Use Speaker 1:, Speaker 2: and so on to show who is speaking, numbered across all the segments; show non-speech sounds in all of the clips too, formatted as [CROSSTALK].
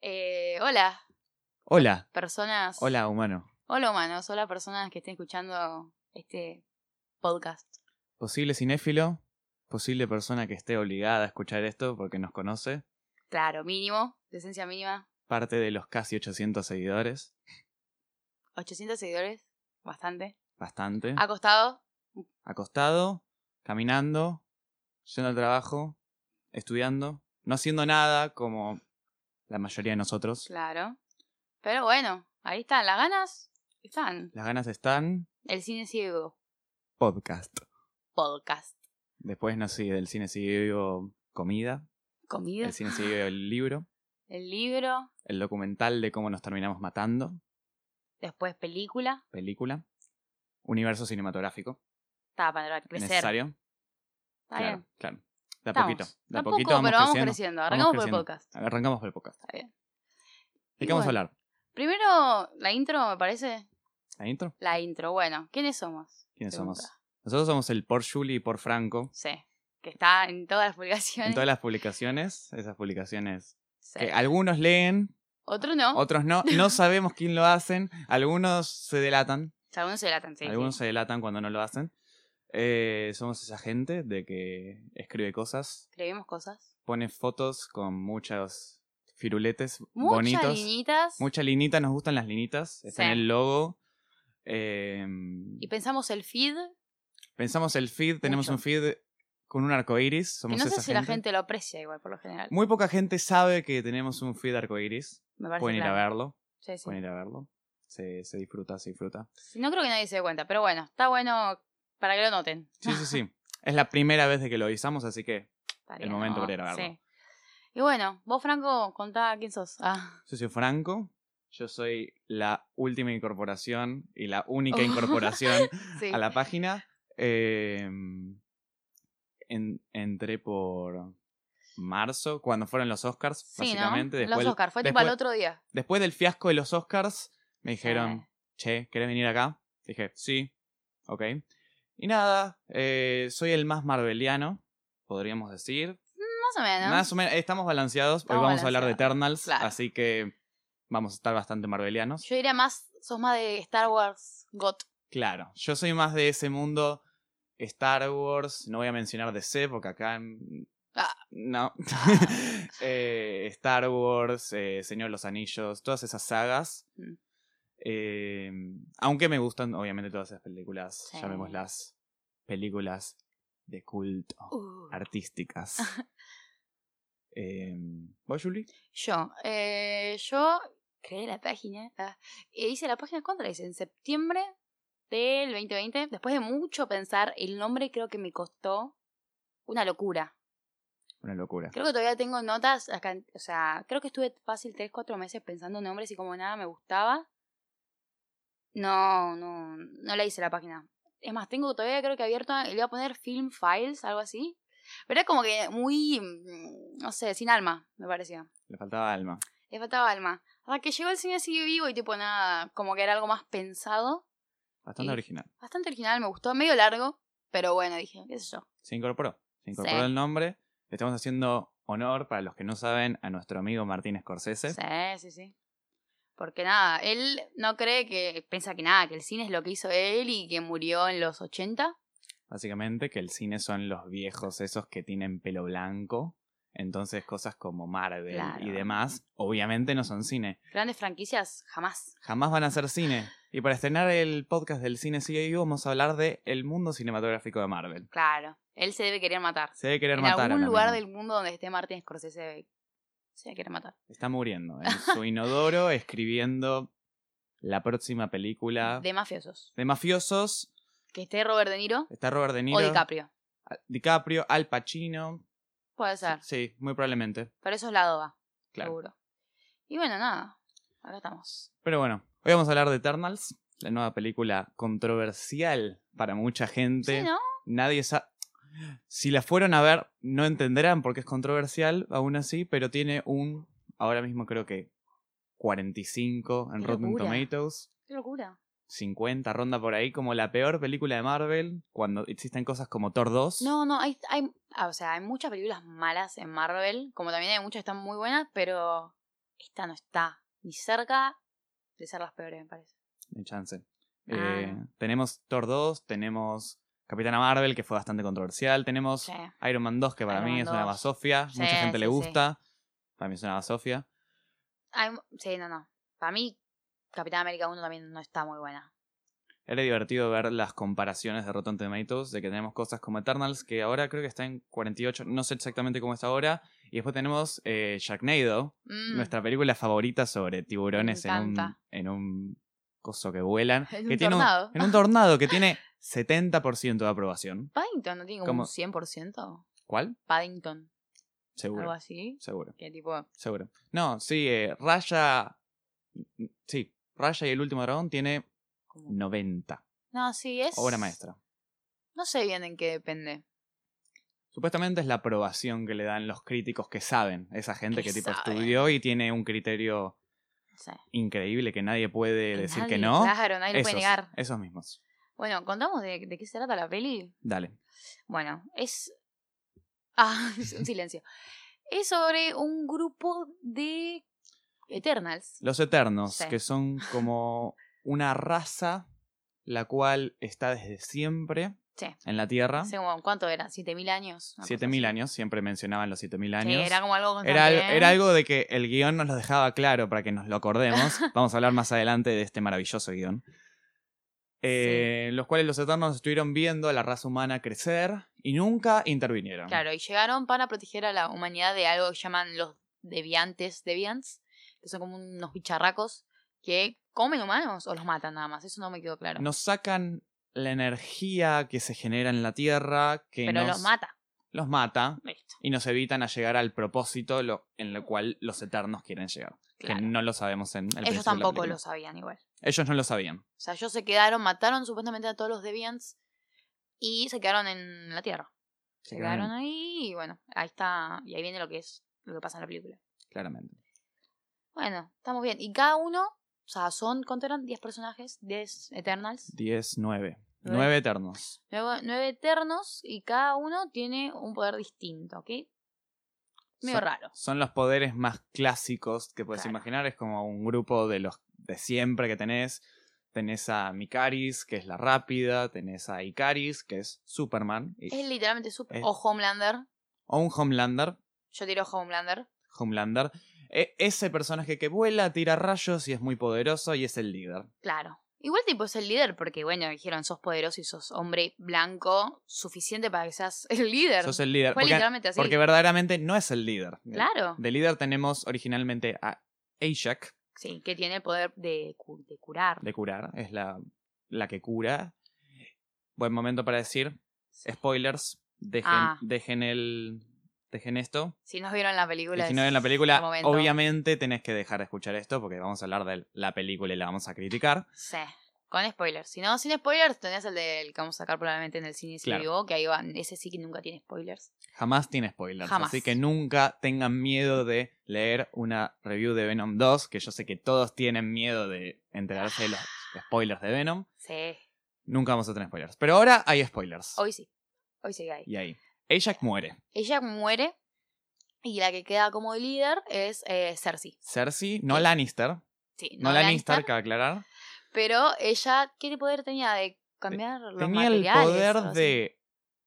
Speaker 1: Eh, hola,
Speaker 2: Hola,
Speaker 1: personas.
Speaker 2: hola humano.
Speaker 1: Hola, humanos. Hola, personas que estén escuchando este podcast.
Speaker 2: Posible cinéfilo, posible persona que esté obligada a escuchar esto porque nos conoce,
Speaker 1: Claro, mínimo, decencia mínima.
Speaker 2: parte de los casi 800 seguidores,
Speaker 1: 800 seguidores, bastante.
Speaker 2: bastante,
Speaker 1: Ha costado,
Speaker 2: acostado, caminando, yendo al trabajo, estudiando, no haciendo nada como la mayoría de nosotros.
Speaker 1: claro. Pero bueno, ahí están, las ganas están.
Speaker 2: Las ganas están,
Speaker 1: El cine ciego
Speaker 2: podcast.
Speaker 1: podcast.
Speaker 2: Después, no sé, del cine sigue vivo comida,
Speaker 1: Comida,
Speaker 2: el cine sigue vivo el libro,
Speaker 1: el libro,
Speaker 2: el documental de cómo nos terminamos matando,
Speaker 1: después película.
Speaker 2: película, universo cinematográfico.
Speaker 1: Estaba para crecer.
Speaker 2: necesario.
Speaker 1: Está
Speaker 2: claro,
Speaker 1: bien.
Speaker 2: claro. De a
Speaker 1: Estamos.
Speaker 2: poquito. De a
Speaker 1: Tampoco,
Speaker 2: poquito vamos
Speaker 1: pero vamos
Speaker 2: creciendo.
Speaker 1: creciendo. Arrancamos por el
Speaker 2: creciendo.
Speaker 1: podcast.
Speaker 2: Arrancamos por el podcast.
Speaker 1: Está bien.
Speaker 2: ¿De
Speaker 1: Y
Speaker 2: qué vamos a
Speaker 1: bueno.
Speaker 2: hablar?
Speaker 1: Primero, la intro, me parece.
Speaker 2: ¿La intro?
Speaker 1: La intro. Bueno, ¿quiénes somos?
Speaker 2: ¿Quiénes
Speaker 1: Pregunta.
Speaker 2: somos? Nosotros somos el Por Julie y Por Franco.
Speaker 1: Sí. Que está en todas las [LAUGHS]
Speaker 2: En
Speaker 1: publicaciones.
Speaker 2: todas las publicaciones, esas publicaciones
Speaker 1: Sí.
Speaker 2: que algunos leen,
Speaker 1: Otro no. [LAUGHS]
Speaker 2: otros no, no sabemos quién lo hacen, algunos se delatan,
Speaker 1: Algunos se delatan, sí. sí.
Speaker 2: algunos se delatan cuando no lo hacen. Eh, somos esa gente de que escribe cosas,
Speaker 1: Escribimos cosas.
Speaker 2: pone fotos con muchos firuletes
Speaker 1: Muchas
Speaker 2: bonitos.
Speaker 1: niñitas.
Speaker 2: Mucha linita, nos gustan las linitas, está
Speaker 1: Sí.
Speaker 2: en el logo. Eh,
Speaker 1: Y pensamos el feed.
Speaker 2: pensamos el feed, tenemos
Speaker 1: Mucho.
Speaker 2: un feed con un arco iris.
Speaker 1: Que
Speaker 2: Somos
Speaker 1: no sé
Speaker 2: esa
Speaker 1: si la gente lo aprecia igual, por lo general.
Speaker 2: Muy poca gente sabe que tenemos un feed arco iris.
Speaker 1: Me parece
Speaker 2: Pueden ir a
Speaker 1: claro.
Speaker 2: verlo,
Speaker 1: Sí, sí.
Speaker 2: pueden ir a verlo. Se, se disfruta, se disfruta.
Speaker 1: No creo que nadie se dé cuenta, pero bueno, está bueno para que lo noten.
Speaker 2: Sí,
Speaker 1: [LAUGHS]
Speaker 2: sí, sí. es la primera vez de que lo avisamos, así que
Speaker 1: Estaría,
Speaker 2: El momento para ir a
Speaker 1: Sí.
Speaker 2: verlo.
Speaker 1: Y bueno, vos, Franco, contá quién sos.
Speaker 2: [LAUGHS]
Speaker 1: Ah,
Speaker 2: yo soy Franco. Yo soy la última incorporación y la única
Speaker 1: Oh.
Speaker 2: incorporación
Speaker 1: sí.
Speaker 2: a la página. eh, en- entré por marzo, cuando fueron los Oscars,
Speaker 1: Sí, ¿no?
Speaker 2: básicamente. Después,
Speaker 1: Los Oscar, fue tipo
Speaker 2: después-
Speaker 1: al otro día.
Speaker 2: después del fiasco de los Oscars, me dijeron, che, ¿querés venir acá? Dije, sí, ok. Y nada, eh, soy el más marveliano, podríamos decir.
Speaker 1: Más o menos.
Speaker 2: Más o menos, estamos balanceados,
Speaker 1: Estamos
Speaker 2: hoy vamos a hablar de
Speaker 1: balanceados,
Speaker 2: Eternals,
Speaker 1: claro.
Speaker 2: así que vamos a estar bastante marvelianos.
Speaker 1: Yo diría más, sos más de Star Wars GOT.
Speaker 2: Claro, yo soy más de ese mundo Star Wars, no voy a mencionar DC porque acá mm,
Speaker 1: Ah.
Speaker 2: no. [LAUGHS] Eh, Star Wars, eh, Señor de los Anillos, todas esas sagas.
Speaker 1: Mm.
Speaker 2: Eh, aunque me gustan obviamente todas esas películas,
Speaker 1: Sí.
Speaker 2: llamémoslas películas de culto,
Speaker 1: Uh. [LAUGHS]
Speaker 2: artísticas. Eh, ¿Vos, Julie?
Speaker 1: Yo, eh, yo creé la página. ah, e hice la página contra, hice en septiembre del 2020. Después de mucho pensar, el nombre creo que me costó una locura.
Speaker 2: Una locura.
Speaker 1: Creo que todavía tengo notas. Acá, o sea, creo que estuve fácil 3, 4 meses pensando nombres y como nada me gustaba. No, no, no la hice la página. Es más, tengo todavía creo que abierto, le voy a poner Film Files, algo así. Pero es como que muy, mm, no sé, sin alma, me parecía.
Speaker 2: Le faltaba alma.
Speaker 1: Le faltaba alma. Hasta que llegó el cine sigue vivo y tipo nada, como que era algo más pensado.
Speaker 2: Bastante
Speaker 1: Sí.
Speaker 2: original.
Speaker 1: Bastante original, me gustó, medio largo, pero bueno, dije, qué sé yo.
Speaker 2: Se incorporó. Se incorporó
Speaker 1: Sí.
Speaker 2: el nombre. Le estamos haciendo honor, para los que no saben, a nuestro amigo Martín
Speaker 1: Sí,
Speaker 2: Scorsese.
Speaker 1: sí, sí. Porque nada, él no cree que, piensa que nada, que el cine es lo que hizo él y que murió en los 80.
Speaker 2: Básicamente, que el cine son los viejos esos que tienen pelo blanco. Entonces, cosas como Marvel
Speaker 1: Claro.
Speaker 2: y demás, obviamente no son cine.
Speaker 1: Grandes franquicias, jamás.
Speaker 2: Jamás van a ser cine. Y para estrenar el podcast del cine sigue vivo, vamos a hablar de el mundo cinematográfico de Marvel.
Speaker 1: Claro, él se debe querer matar.
Speaker 2: Se debe querer
Speaker 1: En
Speaker 2: matar. a
Speaker 1: algún
Speaker 2: la
Speaker 1: lugar
Speaker 2: mina.
Speaker 1: del mundo donde esté Martin Scorsese debe- se debe querer matar.
Speaker 2: Está muriendo en su inodoro [LAUGHS] escribiendo la próxima película de,
Speaker 1: De mafiosos.
Speaker 2: mafiosos.
Speaker 1: Que esté Robert De Niro
Speaker 2: Está Robert De Niro.
Speaker 1: o DiCaprio.
Speaker 2: DiCaprio, Al Pacino.
Speaker 1: Puede ser.
Speaker 2: Sí, muy probablemente.
Speaker 1: Pero eso es la doba.
Speaker 2: Claro.
Speaker 1: Seguro. Y bueno, nada. Acá estamos.
Speaker 2: Pero bueno, hoy vamos a hablar de Eternals, la nueva película controversial para mucha gente.
Speaker 1: Sí, ¿no?
Speaker 2: Nadie sabe. Si la fueron a ver, no entenderán porque es controversial, aún así, pero tiene un. Ahora mismo creo que 45 en
Speaker 1: Qué
Speaker 2: Rotten
Speaker 1: locura.
Speaker 2: Tomatoes.
Speaker 1: Qué locura.
Speaker 2: 50 ronda por ahí, como la peor película de Marvel, cuando existen cosas como Thor 2.
Speaker 1: No, no, hay, hay, ah, o sea, hay muchas películas malas en Marvel, como también hay muchas que están muy buenas, pero esta no está ni cerca de ser las peores, me parece.
Speaker 2: Ni chance.
Speaker 1: Ah,
Speaker 2: Eh,
Speaker 1: no.
Speaker 2: Tenemos Thor 2, tenemos Capitana Marvel, que fue bastante controversial, tenemos
Speaker 1: Sí.
Speaker 2: Iron Man 2, que para
Speaker 1: Iron
Speaker 2: mí
Speaker 1: Man
Speaker 2: es una
Speaker 1: 2.
Speaker 2: basofia,
Speaker 1: Sí,
Speaker 2: mucha gente le
Speaker 1: sí, sí.
Speaker 2: gusta, para mí es una basofia.
Speaker 1: Hay mu- sí, no, no. Para mí, Capitán América 1 también no está muy buena.
Speaker 2: Era divertido ver las comparaciones de Rotten Tomatoes, de que tenemos cosas como Eternals, que ahora creo que está en 48, no sé exactamente cómo está ahora, y después tenemos eh, Sharknado,
Speaker 1: Mm,
Speaker 2: nuestra película favorita sobre tiburones
Speaker 1: Me
Speaker 2: en un,
Speaker 1: encanta.
Speaker 2: en un coso que vuelan.
Speaker 1: [LAUGHS] En un
Speaker 2: que tiene
Speaker 1: tornado.
Speaker 2: en un tornado que
Speaker 1: [LAUGHS]
Speaker 2: tiene 70% de aprobación.
Speaker 1: Paddington no tiene como
Speaker 2: ¿Cómo?
Speaker 1: un 100%.
Speaker 2: ¿Cuál?
Speaker 1: Paddington, algo
Speaker 2: Seguro,
Speaker 1: así.
Speaker 2: seguro.
Speaker 1: Que tipo,
Speaker 2: Seguro. No, sí, eh, Raya. mm, Sí, Raya y el último dragón tiene
Speaker 1: como-
Speaker 2: 90.
Speaker 1: No, sí, es.
Speaker 2: Obra maestra.
Speaker 1: No sé bien en qué depende.
Speaker 2: Supuestamente es la aprobación que le dan los críticos que saben. Esa gente
Speaker 1: Que
Speaker 2: que, tipo
Speaker 1: saben.
Speaker 2: estudió y tiene un criterio
Speaker 1: No sé.
Speaker 2: increíble que nadie puede
Speaker 1: Que
Speaker 2: decir
Speaker 1: nadie-
Speaker 2: que no.
Speaker 1: Claro, nadie lo puede
Speaker 2: Esos-
Speaker 1: negar.
Speaker 2: Esos mismos.
Speaker 1: Bueno, contamos de, de qué se trata la peli.
Speaker 2: Dale.
Speaker 1: Bueno, es. [LAUGHS] Ah, es un silencio. Es sobre un grupo de Eternals.
Speaker 2: Los Eternos,
Speaker 1: Sí.
Speaker 2: que son como una raza la cual está desde siempre
Speaker 1: Sí.
Speaker 2: en la
Speaker 1: No
Speaker 2: Tierra.
Speaker 1: sé cómo- cuánto era, 7000 años. Una cosa
Speaker 2: 7000
Speaker 1: así.
Speaker 2: años, siempre mencionaban los 7000
Speaker 1: Sí,
Speaker 2: años.
Speaker 1: era como algo
Speaker 2: Era, al-
Speaker 1: constante.
Speaker 2: era algo de que el guión nos lo dejaba claro para que nos lo
Speaker 1: [LAUGHS]
Speaker 2: acordemos. Vamos a hablar más adelante de este maravilloso guión. Eh, Los cuales los Eternos estuvieron viendo a la raza humana crecer y nunca intervinieron.
Speaker 1: Claro, y llegaron para proteger a la humanidad de algo que llaman los deviantes, deviants, que son como unos bicharracos que comen humanos o los matan nada más. Eso no me quedó claro.
Speaker 2: Nos sacan la energía que se genera en la Tierra, que
Speaker 1: Pero
Speaker 2: nos-
Speaker 1: los mata.
Speaker 2: los mata
Speaker 1: Listo.
Speaker 2: y nos evitan a llegar al propósito lo- en el cual los Eternos quieren llegar.
Speaker 1: Claro.
Speaker 2: Que no lo sabemos en el principio
Speaker 1: Ellos
Speaker 2: de la
Speaker 1: tampoco
Speaker 2: película.
Speaker 1: lo sabían igual.
Speaker 2: Ellos no lo sabían.
Speaker 1: O sea, ellos se quedaron, mataron supuestamente a todos los Deviants y se quedaron en la Tierra. Se
Speaker 2: quedaron-
Speaker 1: quedaron ahí y bueno, ahí está. Y ahí viene lo que es lo que pasa en la película.
Speaker 2: Claramente.
Speaker 1: Bueno, estamos bien. Y cada uno, o sea, son, ¿cuánto eran? 10 personajes, 10 Eternals.
Speaker 2: 10, 9.
Speaker 1: Nueve.
Speaker 2: 9 Eternos.
Speaker 1: 9, Eternos y cada uno tiene un poder distinto, ¿ok? Medio
Speaker 2: Son-
Speaker 1: raro.
Speaker 2: Son los poderes más clásicos que puedes
Speaker 1: Claro.
Speaker 2: imaginar. Es como un grupo de los de siempre que tenés. Tenés a Mikaris, que es la rápida. Tenés a Icaris, que es Superman. y-
Speaker 1: Es literalmente super.
Speaker 2: Es-
Speaker 1: O Homelander.
Speaker 2: o un Homelander.
Speaker 1: Yo tiro Homelander.
Speaker 2: Homelander. E- ese personaje que vuela, tira rayos y es muy poderoso y es el líder.
Speaker 1: Claro. Igual tipo es el líder, porque bueno, dijeron sos poderoso y sos hombre blanco suficiente para que seas el líder.
Speaker 2: Sos el líder.
Speaker 1: Fue
Speaker 2: Porque,
Speaker 1: literalmente así.
Speaker 2: porque verdaderamente no es el líder.
Speaker 1: Claro.
Speaker 2: De líder tenemos originalmente a Ajak,
Speaker 1: Sí, que tiene el poder de, cu- de curar.
Speaker 2: de curar. Es la, la que cura. Buen momento para decir. Spoilers. Dejen,
Speaker 1: Ah.
Speaker 2: dejen el. Dejen esto.
Speaker 1: Si nos vieron la película.
Speaker 2: Si no
Speaker 1: es
Speaker 2: ven la
Speaker 1: el
Speaker 2: película,
Speaker 1: momento.
Speaker 2: obviamente tenés que dejar de escuchar esto porque vamos a hablar de la película y la vamos a criticar.
Speaker 1: Sí, con spoilers. Si no, sin spoilers, tenés el del que vamos a sacar probablemente en el cine si
Speaker 2: Claro.
Speaker 1: vivo, que ahí van. Ese sí que nunca tiene spoilers.
Speaker 2: Jamás tiene spoilers.
Speaker 1: Jamás.
Speaker 2: Así que nunca tengan miedo de leer una review de Venom 2, que yo sé que todos tienen miedo de enterarse de los
Speaker 1: Ah.
Speaker 2: spoilers de Venom.
Speaker 1: Sí,
Speaker 2: Nunca vamos a tener spoilers. Pero ahora hay spoilers.
Speaker 1: hoy sí. Hoy sí que hay.
Speaker 2: Y ahí. Ajak muere.
Speaker 1: Ella muere y la que queda como líder es eh, Cersei.
Speaker 2: Cersei, no
Speaker 1: Sí.
Speaker 2: Lannister.
Speaker 1: Sí,
Speaker 2: No, Lannister, que aclarar.
Speaker 1: Pero ella, ¿qué poder tenía de cambiar los
Speaker 2: Tenía el
Speaker 1: materiales? o
Speaker 2: poder
Speaker 1: algo así?
Speaker 2: de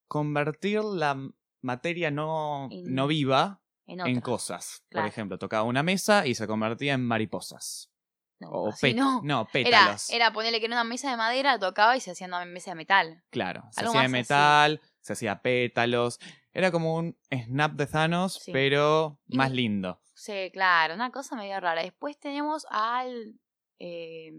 Speaker 2: convertir la m- materia no,
Speaker 1: En-
Speaker 2: no viva
Speaker 1: En,
Speaker 2: en
Speaker 1: otra.
Speaker 2: cosas.
Speaker 1: Claro.
Speaker 2: Por ejemplo, tocaba una mesa y se convertía en mariposas.
Speaker 1: No,
Speaker 2: o
Speaker 1: así
Speaker 2: pét-
Speaker 1: no. [LAUGHS] Era,
Speaker 2: pétalos.
Speaker 1: era ponerle que era una mesa de madera, tocaba y se hacía una mesa de metal.
Speaker 2: Claro, se
Speaker 1: algo
Speaker 2: hacía de
Speaker 1: más así.
Speaker 2: metal, se hacía pétalos. Era como un snap de Thanos,
Speaker 1: Sí.
Speaker 2: pero
Speaker 1: Y-
Speaker 2: más lindo.
Speaker 1: Sí, claro, una cosa medio rara. Después tenemos al. eh,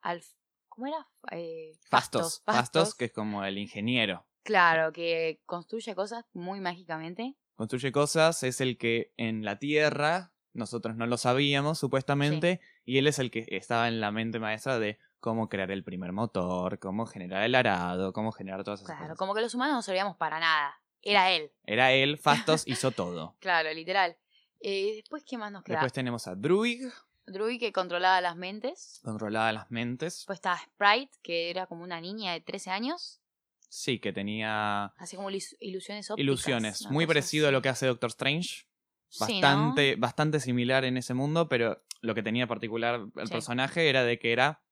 Speaker 1: al ¿Cómo era? Eh,
Speaker 2: Fastos, Fastos, que es como el ingeniero.
Speaker 1: Claro, que construye cosas muy mágicamente.
Speaker 2: construye cosas, es el que en la Tierra, nosotros no lo sabíamos supuestamente, y él es el que estaba en la mente maestra de cómo crear el primer motor, cómo generar el arado, cómo generar todas esas
Speaker 1: Claro,
Speaker 2: cosas.
Speaker 1: como que los humanos no servíamos para nada. Era él,
Speaker 2: Era
Speaker 1: [LAUGHS]
Speaker 2: él, Fastos hizo todo.
Speaker 1: claro, literal. Eh, después, ¿qué más nos queda?
Speaker 2: Después tenemos a Druig,
Speaker 1: Druid que controlaba las mentes.
Speaker 2: controlaba las mentes.
Speaker 1: Después estaba Sprite, que era como una niña de 13 años.
Speaker 2: Sí, que tenía
Speaker 1: Así como ilus- ilusiones ópticas.
Speaker 2: ilusiones.
Speaker 1: una
Speaker 2: Muy
Speaker 1: cosa
Speaker 2: parecido a
Speaker 1: así.
Speaker 2: lo que hace Doctor Strange.
Speaker 1: Sí, ¿no?
Speaker 2: Bastante, bastante similar en ese mundo, pero lo que tenía particular el
Speaker 1: Sí.
Speaker 2: personaje era de que era.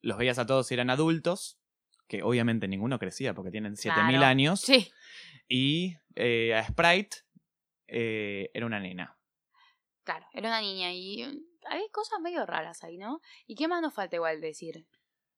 Speaker 2: Los veías a todos y eran adultos, que obviamente ninguno crecía porque tienen 7000
Speaker 1: Claro.
Speaker 2: años.
Speaker 1: Sí.
Speaker 2: Y eh, a Sprite eh, era una nena.
Speaker 1: Claro, era una niña y mm, había cosas medio raras ahí, ¿no? ¿Y qué más nos falta igual decir?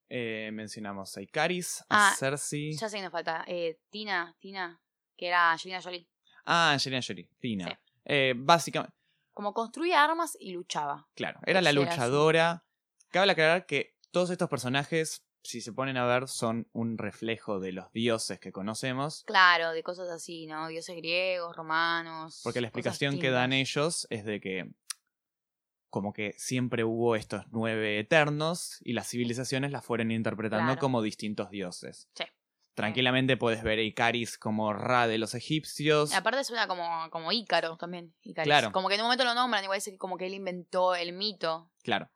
Speaker 2: Eh, mencionamos a Icaris,
Speaker 1: Ah,
Speaker 2: a Cersei.
Speaker 1: Ya sé que nos falta. Eh, Tina, Tina, que era Angelina Jolie.
Speaker 2: Ah, Angelina Jolie, Tina.
Speaker 1: Sí.
Speaker 2: Eh, básicamente,
Speaker 1: Como construía armas y luchaba.
Speaker 2: claro, era la
Speaker 1: Ese era su-
Speaker 2: luchadora. Cabe aclarar que todos estos personajes, si se ponen a ver, son un reflejo de los dioses que conocemos.
Speaker 1: Claro, de cosas así, ¿no? Dioses griegos, romanos.
Speaker 2: Porque la
Speaker 1: cosas
Speaker 2: explicación que dan
Speaker 1: distintas.
Speaker 2: ellos es de que como que siempre hubo estos nueve eternos y las civilizaciones las fueron interpretando
Speaker 1: Claro.
Speaker 2: como distintos dioses.
Speaker 1: Sí.
Speaker 2: Tranquilamente puedes ver a Icaris como Ra de los egipcios.
Speaker 1: Aparte suena como, como Ícaro también. Ícaris.
Speaker 2: Claro.
Speaker 1: Como que en un momento lo nombran, igual dice que como que él inventó el mito.
Speaker 2: Claro.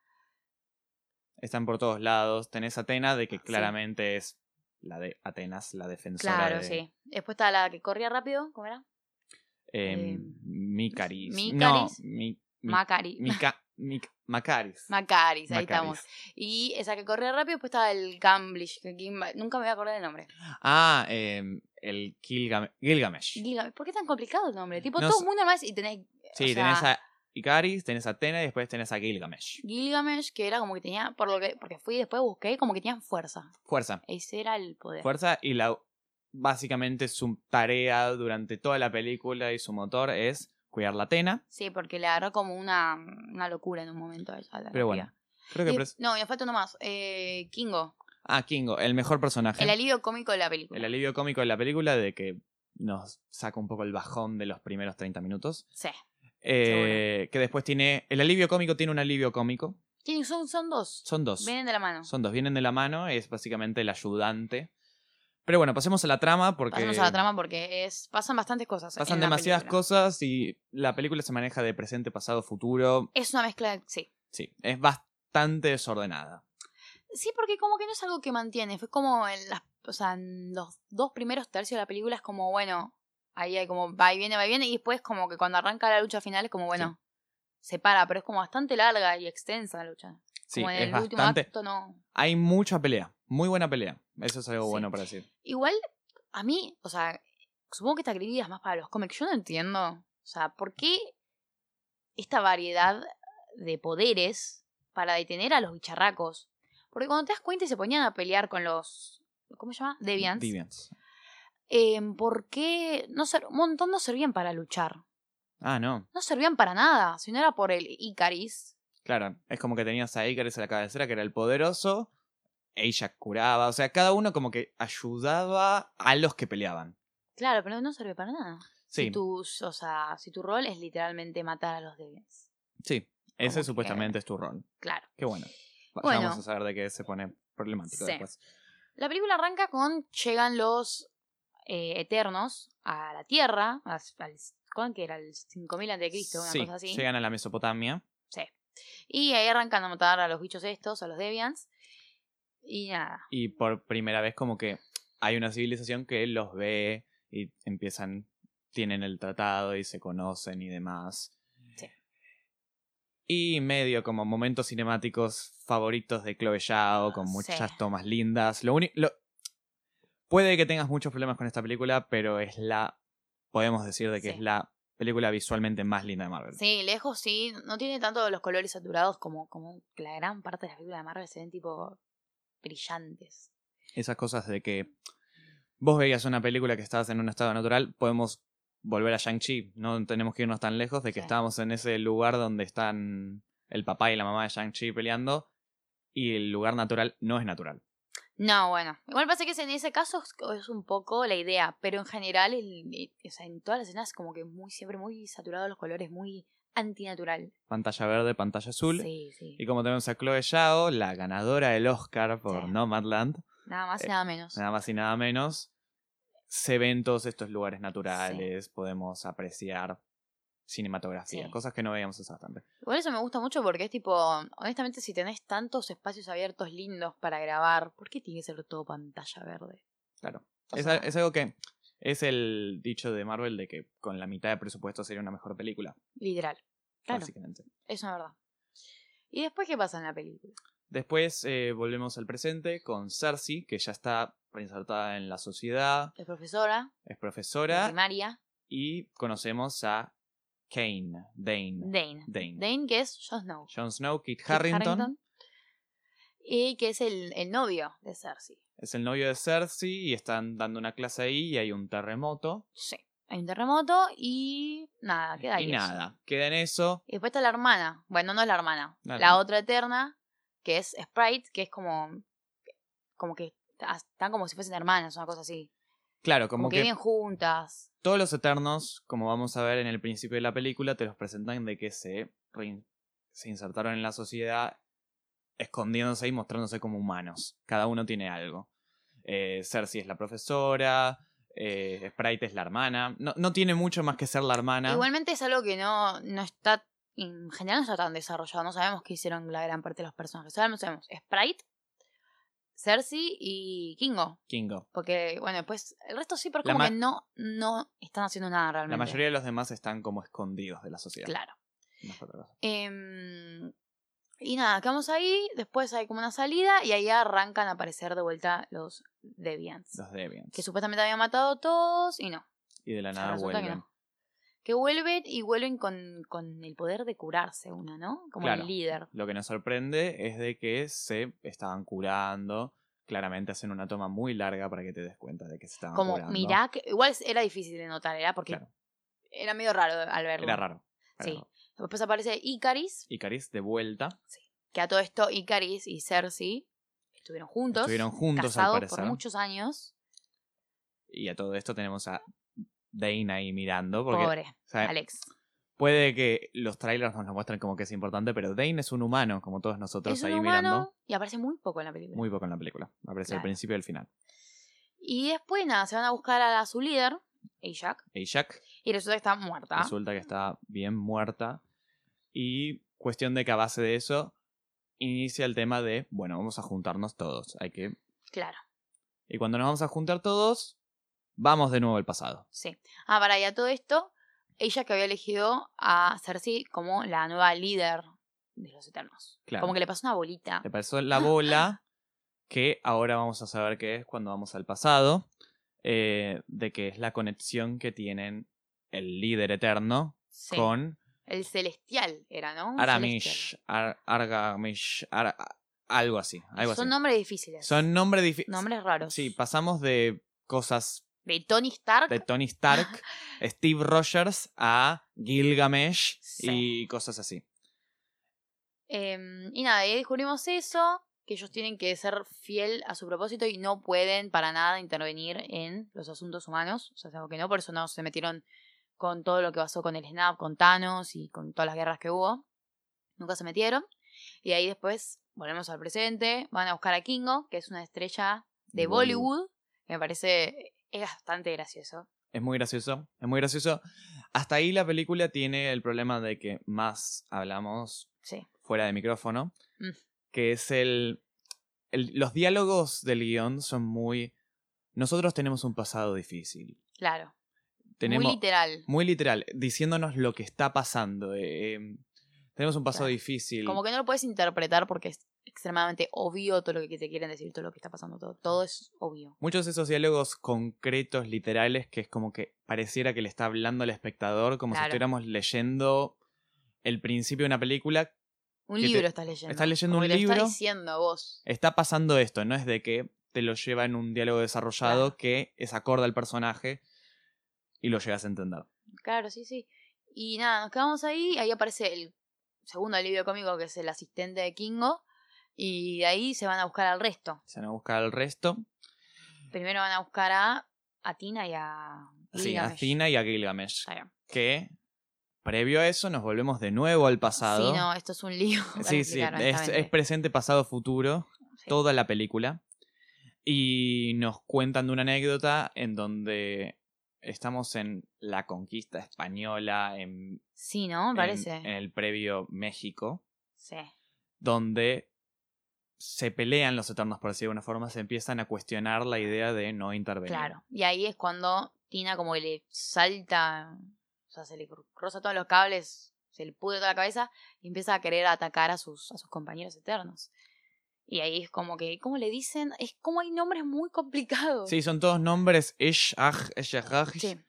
Speaker 2: Están por todos lados. Tenés Atena, de que claramente es la de Atenas, la defensora
Speaker 1: Claro,
Speaker 2: de
Speaker 1: sí. Después está la que corría rápido, ¿cómo era?
Speaker 2: eh,
Speaker 1: Eh,
Speaker 2: Micaris.
Speaker 1: Micaris.
Speaker 2: No, mi, mi-
Speaker 1: Macari.
Speaker 2: Mica- Mic- Macaris.
Speaker 1: Macaris, ahí
Speaker 2: Macaris.
Speaker 1: estamos. Y esa que corría rápido, después estaba el Gamblish, que Gimba- nunca me voy a acordar del nombre.
Speaker 2: Ah, em, el Gilgame- Gilgamesh.
Speaker 1: Gilgamesh, ¿por qué tan complicado el nombre? Tipo,
Speaker 2: No
Speaker 1: todo
Speaker 2: sé.
Speaker 1: el mundo más y tenés
Speaker 2: sí,
Speaker 1: o sea-
Speaker 2: tenés a Icaris, tenés a Atena y después tenés a Gilgamesh.
Speaker 1: Gilgamesh, que era como que tenía, por lo que, porque fui y después busqué, como que tenían fuerza.
Speaker 2: Fuerza.
Speaker 1: Ese era el poder.
Speaker 2: Fuerza y la básicamente su tarea durante toda la película y su motor es cuidar la Atena.
Speaker 1: Sí, porque le agarró como una, una locura en un momento a ella. a la
Speaker 2: Pero bueno,
Speaker 1: piba.
Speaker 2: Creo que
Speaker 1: Y-
Speaker 2: pres-
Speaker 1: no, y nos falta uno más. Eh, Kingo,
Speaker 2: Ah, Kingo, el mejor personaje.
Speaker 1: el alivio cómico de la película.
Speaker 2: ¿Eh? el alivio cómico de la película de que nos saca un poco el bajón de los primeros 30 minutos.
Speaker 1: Sí.
Speaker 2: Eh, que después tiene. El alivio cómico tiene un alivio cómico.
Speaker 1: ¿Quiénes son? Son dos.
Speaker 2: Son dos.
Speaker 1: Vienen de la mano.
Speaker 2: Son dos. Vienen de la mano. Es básicamente el ayudante. Pero bueno, pasemos a la trama porque.
Speaker 1: Pasamos a la trama porque es pasan bastantes cosas.
Speaker 2: Pasan
Speaker 1: en la
Speaker 2: demasiadas
Speaker 1: película.
Speaker 2: cosas y la película se maneja de presente, pasado, futuro.
Speaker 1: Es una mezcla, sí.
Speaker 2: Sí, es bastante desordenada.
Speaker 1: Sí, porque como que no es algo que mantiene. Fue como en las, o sea, en los dos primeros tercios de la película es como, bueno, ahí hay como va y viene, va y viene. Y después como que cuando arranca la lucha final es como, bueno, se para, pero es como bastante larga y extensa la lucha.
Speaker 2: Sí,
Speaker 1: como en
Speaker 2: es
Speaker 1: el último
Speaker 2: bastante.
Speaker 1: acto no.
Speaker 2: Hay mucha pelea. Muy buena pelea. Eso es algo
Speaker 1: Sí.
Speaker 2: bueno para decir.
Speaker 1: Igual, a mí, o sea, supongo que esta crítica es más para los cómics. Yo no entiendo. O sea, ¿por qué esta variedad de poderes para detener a los bicharracos? Porque cuando te das cuenta y se ponían a pelear con los. ¿Cómo se llama? Deviants.
Speaker 2: Deviants.
Speaker 1: eh, ¿Por qué? No ser, un montón no servían para luchar.
Speaker 2: Ah, no.
Speaker 1: No servían para nada. Si no era por el Icaris.
Speaker 2: Claro, es como que tenías a Icarus a la cabecera, que era el poderoso. Ella curaba. O sea, cada uno como que ayudaba a los que peleaban.
Speaker 1: Claro, pero no sirve para nada.
Speaker 2: Sí,
Speaker 1: Si, tus, o sea, si tu rol es literalmente matar a los Deviants.
Speaker 2: sí.
Speaker 1: Como
Speaker 2: Ese
Speaker 1: que-
Speaker 2: supuestamente es tu rol.
Speaker 1: Claro.
Speaker 2: Qué bueno. Va- ya
Speaker 1: Bueno.
Speaker 2: Vamos a saber de qué se pone problemático
Speaker 1: Sí.
Speaker 2: después.
Speaker 1: La película arranca con llegan los eh, eternos a la Tierra, a- al, ¿cuán que era? El 5000 a.C., una
Speaker 2: Sí,
Speaker 1: cosa así.
Speaker 2: llegan a la Mesopotamia.
Speaker 1: Y ahí arrancan a matar a los bichos estos, a los Deviants. Y nada,
Speaker 2: y por primera vez como que hay una civilización que los ve y empiezan, tienen el tratado y se conocen y demás.
Speaker 1: Sí.
Speaker 2: Y medio como momentos cinemáticos favoritos de Chloe Zhao, con
Speaker 1: Sí.
Speaker 2: muchas tomas lindas. Lo único... Puede que tengas muchos problemas con esta película, pero es la... Podemos decir de que
Speaker 1: Sí.
Speaker 2: es la película visualmente más linda de Marvel.
Speaker 1: sí, lejos sí, no tiene tanto los colores saturados como, como la gran parte de las películas de Marvel se ven tipo brillantes.
Speaker 2: esas cosas de que vos veías una película que estabas en un estado natural, podemos volver a Shang-Chi, no tenemos que irnos tan lejos de que
Speaker 1: Sí.
Speaker 2: estábamos en ese lugar donde están el papá y la mamá de Shang-Chi peleando y el lugar natural no es natural.
Speaker 1: No, bueno, igual pasa que en ese caso es- es un poco la idea, pero en general, el- o sea, en todas las escenas como que muy siempre muy saturado los colores, muy antinatural.
Speaker 2: Pantalla verde, pantalla azul.
Speaker 1: Sí, sí.
Speaker 2: Y como tenemos a Chloe Zhao, la ganadora del Oscar por
Speaker 1: Sí.
Speaker 2: Nomadland,
Speaker 1: Nada más y
Speaker 2: Eh,
Speaker 1: nada menos.
Speaker 2: nada más y nada menos, se ven todos estos lugares naturales, podemos apreciar cinematografía,
Speaker 1: Sí.
Speaker 2: cosas que no veíamos hace bastante.
Speaker 1: Igual eso me gusta mucho porque es tipo, honestamente, si tenés tantos espacios abiertos lindos para grabar, ¿por qué tiene que ser todo pantalla verde?
Speaker 2: Claro.
Speaker 1: O
Speaker 2: Es,
Speaker 1: sea,
Speaker 2: a- es algo que Es el dicho de Marvel de que con la mitad de presupuesto sería una mejor película,
Speaker 1: Literal. Claro,
Speaker 2: básicamente.
Speaker 1: es una verdad. ¿Y después qué pasa en la película?
Speaker 2: Después eh, volvemos al presente con Cersei, que ya está reinsertada en la sociedad,
Speaker 1: Es profesora,
Speaker 2: es
Speaker 1: de
Speaker 2: profesora,
Speaker 1: primaria,
Speaker 2: y conocemos a Kane, Dane.
Speaker 1: Dane.
Speaker 2: Dane.
Speaker 1: Dane, que es Jon Snow.
Speaker 2: Jon Snow, Kit
Speaker 1: Kit
Speaker 2: Harrington,
Speaker 1: Y que es el, el novio de Cersei.
Speaker 2: es el novio de Cersei y están dando una clase ahí y hay un terremoto.
Speaker 1: Sí. Hay un terremoto y nada, queda ahí.
Speaker 2: y
Speaker 1: eso.
Speaker 2: nada, queda en eso.
Speaker 1: Y después está la hermana. Bueno, no es la hermana.
Speaker 2: Dale.
Speaker 1: La otra eterna, que es Sprite, que es como. Como que están como si fuesen hermanas, una cosa así.
Speaker 2: Claro,
Speaker 1: Como,
Speaker 2: como,
Speaker 1: que,
Speaker 2: que
Speaker 1: viven juntas.
Speaker 2: todos los Eternos, como vamos a ver en el principio de la película, te los presentan de que se, rein- se insertaron en la sociedad escondiéndose y mostrándose como humanos. Cada uno tiene algo. Eh, Cersei es la profesora, eh, Sprite es la hermana. No, no tiene mucho más que ser la hermana.
Speaker 1: Igualmente es algo que no, no está. En general no está tan desarrollado. No sabemos qué hicieron la gran parte de los personajes. Solamente sabemos Sprite, Cersei y Kingo.
Speaker 2: Kingo.
Speaker 1: Porque, bueno, después. El resto sí, pero
Speaker 2: La
Speaker 1: como
Speaker 2: ma-
Speaker 1: que no, no están haciendo nada realmente.
Speaker 2: La mayoría de los demás están como escondidos de la sociedad.
Speaker 1: Claro.
Speaker 2: Más que otra cosa.
Speaker 1: Em, y nada, quedamos ahí, después hay como una salida y ahí arrancan a aparecer de vuelta los Deviants.
Speaker 2: Los Deviants.
Speaker 1: Que supuestamente habían matado a todos y no.
Speaker 2: Y de la
Speaker 1: o sea,
Speaker 2: nada
Speaker 1: resulta que
Speaker 2: vuelven.
Speaker 1: no. Que vuelven y vuelven con, con el poder de curarse uno, ¿no? Como
Speaker 2: Claro.
Speaker 1: el líder.
Speaker 2: Lo que nos sorprende es de que se estaban curando. Claramente hacen una toma muy larga para que te des cuenta de que se estaban
Speaker 1: Como,
Speaker 2: curando.
Speaker 1: mirá, que, igual era difícil de notar, era porque
Speaker 2: Claro.
Speaker 1: era medio raro al verlo.
Speaker 2: Era raro. Era
Speaker 1: Sí.
Speaker 2: raro.
Speaker 1: Después aparece Icaris,
Speaker 2: Y Caris de vuelta.
Speaker 1: que a todo esto Icaris y Cersei estuvieron juntos,
Speaker 2: Estuvieron juntos al
Speaker 1: casados
Speaker 2: parecer.
Speaker 1: por muchos años.
Speaker 2: Y a todo esto tenemos a Dane ahí mirando. Porque
Speaker 1: Pobre,
Speaker 2: o sea,
Speaker 1: Alex.
Speaker 2: puede que los trailers nos lo muestren como que es importante, pero Dane es un humano, como todos nosotros
Speaker 1: es un
Speaker 2: ahí
Speaker 1: humano
Speaker 2: mirando.
Speaker 1: y aparece muy poco en la película.
Speaker 2: Muy poco en la película. Aparece al
Speaker 1: Claro.
Speaker 2: principio y al final.
Speaker 1: Y después, nada, se van a buscar a, la- su líder, Ajak,
Speaker 2: Y Jack
Speaker 1: y resulta que está muerta.
Speaker 2: Resulta que está bien muerta. Y cuestión de que a base de eso inicia el tema de, bueno, vamos a juntarnos todos. Hay que...
Speaker 1: Claro,
Speaker 2: Y cuando nos vamos a juntar todos, vamos de nuevo al pasado.
Speaker 1: sí. Ah, para ya todo esto, ella que había elegido a Cersei como la nueva líder de los Eternos.
Speaker 2: Claro.
Speaker 1: Como que le pasó una bolita.
Speaker 2: Le pasó la
Speaker 1: [LAUGHS]
Speaker 2: bola que ahora vamos a saber qué es cuando vamos al pasado. eh, de que es la conexión que tienen el líder eterno
Speaker 1: Sí. Ah,
Speaker 2: con
Speaker 1: El celestial era, ¿no? Un celestial.
Speaker 2: Aramish, Ar- Argamish, Ar- algo así. Algo
Speaker 1: Son
Speaker 2: así.
Speaker 1: nombres difíciles.
Speaker 2: Son nombres difíciles.
Speaker 1: nombres raros.
Speaker 2: Sí, pasamos de cosas
Speaker 1: De Tony Stark. [LAUGHS]
Speaker 2: de Tony Stark, Steve Rogers a Gilgamesh
Speaker 1: Sí.
Speaker 2: y cosas así.
Speaker 1: Em, y nada, ahí descubrimos eso, que ellos tienen que ser fiel a su propósito y no pueden para nada intervenir en los asuntos humanos. O sea, es algo que no, por eso no se metieron con todo lo que pasó con el Snap, con Thanos y con todas las guerras que hubo. Nunca se metieron. Y ahí después volvemos al presente, van a buscar a Kingo, que es una estrella de
Speaker 2: De Bollywood.
Speaker 1: Bollywood, que me parece es bastante gracioso.
Speaker 2: Es muy gracioso, es muy gracioso. Hasta ahí la película tiene el problema de que más hablamos
Speaker 1: Sí.
Speaker 2: fuera de micrófono,
Speaker 1: Mm.
Speaker 2: que es el, el- Los diálogos del guión son muy... Nosotros tenemos un pasado difícil.
Speaker 1: Claro.
Speaker 2: Tenemos,
Speaker 1: Muy literal.
Speaker 2: muy literal, diciéndonos lo que está pasando. eh, eh, tenemos un pasado
Speaker 1: Claro.
Speaker 2: difícil.
Speaker 1: Como que no lo puedes interpretar porque es extremadamente obvio todo lo que te quieren decir, todo lo que está pasando, todo, todo es obvio.
Speaker 2: Muchos de esos diálogos concretos, literales, que es como que pareciera que le está hablando al espectador, como si
Speaker 1: Claro.
Speaker 2: estuviéramos leyendo el principio de una película.
Speaker 1: Un
Speaker 2: Que te-
Speaker 1: libro estás leyendo.
Speaker 2: estás leyendo
Speaker 1: como
Speaker 2: un
Speaker 1: que te lo
Speaker 2: libro.
Speaker 1: estás diciendo vos.
Speaker 2: Está pasando esto, no es de que te lo lleva en un diálogo desarrollado
Speaker 1: Claro.
Speaker 2: que es acorde al personaje y lo llegas a entender.
Speaker 1: Claro, sí, sí. Y nada, nos quedamos ahí, ahí aparece el segundo alivio cómico que es el asistente de Kingo. Y de ahí se van a buscar al resto.
Speaker 2: Se van a buscar el resto.
Speaker 1: Primero van a buscar a, a Tina y a.
Speaker 2: Ah, Sí, a
Speaker 1: Gilgamesh.
Speaker 2: Athena y a Gilgamesh.
Speaker 1: Claro.
Speaker 2: Que, previo a eso, nos volvemos de nuevo al pasado.
Speaker 1: Sí, no, esto es un lío. [LAUGHS] para
Speaker 2: Sí, sí,
Speaker 1: explicar,
Speaker 2: es, es
Speaker 1: honestamente.
Speaker 2: presente, pasado, futuro,
Speaker 1: Sí.
Speaker 2: toda la película. Y nos cuentan de una anécdota en donde estamos en la conquista española, en,
Speaker 1: Sí, ¿no? Me
Speaker 2: en-
Speaker 1: Parece.
Speaker 2: en el previo México,
Speaker 1: Sí.
Speaker 2: donde se pelean los eternos, por decirlo de una forma, se empiezan a cuestionar la idea de no intervenir.
Speaker 1: Claro. Y ahí es cuando Cristina como que le salta, o sea, se le cru- cruza todos los cables, se le pude toda la cabeza y empieza a querer atacar a sus, a sus compañeros eternos. Y ahí es como que, ¿cómo le dicen? Es como hay nombres muy complicados.
Speaker 2: Sí, son todos nombres ish, aj, ish, aj, [LAUGHS]
Speaker 1: [LAUGHS]
Speaker 2: ish,
Speaker 1: Sí.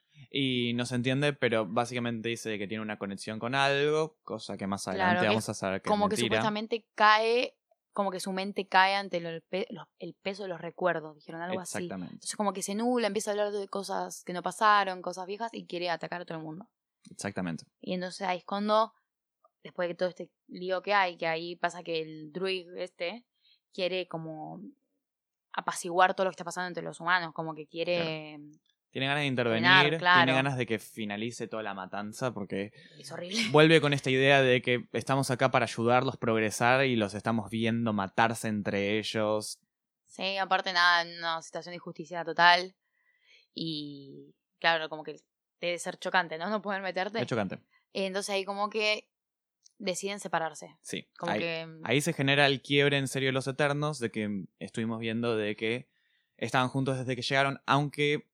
Speaker 2: y no se entiende, pero básicamente dice que tiene una conexión con algo, cosa que más adelante
Speaker 1: Claro, que
Speaker 2: vamos a saber que
Speaker 1: como
Speaker 2: es
Speaker 1: que
Speaker 2: mentira.
Speaker 1: supuestamente cae, como que su mente cae ante lo- el, pe- los- el peso de los recuerdos, dijeron algo así.
Speaker 2: Exactamente,
Speaker 1: Entonces como que se nubla, empieza a hablar de cosas que no pasaron, cosas viejas y quiere atacar a todo el mundo.
Speaker 2: exactamente.
Speaker 1: Y entonces ahí es cuando, después de todo este lío que hay, que ahí pasa que el druid este quiere como apaciguar todo lo que está pasando entre los humanos, como que quiere... mm,
Speaker 2: Tiene ganas de intervenir,
Speaker 1: claro.
Speaker 2: tiene ganas de que finalice toda la matanza, porque
Speaker 1: Es horrible.
Speaker 2: vuelve con esta idea de que estamos acá para ayudarlos a progresar y los estamos viendo matarse entre ellos.
Speaker 1: [LAUGHS] Sí, aparte nada, en una situación de injusticia total. Y claro, como que debe ser chocante, ¿no? No poder meterte.
Speaker 2: Es chocante.
Speaker 1: Entonces ahí como que deciden separarse.
Speaker 2: Sí.
Speaker 1: Como
Speaker 2: ahí,
Speaker 1: que...
Speaker 2: ahí se genera el quiebre en serio de los Eternos, de que estuvimos viendo de que estaban juntos desde que llegaron, aunque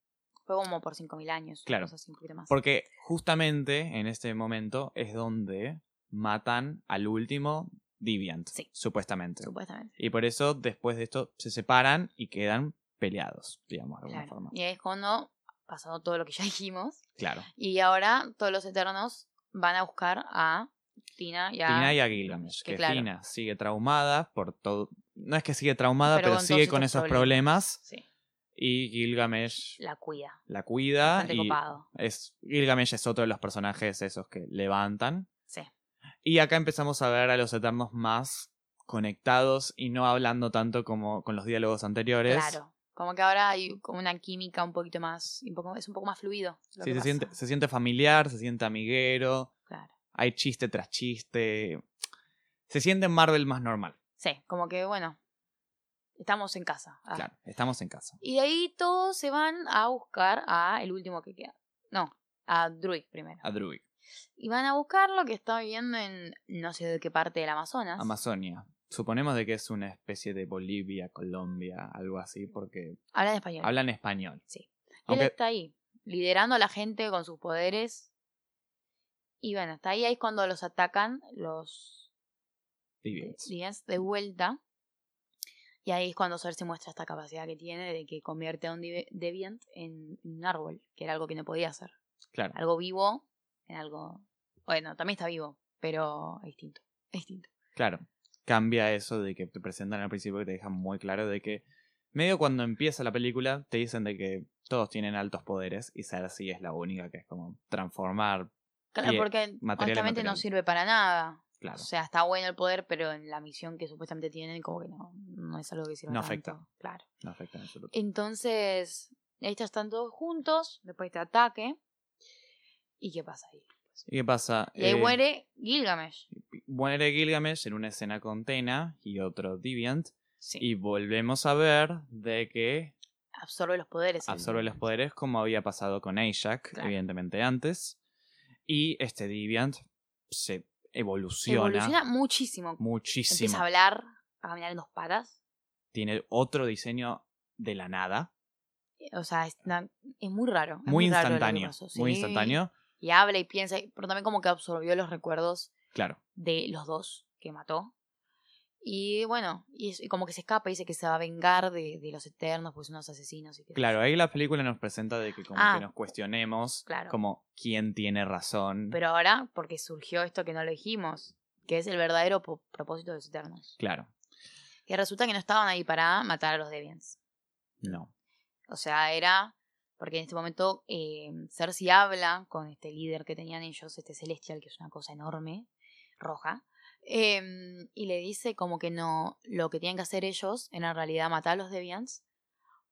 Speaker 1: Fue como por 5.000 años.
Speaker 2: Claro.
Speaker 1: cosas así, un poquito más.
Speaker 2: Porque justamente en este momento es donde matan al último Deviant,
Speaker 1: Sí.
Speaker 2: supuestamente.
Speaker 1: Supuestamente.
Speaker 2: Y por eso después de esto se separan y quedan peleados, digamos, de alguna
Speaker 1: Claro.
Speaker 2: forma.
Speaker 1: Y ahí es cuando, pasado todo lo que ya dijimos,
Speaker 2: Claro.
Speaker 1: y ahora todos los eternos van a buscar a Tina y a...
Speaker 2: Tina y a Gilgamesh,
Speaker 1: que
Speaker 2: que
Speaker 1: claro.
Speaker 2: Tina sigue traumada por todo... No es que sigue traumada,
Speaker 1: Pero
Speaker 2: pero,
Speaker 1: con
Speaker 2: sigue
Speaker 1: todos
Speaker 2: con
Speaker 1: estos
Speaker 2: esos problemas.
Speaker 1: Sí,
Speaker 2: Y Gilgamesh
Speaker 1: la cuida.
Speaker 2: la cuida.
Speaker 1: Bastante
Speaker 2: Ah, y
Speaker 1: copado.
Speaker 2: es, Gilgamesh es otro de los personajes esos que levantan.
Speaker 1: Sí.
Speaker 2: Y acá empezamos a ver a los Eternos más conectados y no hablando tanto como con los diálogos anteriores.
Speaker 1: Claro. Como que ahora hay como una química un poquito más, un poco, es un poco más fluido. lo
Speaker 2: Sí,
Speaker 1: que
Speaker 2: se,
Speaker 1: pasa.
Speaker 2: siente, se siente familiar, se siente amiguero,
Speaker 1: Claro.
Speaker 2: hay chiste tras chiste. Se siente Marvel más normal.
Speaker 1: Sí, como que bueno, estamos en casa. Ah.
Speaker 2: Claro, estamos en casa.
Speaker 1: Y de ahí todos se van a buscar a el último que queda. No, a Druid primero.
Speaker 2: A Druid,
Speaker 1: Y van a buscarlo que está viviendo en no sé de qué parte del Amazonas.
Speaker 2: Amazonia. Suponemos de que es una especie de Bolivia, Colombia, algo así, porque
Speaker 1: Habla en español.
Speaker 2: hablan español.
Speaker 1: Sí. Y Él
Speaker 2: Aunque
Speaker 1: está ahí, liderando a la gente con sus poderes. Y bueno, está ahí, ahí es cuando los atacan los
Speaker 2: Deviants.
Speaker 1: Liens de vuelta. Y ahí es cuando Cersei muestra esta capacidad que tiene de que convierte a un dive- Deviant en un árbol, que era algo que no podía hacer.
Speaker 2: Claro.
Speaker 1: Algo vivo en algo. Bueno, también está vivo, pero es distinto. Es distinto.
Speaker 2: Claro, cambia eso de que te presentan al principio que te dejan muy claro de que medio cuando empieza la película te dicen de que todos tienen altos poderes y Cersei es la única que es como transformar,
Speaker 1: Claro,
Speaker 2: Pie-
Speaker 1: porque
Speaker 2: material y
Speaker 1: honestamente no
Speaker 2: material.
Speaker 1: sirve para nada.
Speaker 2: claro,
Speaker 1: O sea, está bueno el poder, pero en la misión que supuestamente tienen, como que no, no es algo que sirva.
Speaker 2: No afecta.
Speaker 1: tanto. Claro.
Speaker 2: no afecta en absoluto.
Speaker 1: Entonces, ahí ya están todos juntos, después de este ataque. ¿Y qué pasa ahí?
Speaker 2: ¿Y qué pasa?
Speaker 1: Y ahí
Speaker 2: Eh,
Speaker 1: muere Gilgamesh.
Speaker 2: muere Gilgamesh en una escena con Tena y otro Deviant
Speaker 1: Sí.
Speaker 2: y volvemos a ver de que
Speaker 1: absorbe los poderes. el-
Speaker 2: absorbe los poderes como había pasado con Ajax,
Speaker 1: Claro.
Speaker 2: evidentemente antes, y este Deviant se evoluciona,
Speaker 1: Evoluciona muchísimo.
Speaker 2: muchísimo.
Speaker 1: Empieza a hablar, a caminar en dos patas.
Speaker 2: tiene otro diseño de la nada,
Speaker 1: O sea, es, una- es muy raro. es
Speaker 2: muy
Speaker 1: raro lo que
Speaker 2: instantáneo,
Speaker 1: pasó,
Speaker 2: muy
Speaker 1: sí.
Speaker 2: instantáneo,
Speaker 1: Y habla y piensa, pero también como que absorbió los recuerdos
Speaker 2: claro,
Speaker 1: de los dos que mató. Y bueno, y, es- y como que se escapa y dice que se va a vengar de, de los eternos, pues unos asesinos. Y que
Speaker 2: claro, ahí la película nos presenta de que como
Speaker 1: Ah.
Speaker 2: que nos cuestionemos
Speaker 1: Claro.
Speaker 2: como quién tiene razón,
Speaker 1: Pero ahora, porque surgió esto que no lo dijimos, que es el verdadero po- propósito de los Eternos.
Speaker 2: claro,
Speaker 1: Que resulta que no estaban ahí para matar a los Deviants.
Speaker 2: no,
Speaker 1: O sea, era. Porque en este momento eh, Cersei habla con este líder que tenían ellos, este Celestial, que es una cosa enorme, roja. eh, y le dice como que no. Lo que tienen que hacer ellos era en realidad matar a los Deviants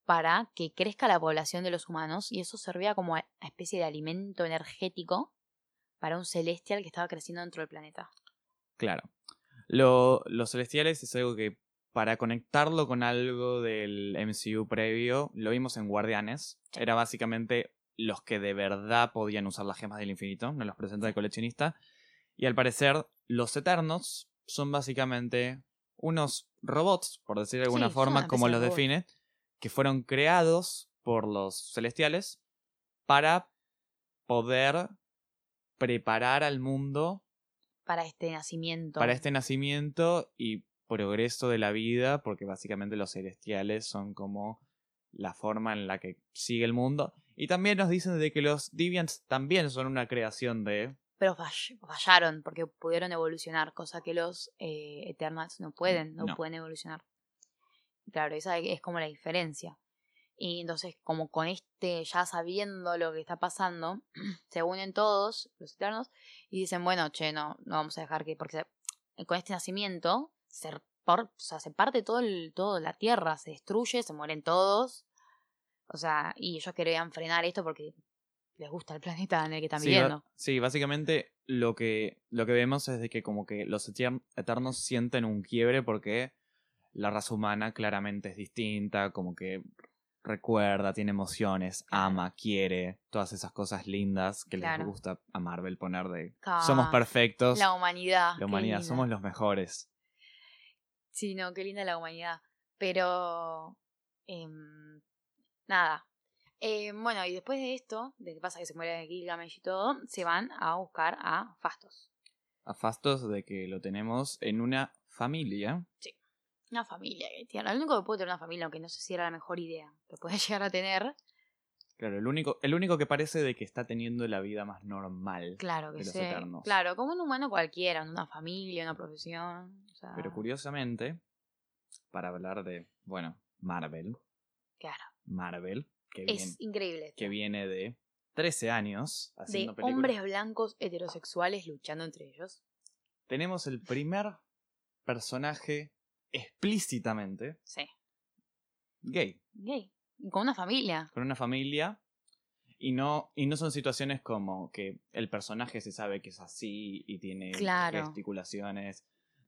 Speaker 1: para que crezca la población de los humanos. Y eso servía como a- a especie de alimento energético para un Celestial que estaba creciendo dentro del planeta.
Speaker 2: claro. Lo- los celestiales es algo que para conectarlo con algo del MCU previo, lo vimos en Guardianes, era básicamente los que de verdad podían usar las gemas del infinito, nos los presenta el coleccionista, y al parecer los eternos son básicamente unos robots, por decir de alguna
Speaker 1: Sí, son una
Speaker 2: forma, como
Speaker 1: especie
Speaker 2: los
Speaker 1: de robots.
Speaker 2: define, que fueron creados por los celestiales para poder preparar al mundo
Speaker 1: para este nacimiento.
Speaker 2: para este nacimiento y progreso de la vida, porque básicamente los celestiales son como la forma en la que sigue el mundo. Y también nos dicen de que los Deviants también son una creación de...
Speaker 1: Pero fall- fallaron porque pudieron evolucionar, cosa que los eh, Eternals no pueden, no,
Speaker 2: No.
Speaker 1: pueden evolucionar. Claro, esa es como la diferencia. Y entonces, como con este, ya sabiendo lo que está pasando, [CLEARS THROAT] se unen todos los Eternos y dicen, bueno, che, no, no vamos a dejar que, porque se- con este nacimiento se, por- o sea, se parte todo, el, todo la Tierra, se destruye, se mueren todos. O sea, y ellos querían frenar esto porque les gusta el planeta en el que están
Speaker 2: Sí,
Speaker 1: viviendo.
Speaker 2: ba- Sí, básicamente lo que, lo que vemos es de que como que los Eter- Eternos sienten un quiebre porque la raza humana claramente es distinta, como que recuerda, tiene emociones, ama, quiere, todas esas cosas lindas que
Speaker 1: Claro.
Speaker 2: les gusta a Marvel poner de...
Speaker 1: Ca-
Speaker 2: Somos perfectos.
Speaker 1: Ah, La humanidad.
Speaker 2: La humanidad, somos los mejores.
Speaker 1: Sí, no, qué linda la humanidad. Pero. em, nada. Em, bueno, y después de esto, de que pasa que se muere Gilgamesh y todo, se van a buscar a Fastos.
Speaker 2: A Fastos de que lo tenemos en una familia.
Speaker 1: Una familia que tiene. Lo único que puede tener una familia, aunque no sé si era la mejor idea que puede [LAUGHS] llegar a tener.
Speaker 2: Claro, el único, el único que parece de que está teniendo la vida más normal.
Speaker 1: Claro que
Speaker 2: De los
Speaker 1: sí.
Speaker 2: eternos.
Speaker 1: Claro, como un humano cualquiera, una familia, una profesión. o sea,
Speaker 2: Pero curiosamente, para hablar de, bueno, Marvel.
Speaker 1: Claro.
Speaker 2: Marvel, que,
Speaker 1: Es
Speaker 2: vien-
Speaker 1: increíble.
Speaker 2: que viene de 13 años
Speaker 1: De
Speaker 2: haciendo películas.
Speaker 1: hombres blancos heterosexuales luchando entre ellos.
Speaker 2: Tenemos el primer personaje explícitamente
Speaker 1: Sí.
Speaker 2: gay,
Speaker 1: Gay. Con una familia.
Speaker 2: con una familia. Y no, y no son situaciones como que el personaje se sabe que es así y tiene
Speaker 1: Claro.
Speaker 2: gesticulaciones.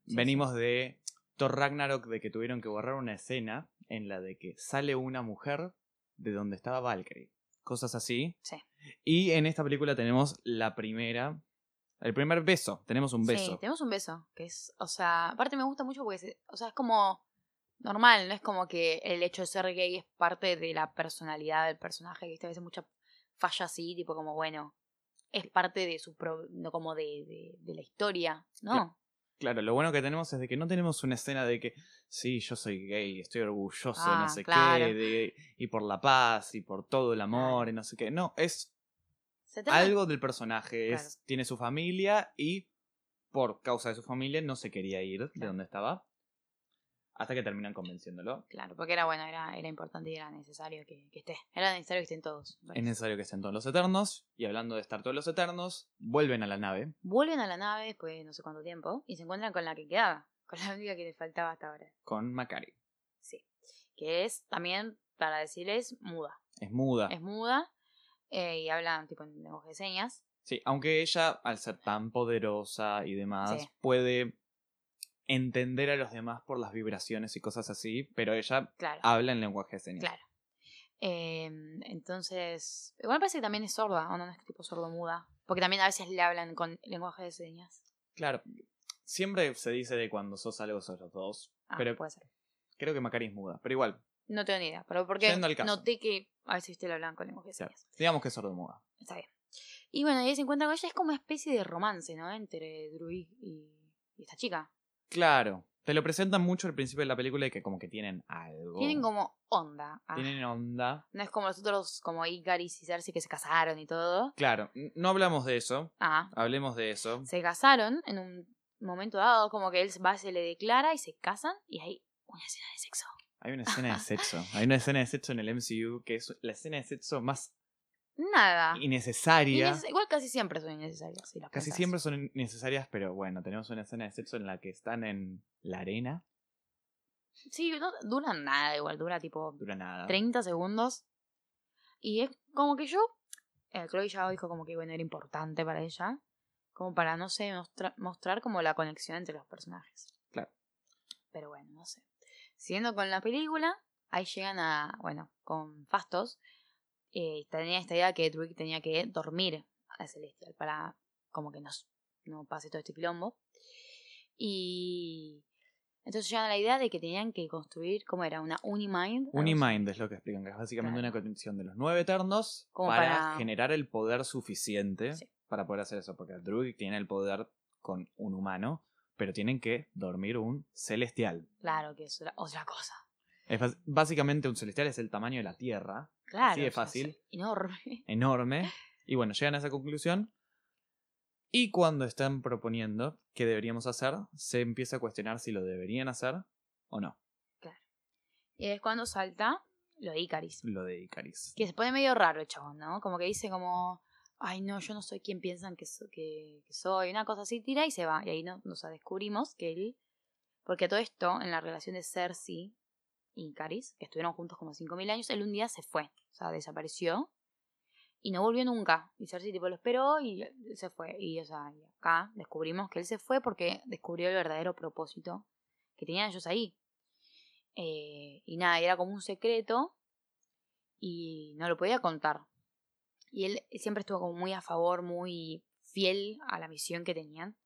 Speaker 1: Sí,
Speaker 2: Venimos de Thor Ragnarok, de que tuvieron que borrar una escena en la de que sale una mujer de donde estaba Valkyrie. Cosas así.
Speaker 1: Sí.
Speaker 2: Y en esta película tenemos la primera. El primer beso. Tenemos un
Speaker 1: Sí,
Speaker 2: beso.
Speaker 1: tenemos un beso, que es, o sea, aparte me gusta mucho porque, se- o sea, es como normal, no es como que el hecho de ser gay es parte de la personalidad del personaje, que a veces mucha falla así, tipo como, bueno, es parte de su, pro- no como de, de, de la historia, ¿no?
Speaker 2: Claro, lo bueno que tenemos es de que no tenemos una escena de que sí, yo soy gay, estoy orgulloso, de
Speaker 1: Ah,
Speaker 2: no sé
Speaker 1: claro.
Speaker 2: qué, de- y por la paz, y por todo el amor, y no sé qué. No, es
Speaker 1: Se trata-
Speaker 2: algo del personaje. es- tiene su familia y por causa de su familia no se quería ir de
Speaker 1: Claro.
Speaker 2: donde estaba. Hasta que terminan convenciéndolo.
Speaker 1: Claro, porque era bueno, era, era importante y era necesario que, que esté, era necesario que estén todos. me
Speaker 2: Es
Speaker 1: parece.
Speaker 2: necesario que estén todos los eternos. Y hablando de estar todos los eternos, vuelven a la nave.
Speaker 1: Vuelven a la nave después de no sé cuánto tiempo y se encuentran con la que quedaba, con la única que le faltaba hasta ahora,
Speaker 2: con Macari.
Speaker 1: sí, que es también, para decirles, muda.
Speaker 2: Es muda.
Speaker 1: es muda eh, y habla tipo en lenguaje de señas.
Speaker 2: Sí, aunque ella, al ser tan poderosa y demás,
Speaker 1: Sí.
Speaker 2: puede entender a los demás por las vibraciones y cosas así, pero ella
Speaker 1: Claro.
Speaker 2: habla en lenguaje de señas.
Speaker 1: Claro. Eh, entonces, igual me parece que también es sorda, o no, no es tipo sordo muda. Porque también a veces le hablan con lenguaje de señas.
Speaker 2: Claro. Siempre se dice de cuando sos algo sos los dos,
Speaker 1: Ah,
Speaker 2: pero
Speaker 1: puede ser.
Speaker 2: creo que Macari es muda, pero igual,
Speaker 1: No tengo ni idea, pero porque
Speaker 2: Yendo al caso.
Speaker 1: noté que a veces viste le hablan con lenguaje de
Speaker 2: Claro.
Speaker 1: señas.
Speaker 2: digamos que es sordomuda.
Speaker 1: Está bien. Y bueno, ella se encuentra con ella, es como una especie de romance, ¿no? Entre Druid y, y esta chica.
Speaker 2: Claro. Te lo presentan mucho al principio de la película y que como que tienen algo.
Speaker 1: Tienen como onda. ah.
Speaker 2: Oh. Tienen onda.
Speaker 1: No es como los otros, como Icaris y Cersei, que se casaron y todo.
Speaker 2: Claro, n- no hablamos de eso.
Speaker 1: Ah,
Speaker 2: Hablemos de eso.
Speaker 1: se casaron en un momento dado, como que él va, se le declara y se casan y hay una escena de sexo.
Speaker 2: Hay una
Speaker 1: [LAUGHS]
Speaker 2: escena de sexo. Hay una escena de sexo en el MCU que es la escena de sexo más
Speaker 1: Nada.
Speaker 2: innecesaria.
Speaker 1: Inneces- Igual casi siempre son innecesarias. si las
Speaker 2: Casi
Speaker 1: pensás.
Speaker 2: siempre son innecesarias, pero bueno, tenemos una escena de sexo en la que están en la arena.
Speaker 1: Sí, no duran nada igual, dura tipo
Speaker 2: Dura nada.
Speaker 1: 30 segundos. Y es como que yo, eh, Chloe ya dijo como que bueno, era importante para ella, como para, no sé, mostra- mostrar como la conexión entre los personajes.
Speaker 2: Claro.
Speaker 1: Pero bueno, no sé. Siguiendo con la película, ahí llegan a, bueno, con Fastos, eh, tenía esta idea que Druid tenía que dormir a Celestial para como que nos, no pase todo este quilombo. Y Entonces llegan a la idea de que tenían que construir, ¿cómo era? Una Unimind. algo así.
Speaker 2: Unimind es lo que explican, que es básicamente
Speaker 1: Claro.
Speaker 2: una condición de los nueve eternos
Speaker 1: Como
Speaker 2: para,
Speaker 1: para-
Speaker 2: generar el poder suficiente
Speaker 1: Sí.
Speaker 2: para poder hacer eso, porque Druid tiene el poder con un humano, pero tienen que dormir un celestial.
Speaker 1: Claro, que es otra, otra cosa.
Speaker 2: Es bas- básicamente un celestial es el tamaño de la Tierra,
Speaker 1: Claro.
Speaker 2: de
Speaker 1: o sea,
Speaker 2: fácil.
Speaker 1: es Enorme. [LAUGHS]
Speaker 2: enorme, y bueno, llegan a esa conclusión. Y cuando están proponiendo qué deberíamos hacer, se empieza a cuestionar si lo deberían hacer o no,
Speaker 1: Y es cuando salta lo de Icaris.
Speaker 2: lo de Icaris.
Speaker 1: Que se pone medio raro el chabón, ¿no? Como que dice como, ay no, yo no soy quien piensan que, so- que, que soy. Una cosa así, tira y se va. Y ahí no- nos descubrimos que él... Porque todo esto, en la relación de Cersei y Icaris, que estuvieron juntos como 5.000 años, él un día se fue. O sea, desapareció. Y no volvió nunca. Y Cersei tipo lo esperó y se fue. Y o sea, y acá descubrimos que él se fue porque descubrió el verdadero propósito que tenían ellos ahí. Eh, y nada, era como un secreto y no lo podía contar. Y él siempre estuvo como muy a favor, muy fiel a la misión que tenían.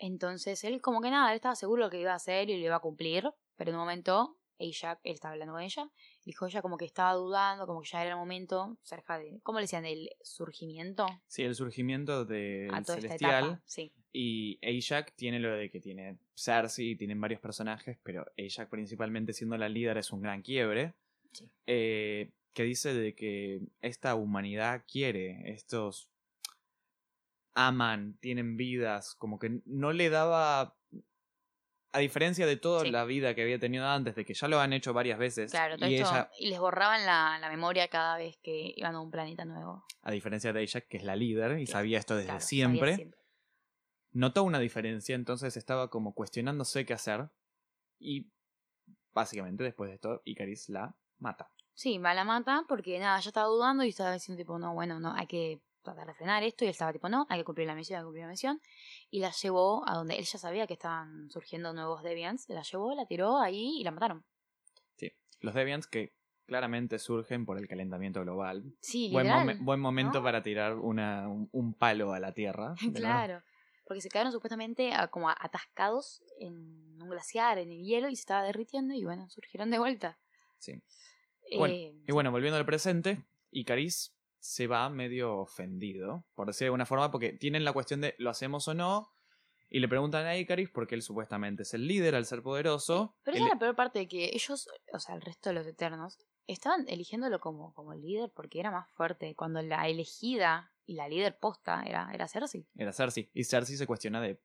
Speaker 1: Entonces él como que nada, él estaba seguro lo que iba a hacer y lo iba a cumplir, pero en un momento ella, él estaba hablando con ella, dijo ella como que estaba dudando, como que ya era el momento cerca de, ¿cómo le decían? Del surgimiento
Speaker 2: Sí, el surgimiento
Speaker 1: a
Speaker 2: del
Speaker 1: toda esta
Speaker 2: celestial.
Speaker 1: etapa. Sí,
Speaker 2: Y Ajak tiene lo de que tiene Cersei, tienen varios personajes, pero Ajak principalmente siendo la líder es un gran quiebre.
Speaker 1: Sí.
Speaker 2: Eh, que dice de que esta humanidad quiere, estos aman, tienen vidas, como que no le daba... A diferencia de toda
Speaker 1: Sí.
Speaker 2: la vida que había tenido antes, de que ya lo han hecho varias veces,
Speaker 1: claro, todo
Speaker 2: y
Speaker 1: esto-
Speaker 2: ella,
Speaker 1: y les borraban la, la memoria cada vez que iban a un planeta nuevo.
Speaker 2: a diferencia de Ajak, que es la líder y
Speaker 1: Sí,
Speaker 2: sabía esto desde
Speaker 1: Claro, sabía
Speaker 2: siempre, notó una diferencia, entonces estaba como cuestionándose qué hacer. Y básicamente después de esto, Icaris la mata.
Speaker 1: Sí, va a la mata porque nada, ya estaba dudando y estaba diciendo tipo, no, bueno, no, hay que tratar de frenar esto. Y él estaba tipo, no, hay que cumplir la misión, hay que cumplir la misión. Y la llevó a donde él ya sabía que estaban surgiendo nuevos Deviants. La llevó, la tiró ahí y la mataron.
Speaker 2: Los Deviants que claramente surgen por el calentamiento global.
Speaker 1: Sí,
Speaker 2: Buen,
Speaker 1: literal. [LAUGHS]
Speaker 2: momen- buen momento
Speaker 1: ¿no?
Speaker 2: para tirar una, un, un palo a la
Speaker 1: [LAUGHS]
Speaker 2: Tierra. de nuevo.
Speaker 1: claro. Porque se quedaron supuestamente ah, como atascados en un glaciar, en el hielo, y se estaba derritiendo y bueno, surgieron de vuelta. Eh,
Speaker 2: Sí. Bueno, Y bueno, volviendo al presente, Icaris se va medio ofendido, por decir de alguna forma, porque tienen la cuestión de lo hacemos o no. Y le preguntan a Icaris porque él supuestamente es el líder al ser poderoso.
Speaker 1: Pero
Speaker 2: Él-
Speaker 1: esa es la peor parte de que ellos, o sea, el resto de los Eternos, estaban eligiéndolo como, como líder porque era más fuerte. Cuando la elegida y la líder posta era, era Cersei.
Speaker 2: Era Cersei. Y Cersei se cuestiona de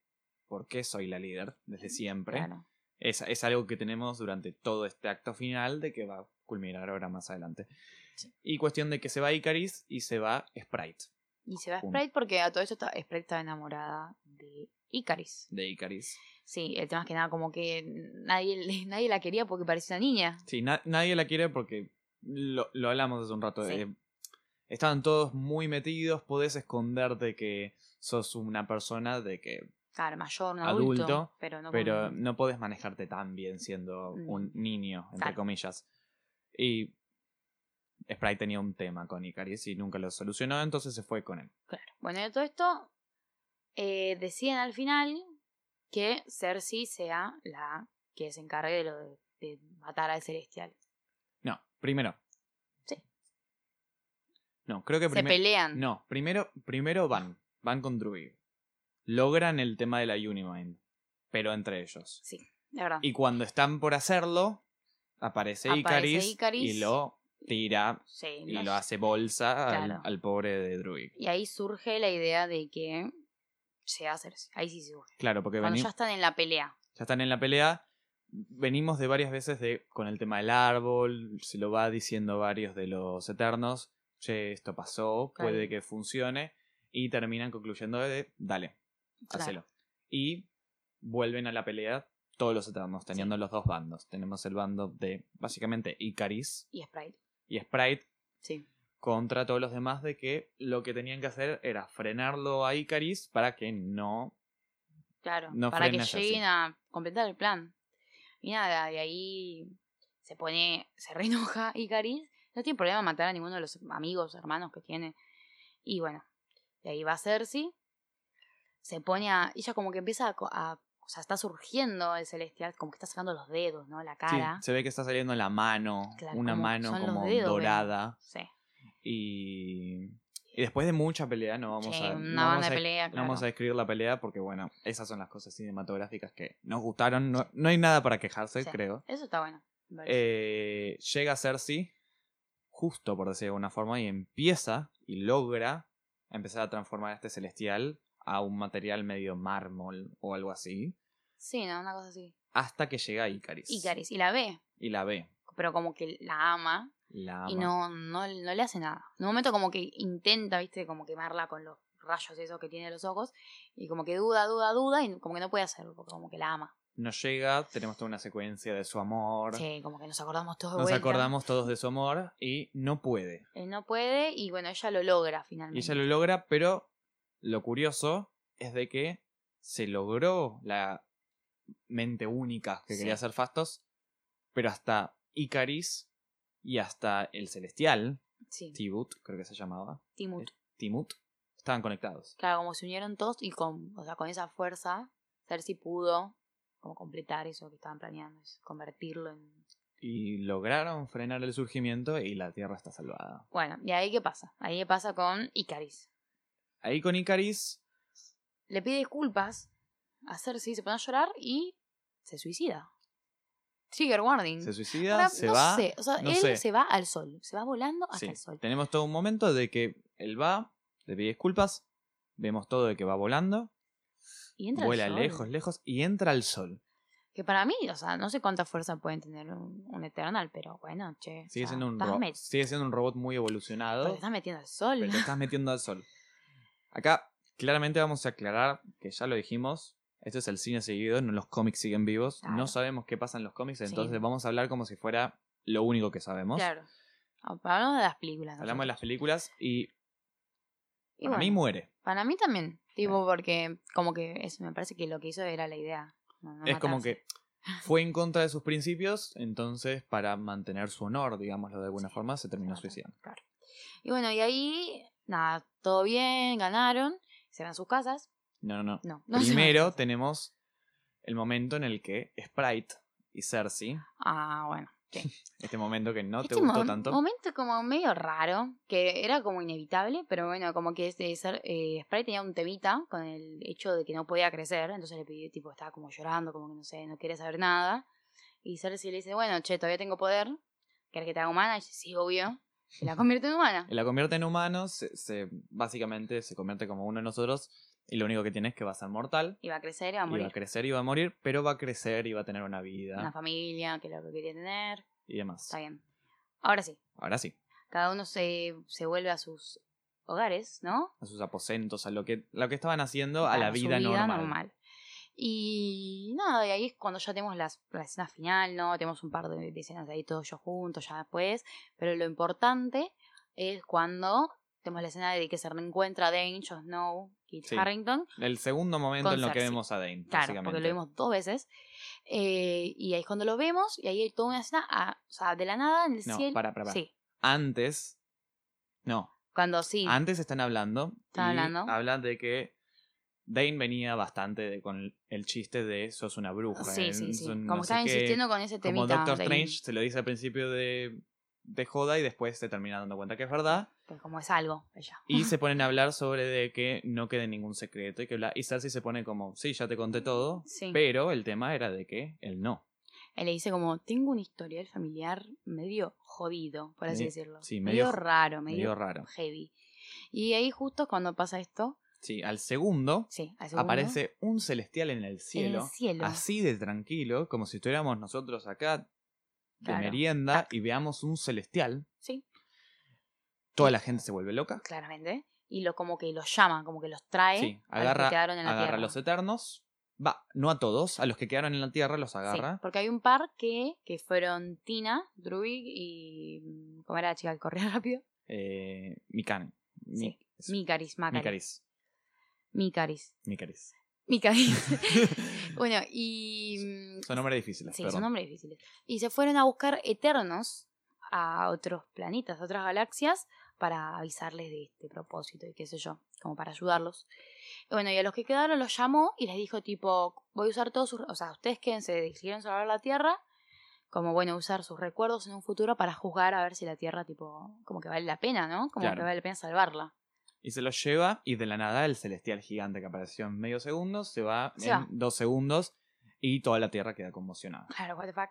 Speaker 2: por qué soy la líder desde siempre.
Speaker 1: Claro.
Speaker 2: Es, es algo que tenemos durante todo este acto final de que va a culminar ahora más adelante. Y cuestión de que se va Icaris y se va Sprite
Speaker 1: Y se va
Speaker 2: Pum.
Speaker 1: Sprite porque a todo esto está, Sprite estaba enamorada de Icaris.
Speaker 2: de Icaris.
Speaker 1: Sí, el tema es que nada, como que nadie, le- [LAUGHS] nadie la quería porque parecía una niña.
Speaker 2: Sí, na- nadie la quiere porque lo, lo hablamos hace un rato.
Speaker 1: Sí.
Speaker 2: eh, estaban todos muy metidos, podés esconderte que sos una persona de que...
Speaker 1: Claro, mayor, un adulto.
Speaker 2: Adulto,
Speaker 1: pero no
Speaker 2: pero
Speaker 1: como-
Speaker 2: no podés manejarte tan bien siendo
Speaker 1: Mm.
Speaker 2: un niño, entre
Speaker 1: Claro.
Speaker 2: comillas. Y Sprite tenía un tema con Icaris y nunca lo solucionó, entonces se fue con él.
Speaker 1: Claro. Bueno, de todo esto, eh, deciden al final que Cersei sea la que se encargue de, lo de, de matar al celestial.
Speaker 2: No, primero.
Speaker 1: Sí.
Speaker 2: No, creo que
Speaker 1: Se
Speaker 2: primero.
Speaker 1: pelean.
Speaker 2: No, primero, primero van. Van con Druid. Logran el tema de la Unimind. Pero entre ellos.
Speaker 1: Sí, de verdad.
Speaker 2: Y cuando están por hacerlo, aparece,
Speaker 1: Aparece
Speaker 2: Icaris,
Speaker 1: Icaris.
Speaker 2: y lo tira
Speaker 1: Sí,
Speaker 2: y
Speaker 1: los-
Speaker 2: lo hace bolsa al-
Speaker 1: Claro.
Speaker 2: al, pobre de Druid.
Speaker 1: y ahí surge la idea de que sea Cersei. Ahí sí surge.
Speaker 2: Claro, porque
Speaker 1: Cuando
Speaker 2: veni-
Speaker 1: ya están en la pelea.
Speaker 2: ya están en la pelea. Venimos de varias veces de, con el tema del árbol, se lo va diciendo varios de los eternos, che, esto pasó, puede
Speaker 1: Claro.
Speaker 2: que funcione, y terminan concluyendo de, dale,
Speaker 1: Claro.
Speaker 2: hacelo. Y vuelven a la pelea todos los eternos, teniendo los dos bandos. Tenemos el bando de, básicamente, Icaris
Speaker 1: Y Sprite.
Speaker 2: y Sprite
Speaker 1: Sí.
Speaker 2: contra todos los demás de que lo que tenían que hacer era frenarlo a Icaris para que no...
Speaker 1: Claro.
Speaker 2: No
Speaker 1: para que
Speaker 2: frenas así.
Speaker 1: lleguen a completar el plan. Y nada, de ahí se pone, se [LAUGHS] reenoja Icaris. No tiene problema en matar a ninguno de los amigos, hermanos que tiene. Y bueno, de ahí va Cersei. Se pone a. Ella como que empieza a, co- a o sea, está surgiendo el celestial, como que está sacando los dedos, ¿no? La cara.
Speaker 2: se ve que está saliendo la mano,
Speaker 1: Claro,
Speaker 2: una
Speaker 1: como-
Speaker 2: mano
Speaker 1: son los
Speaker 2: como
Speaker 1: dedos,
Speaker 2: dorada.
Speaker 1: Sí.
Speaker 2: Y, y después de mucha pelea, no vamos
Speaker 1: Sí,
Speaker 2: a.
Speaker 1: una
Speaker 2: no vamos
Speaker 1: banda
Speaker 2: a-
Speaker 1: de pelea,
Speaker 2: no vamos a
Speaker 1: claro.
Speaker 2: describir la pelea porque, bueno, esas son las cosas cinematográficas que nos gustaron. No, no hay nada para quejarse,
Speaker 1: Sí.
Speaker 2: creo.
Speaker 1: Eso está bueno. me parece.
Speaker 2: Eh, llega Cersei, justo por decir de alguna forma, y empieza y logra empezar a transformar a este celestial a un material medio mármol o algo así.
Speaker 1: sí, ¿no? Una cosa así.
Speaker 2: Hasta que llega Icaris.
Speaker 1: Icaris, y la ve,
Speaker 2: Y la ve.
Speaker 1: pero como que la ama,
Speaker 2: La
Speaker 1: y
Speaker 2: ama.
Speaker 1: no, no, no le hace nada. En un momento como que intenta, viste, como quemarla con los rayos esos que tiene en los ojos, y como que duda, duda, duda, y como que no puede hacerlo, porque como que la ama.
Speaker 2: Nos llega, tenemos toda una secuencia de su amor.
Speaker 1: Sí, como que nos acordamos todos de
Speaker 2: Nos
Speaker 1: vuelta.
Speaker 2: acordamos todos de su amor y no puede.
Speaker 1: Él no puede, y bueno, ella lo logra
Speaker 2: Y
Speaker 1: finalmente.
Speaker 2: ella lo logra, pero lo curioso es de que se logró la mente única que
Speaker 1: Sí.
Speaker 2: quería hacer Fastos, pero hasta Icaris y hasta el Celestial,
Speaker 1: Sí,
Speaker 2: Tibut, creo que se llamaba,
Speaker 1: Timut.
Speaker 2: Timut, estaban conectados.
Speaker 1: Claro, como se unieron todos y con, o sea, con esa fuerza, Cersei pudo como completar eso que estaban planeando, es convertirlo en...
Speaker 2: Y lograron frenar el surgimiento y la Tierra está salvada.
Speaker 1: Bueno, y ahí qué pasa, ahí qué pasa con Icaris.
Speaker 2: Ahí con Icaris
Speaker 1: Le pide disculpas a Cersei, se pone a llorar y se suicida. Trigger warning.
Speaker 2: se suicida,
Speaker 1: Mm. Ahora,
Speaker 2: se
Speaker 1: no
Speaker 2: va.
Speaker 1: sé, o sea,
Speaker 2: no
Speaker 1: él
Speaker 2: sé.
Speaker 1: se va al sol, se va volando hasta
Speaker 2: Sí,
Speaker 1: el sol.
Speaker 2: Tenemos todo un momento de que él va, le pide disculpas, vemos todo de que va volando,
Speaker 1: Y entra al
Speaker 2: vuela
Speaker 1: sol.
Speaker 2: lejos, lejos y entra al sol.
Speaker 1: Que para mí, o sea, no sé cuánta fuerza pueden tener un, un Eternal, pero bueno, che. o sea,
Speaker 2: Sigue siendo, un
Speaker 1: estás
Speaker 2: ro-
Speaker 1: met-
Speaker 2: sigue siendo un robot muy
Speaker 1: pero te
Speaker 2: evolucionado,
Speaker 1: estás metiendo al sol. [LAUGHS]
Speaker 2: pero te estás metiendo al sol. Acá claramente vamos a aclarar que ya lo dijimos. Este es el cine seguido, no los cómics siguen vivos. No
Speaker 1: Claro.
Speaker 2: sabemos qué pasa en los cómics,
Speaker 1: Sí.
Speaker 2: entonces vamos a hablar como si fuera lo único que sabemos.
Speaker 1: Claro. Ah, Hablamos de las películas.
Speaker 2: Hablamos
Speaker 1: nosotros.
Speaker 2: de las películas y,
Speaker 1: Y
Speaker 2: para mí
Speaker 1: bueno,
Speaker 2: muere.
Speaker 1: para mí también. Tipo, porque como que eso me parece que lo que hizo era la idea. no- no
Speaker 2: es como
Speaker 1: matarse.
Speaker 2: que fue en contra de sus principios, entonces para mantener su honor, digámoslo de alguna
Speaker 1: Sí,
Speaker 2: forma, se terminó
Speaker 1: Claro,
Speaker 2: suicidando.
Speaker 1: Claro. Y bueno, y ahí, nada, todo bien, ganaron, se van a sus casas.
Speaker 2: No, no, no.
Speaker 1: No, no se van.
Speaker 2: Primero tenemos el momento en el que Sprite y Cersei,
Speaker 1: Ah, bueno. sí.
Speaker 2: este momento que no te
Speaker 1: Este
Speaker 2: gustó
Speaker 1: mo-
Speaker 2: tanto,
Speaker 1: momento como medio raro, que era como inevitable, pero bueno, como que este, ser, eh, Sprite tenía un temita con el hecho de que no podía crecer, entonces le pidió, tipo, estaba como llorando, como que no sé, no quería saber nada. Y Cersei le dice, bueno, che, todavía tengo poder, ¿querés que te haga humana? Y dice, sí, obvio. Y la convierte en
Speaker 2: [LAUGHS]
Speaker 1: humana.
Speaker 2: eh, la convierte en humano, se, se- básicamente se convierte como uno de nosotros y lo único que tiene es que va a ser mortal,
Speaker 1: Y va a crecer y va a
Speaker 2: y va
Speaker 1: morir.
Speaker 2: a crecer y va a morir, pero va a crecer ah. y va a tener una vida
Speaker 1: Una familia, que es lo que quería tener.
Speaker 2: y demás.
Speaker 1: Está bien. Ahora sí,
Speaker 2: Ahora sí,
Speaker 1: cada uno se, se vuelve a sus hogares, ¿no?
Speaker 2: a sus aposentos, a lo que, lo que estaban haciendo, a la
Speaker 1: su
Speaker 2: vida, normal.
Speaker 1: Y nada, y ahí es cuando ya tenemos las- la escena final, ¿no? Tenemos un par de, de escenas ahí todos ellos juntos ya después, pero lo importante es cuando tenemos la escena de que se reencuentra Dane, Jon Snow y
Speaker 2: Sí.
Speaker 1: Harrington,
Speaker 2: El segundo momento
Speaker 1: Con
Speaker 2: en lo que
Speaker 1: Cersei.
Speaker 2: vemos a Dane,
Speaker 1: claro,
Speaker 2: básicamente.
Speaker 1: porque lo vimos dos veces, Eh, y ahí es cuando lo vemos, y ahí hay toda una escena, ah, o sea, de la nada en el
Speaker 2: No,
Speaker 1: cielo.
Speaker 2: para, para, para.
Speaker 1: Sí,
Speaker 2: Antes. No,
Speaker 1: cuando sí,
Speaker 2: antes están hablando.
Speaker 1: Están
Speaker 2: y
Speaker 1: hablando.
Speaker 2: Hablan de que Dane venía bastante de- con el chiste de sos una bruja.
Speaker 1: sí, sí,
Speaker 2: eh,
Speaker 1: sí,
Speaker 2: son
Speaker 1: como
Speaker 2: no sé
Speaker 1: estaba
Speaker 2: qué.
Speaker 1: insistiendo con ese temita.
Speaker 2: Como Doctor
Speaker 1: de-
Speaker 2: Strange se lo dice al principio de, de joda y después se termina dando cuenta que es verdad.
Speaker 1: Pues como es algo, ella.
Speaker 2: Y se ponen a hablar sobre de que no quede ningún secreto y que bla. Y Cersei se pone como, sí, ya te conté todo.
Speaker 1: Mm, Sí.
Speaker 2: Pero el tema era de que él no.
Speaker 1: Él le dice como, tengo un historial familiar medio jodido, por así
Speaker 2: Medio-
Speaker 1: decirlo.
Speaker 2: sí,
Speaker 1: medio,
Speaker 2: medio jo-
Speaker 1: raro, medio,
Speaker 2: Medio raro.
Speaker 1: heavy. Y ahí justo cuando pasa esto,
Speaker 2: Sí, al segundo
Speaker 1: sí, al segundo,
Speaker 2: aparece un celestial en el
Speaker 1: en
Speaker 2: cielo.
Speaker 1: el cielo.
Speaker 2: así de tranquilo, como si estuviéramos nosotros acá de
Speaker 1: Claro. Ah.
Speaker 2: merienda
Speaker 1: Tac.
Speaker 2: y veamos un celestial,
Speaker 1: Sí,
Speaker 2: toda la gente se vuelve loca.
Speaker 1: claramente. Y lo como que los llama, como que los trae
Speaker 2: Sí,
Speaker 1: a los que
Speaker 2: agarra-
Speaker 1: quedaron en la
Speaker 2: Agarra a
Speaker 1: tierra.
Speaker 2: los eternos, va, no a todos, a los que quedaron en la tierra los
Speaker 1: Sí,
Speaker 2: agarra.
Speaker 1: porque hay un par que, que fueron Tina, Druid y... ¿Cómo era la chica que corría [LAUGHS] rápido?
Speaker 2: Eh, Mikane. Mi- es-
Speaker 1: Micaris, Macaris.
Speaker 2: Micaris.
Speaker 1: Micaris. [LAUGHS]
Speaker 2: Micaris.
Speaker 1: Micaris.
Speaker 2: [LAUGHS]
Speaker 1: [LAUGHS] bueno, y... mm,
Speaker 2: Son nombres difíciles.
Speaker 1: Sí,
Speaker 2: perdón.
Speaker 1: son nombres difíciles. Y se fueron a buscar eternos a otros planetas, a otras galaxias, para avisarles de este propósito y qué sé yo, como para ayudarlos. Y bueno, y a los que quedaron los llamó y les dijo tipo, voy a usar todos sus, o sea, ustedes quédense, decidieron salvar la Tierra, como bueno, usar sus recuerdos en un futuro para juzgar a ver si la Tierra tipo, como que vale la pena, ¿no? Como
Speaker 2: Claro.
Speaker 1: que vale la pena salvarla. [LAUGHS]
Speaker 2: Y se los lleva y de la nada el celestial gigante que apareció en medio segundo se va
Speaker 1: Se
Speaker 2: en
Speaker 1: va.
Speaker 2: dos segundos y toda la Tierra queda conmocionada.
Speaker 1: Claro, what the fuck.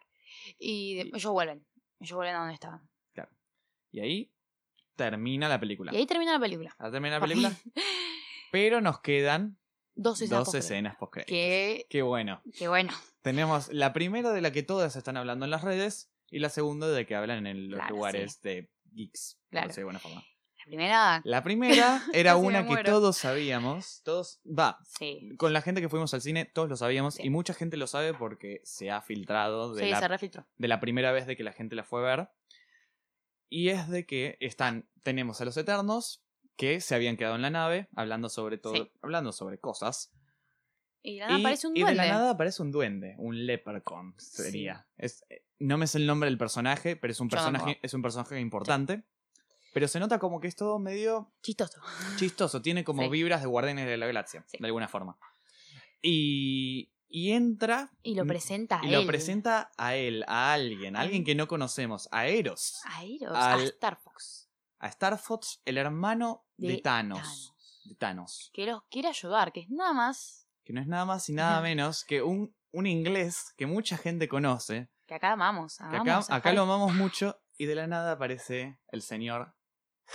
Speaker 1: Y de- ellos vuelven, ellos vuelven a donde estaban.
Speaker 2: Y ahí termina la película.
Speaker 1: Y ahí termina la película.
Speaker 2: Ahí termina la
Speaker 1: Por
Speaker 2: película. Pero nos quedan
Speaker 1: [LAUGHS] Dos escenas.
Speaker 2: dos escenas post
Speaker 1: Que,
Speaker 2: Qué bueno.
Speaker 1: que bueno,
Speaker 2: Tenemos la primera de la que todas están hablando en las redes y la segunda de que hablan en los
Speaker 1: Claro,
Speaker 2: lugares de geeks. por
Speaker 1: Claro.
Speaker 2: decirlo de buena forma.
Speaker 1: la primera,
Speaker 2: La primera era
Speaker 1: [LAUGHS] Casi me
Speaker 2: una que
Speaker 1: muero.
Speaker 2: todos sabíamos. Todos. Va,
Speaker 1: sí.
Speaker 2: con la gente que fuimos al cine, todos lo sabíamos
Speaker 1: Sí.
Speaker 2: y mucha gente lo sabe porque se ha filtrado de,
Speaker 1: Sí,
Speaker 2: la,
Speaker 1: se refiltró.
Speaker 2: de la primera vez de que la gente la fue a ver. Y es de que están, tenemos a los Eternos que se habían quedado en la nave hablando sobre todo,
Speaker 1: Sí.
Speaker 2: hablando sobre cosas.
Speaker 1: Y de la nada
Speaker 2: y,
Speaker 1: aparece un
Speaker 2: y
Speaker 1: duende.
Speaker 2: de la nada aparece un duende, un leprechaun sería. Es, eh, no me sé el nombre del personaje, pero es un
Speaker 1: Yo tampoco.
Speaker 2: personaje, es un personaje importante. Pero se nota como que es todo medio
Speaker 1: [GASPS] Chistoso.
Speaker 2: chistoso, tiene como
Speaker 1: Sí.
Speaker 2: vibras de Guardianes de la Galaxia,
Speaker 1: Sí.
Speaker 2: de alguna forma. Y, y entra
Speaker 1: Y lo
Speaker 2: mm,
Speaker 1: presenta a
Speaker 2: y
Speaker 1: él.
Speaker 2: lo presenta a él, a alguien, a alguien
Speaker 1: Al-
Speaker 2: que no conocemos, a Eros,
Speaker 1: A Eros, a
Speaker 2: al-
Speaker 1: Star Fox.
Speaker 2: a Star Fox, el hermano de,
Speaker 1: De
Speaker 2: Thanos,
Speaker 1: Thanos.
Speaker 2: de Thanos,
Speaker 1: Que los quiere ayudar, que es nada más
Speaker 2: que no es nada más y nada
Speaker 1: Ajá.
Speaker 2: menos que un, un inglés que mucha gente conoce,
Speaker 1: que acá amamos.
Speaker 2: que acá,
Speaker 1: amamos a
Speaker 2: acá
Speaker 1: Harry.
Speaker 2: lo amamos mucho, y de la nada aparece el señor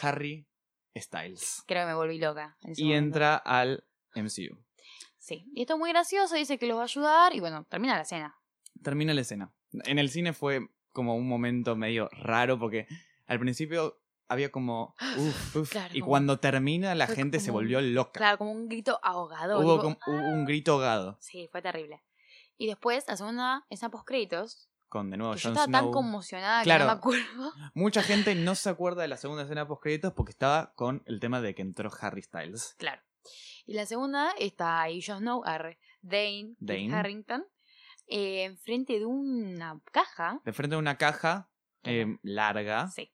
Speaker 2: Harry Styles.
Speaker 1: Creo que me volví loca. en ese
Speaker 2: Y
Speaker 1: momento.
Speaker 2: entra al MCU.
Speaker 1: Sí. Y esto es muy gracioso, dice que los va a ayudar y bueno, termina la cena.
Speaker 2: termina la escena. En el cine fue como un momento medio raro porque al principio
Speaker 1: [GASPS]
Speaker 2: había como... uf, uf,
Speaker 1: Claro,
Speaker 2: y
Speaker 1: como-
Speaker 2: cuando termina la
Speaker 1: fue
Speaker 2: gente se
Speaker 1: como un- ¡ah!
Speaker 2: volvió loca.
Speaker 1: Claro, como un grito ahogado.
Speaker 2: hubo,
Speaker 1: tipo,
Speaker 2: como- hubo un grito ahogado
Speaker 1: Sí, fue terrible. Y después, la segunda, esa post-créditos,
Speaker 2: con de
Speaker 1: que
Speaker 2: nuevo
Speaker 1: Pues yo
Speaker 2: Jon
Speaker 1: estaba tan
Speaker 2: Snow.
Speaker 1: conmocionada
Speaker 2: Claro.
Speaker 1: que no me acuerdo.
Speaker 2: [LAUGHS]
Speaker 1: [LAUGHS]
Speaker 2: Mucha gente no se acuerda de la segunda escena post créditos porque estaba con el tema de que entró Harry Styles.
Speaker 1: Claro. Y la segunda está ahí Jon Snow, arre, Dane, Kit
Speaker 2: Dane.
Speaker 1: Harrington, eh, enfrente de una caja.
Speaker 2: De frente a una caja eh, larga
Speaker 1: Sí,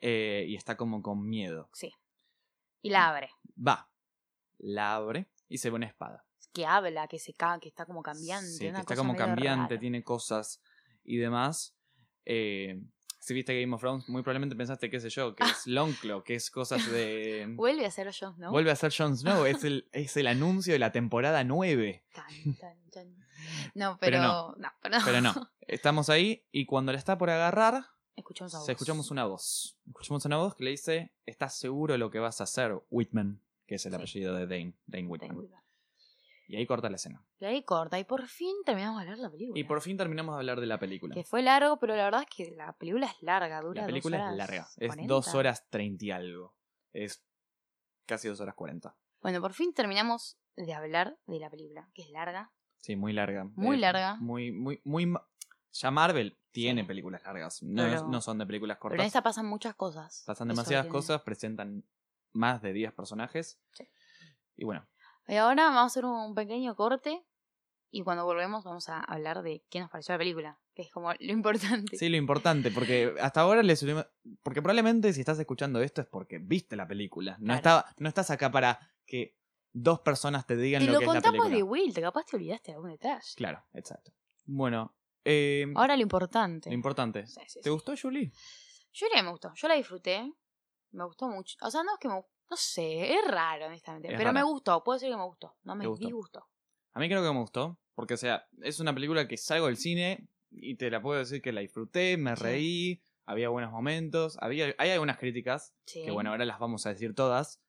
Speaker 2: eh, y está como con miedo.
Speaker 1: sí. Y la abre,
Speaker 2: Va, la abre y se ve una espada.
Speaker 1: que habla, que se ca que está como cambiante.
Speaker 2: Sí, que
Speaker 1: una
Speaker 2: está
Speaker 1: cosa
Speaker 2: como
Speaker 1: medio
Speaker 2: cambiante,
Speaker 1: rara.
Speaker 2: tiene cosas y demás. Eh, si viste Game of Thrones, muy probablemente pensaste, qué sé yo, que
Speaker 1: [LAUGHS]
Speaker 2: es Longclaw, que es cosas de...
Speaker 1: Vuelve a ser Jon Snow.
Speaker 2: Vuelve a ser Jon Snow, es el, es el anuncio de la temporada 9.
Speaker 1: Tan, tan,
Speaker 2: [LAUGHS]
Speaker 1: tan. No, pero,
Speaker 2: Pero
Speaker 1: no.
Speaker 2: no.
Speaker 1: pero no.
Speaker 2: Pero no, estamos ahí y cuando la está por agarrar,
Speaker 1: [LAUGHS] Escuchamos a vos.
Speaker 2: se escuchamos una voz. Escuchamos una voz que le dice, ¿estás seguro de lo que vas a hacer, Whitman? Que es el
Speaker 1: Sí.
Speaker 2: apellido de Dane, Dane Whitman. Y ahí corta la escena.
Speaker 1: Y ahí corta y por fin terminamos de hablar la película.
Speaker 2: Y por fin terminamos de hablar de la película.
Speaker 1: Que fue largo, pero la verdad es que la película es larga, dura
Speaker 2: La película
Speaker 1: dos
Speaker 2: es
Speaker 1: horas
Speaker 2: larga. Es
Speaker 1: 40.
Speaker 2: dos horas treinta y algo. Es casi dos horas cuarenta.
Speaker 1: Bueno, por fin terminamos de hablar de la película, que es larga.
Speaker 2: Sí, muy larga. Eh,
Speaker 1: Muy larga.
Speaker 2: Muy, muy, muy. ma- Ya Marvel tiene
Speaker 1: Sí.
Speaker 2: películas largas. No,
Speaker 1: Pero-
Speaker 2: no son de películas cortas.
Speaker 1: Pero en esta pasan muchas cosas.
Speaker 2: Pasan
Speaker 1: Eso
Speaker 2: demasiadas
Speaker 1: tiene.
Speaker 2: cosas, presentan más de 10 personajes.
Speaker 1: Sí.
Speaker 2: Y bueno,
Speaker 1: Y ahora vamos a hacer un pequeño corte y cuando volvemos vamos a hablar de qué nos pareció la película, que es como lo importante.
Speaker 2: sí, lo importante, porque hasta ahora les subimos. Porque probablemente si estás escuchando esto es porque viste la película. No,
Speaker 1: Claro.
Speaker 2: estaba, no estás acá para que dos personas te digan
Speaker 1: Te
Speaker 2: lo,
Speaker 1: lo
Speaker 2: que es la
Speaker 1: contamos
Speaker 2: película.
Speaker 1: de Will, te capaz te olvidaste de algún detalle.
Speaker 2: Claro, exacto. Bueno, eh,
Speaker 1: Ahora lo importante.
Speaker 2: lo importante.
Speaker 1: Sí, sí,
Speaker 2: ¿Te
Speaker 1: sí.
Speaker 2: gustó, Julie?
Speaker 1: Yo diría que me gustó, yo la disfruté, me gustó mucho. O sea, no es que me gu- no sé, es raro honestamente,
Speaker 2: Es
Speaker 1: pero me
Speaker 2: rara.
Speaker 1: gustó, puedo decir que me gustó, no me
Speaker 2: Te gustó.
Speaker 1: disgustó.
Speaker 2: A mí creo que me gustó, porque o sea, es una película que salgo del cine y te la puedo decir que la disfruté, me
Speaker 1: Sí.
Speaker 2: reí, había buenos momentos, había hay algunas críticas
Speaker 1: Sí.
Speaker 2: que bueno, ahora las vamos a decir todas,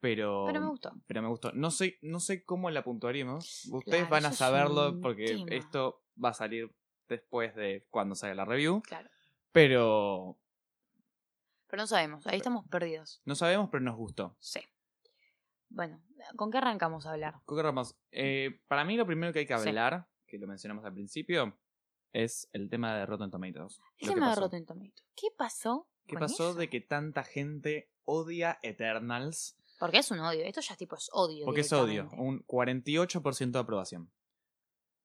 Speaker 2: pero
Speaker 1: pero me gustó.
Speaker 2: pero me gustó. No sé no sé cómo la puntuaríamos. Ustedes
Speaker 1: Claro,
Speaker 2: van a
Speaker 1: eso es
Speaker 2: saberlo
Speaker 1: un
Speaker 2: porque
Speaker 1: tema.
Speaker 2: esto va a salir después de cuando salga la review,
Speaker 1: Claro.
Speaker 2: pero
Speaker 1: Pero no sabemos, ahí estamos perdidos.
Speaker 2: no sabemos, pero nos gustó.
Speaker 1: Sí. Bueno, ¿con qué arrancamos a hablar?
Speaker 2: Coco Ramos, eh, para mí lo primero que hay que
Speaker 1: Sí.
Speaker 2: hablar, que lo mencionamos al principio, es el tema de Rotten Tomatoes.
Speaker 1: El
Speaker 2: Lo que
Speaker 1: tema de
Speaker 2: pasó.
Speaker 1: Rotten Tomatoes. ¿Qué pasó?
Speaker 2: ¿Qué
Speaker 1: con
Speaker 2: pasó
Speaker 1: eso?
Speaker 2: de que tanta gente odia Eternals?
Speaker 1: Porque es un odio. Esto ya tipo es odio.
Speaker 2: Porque es odio,
Speaker 1: directamente.
Speaker 2: un 48% de aprobación.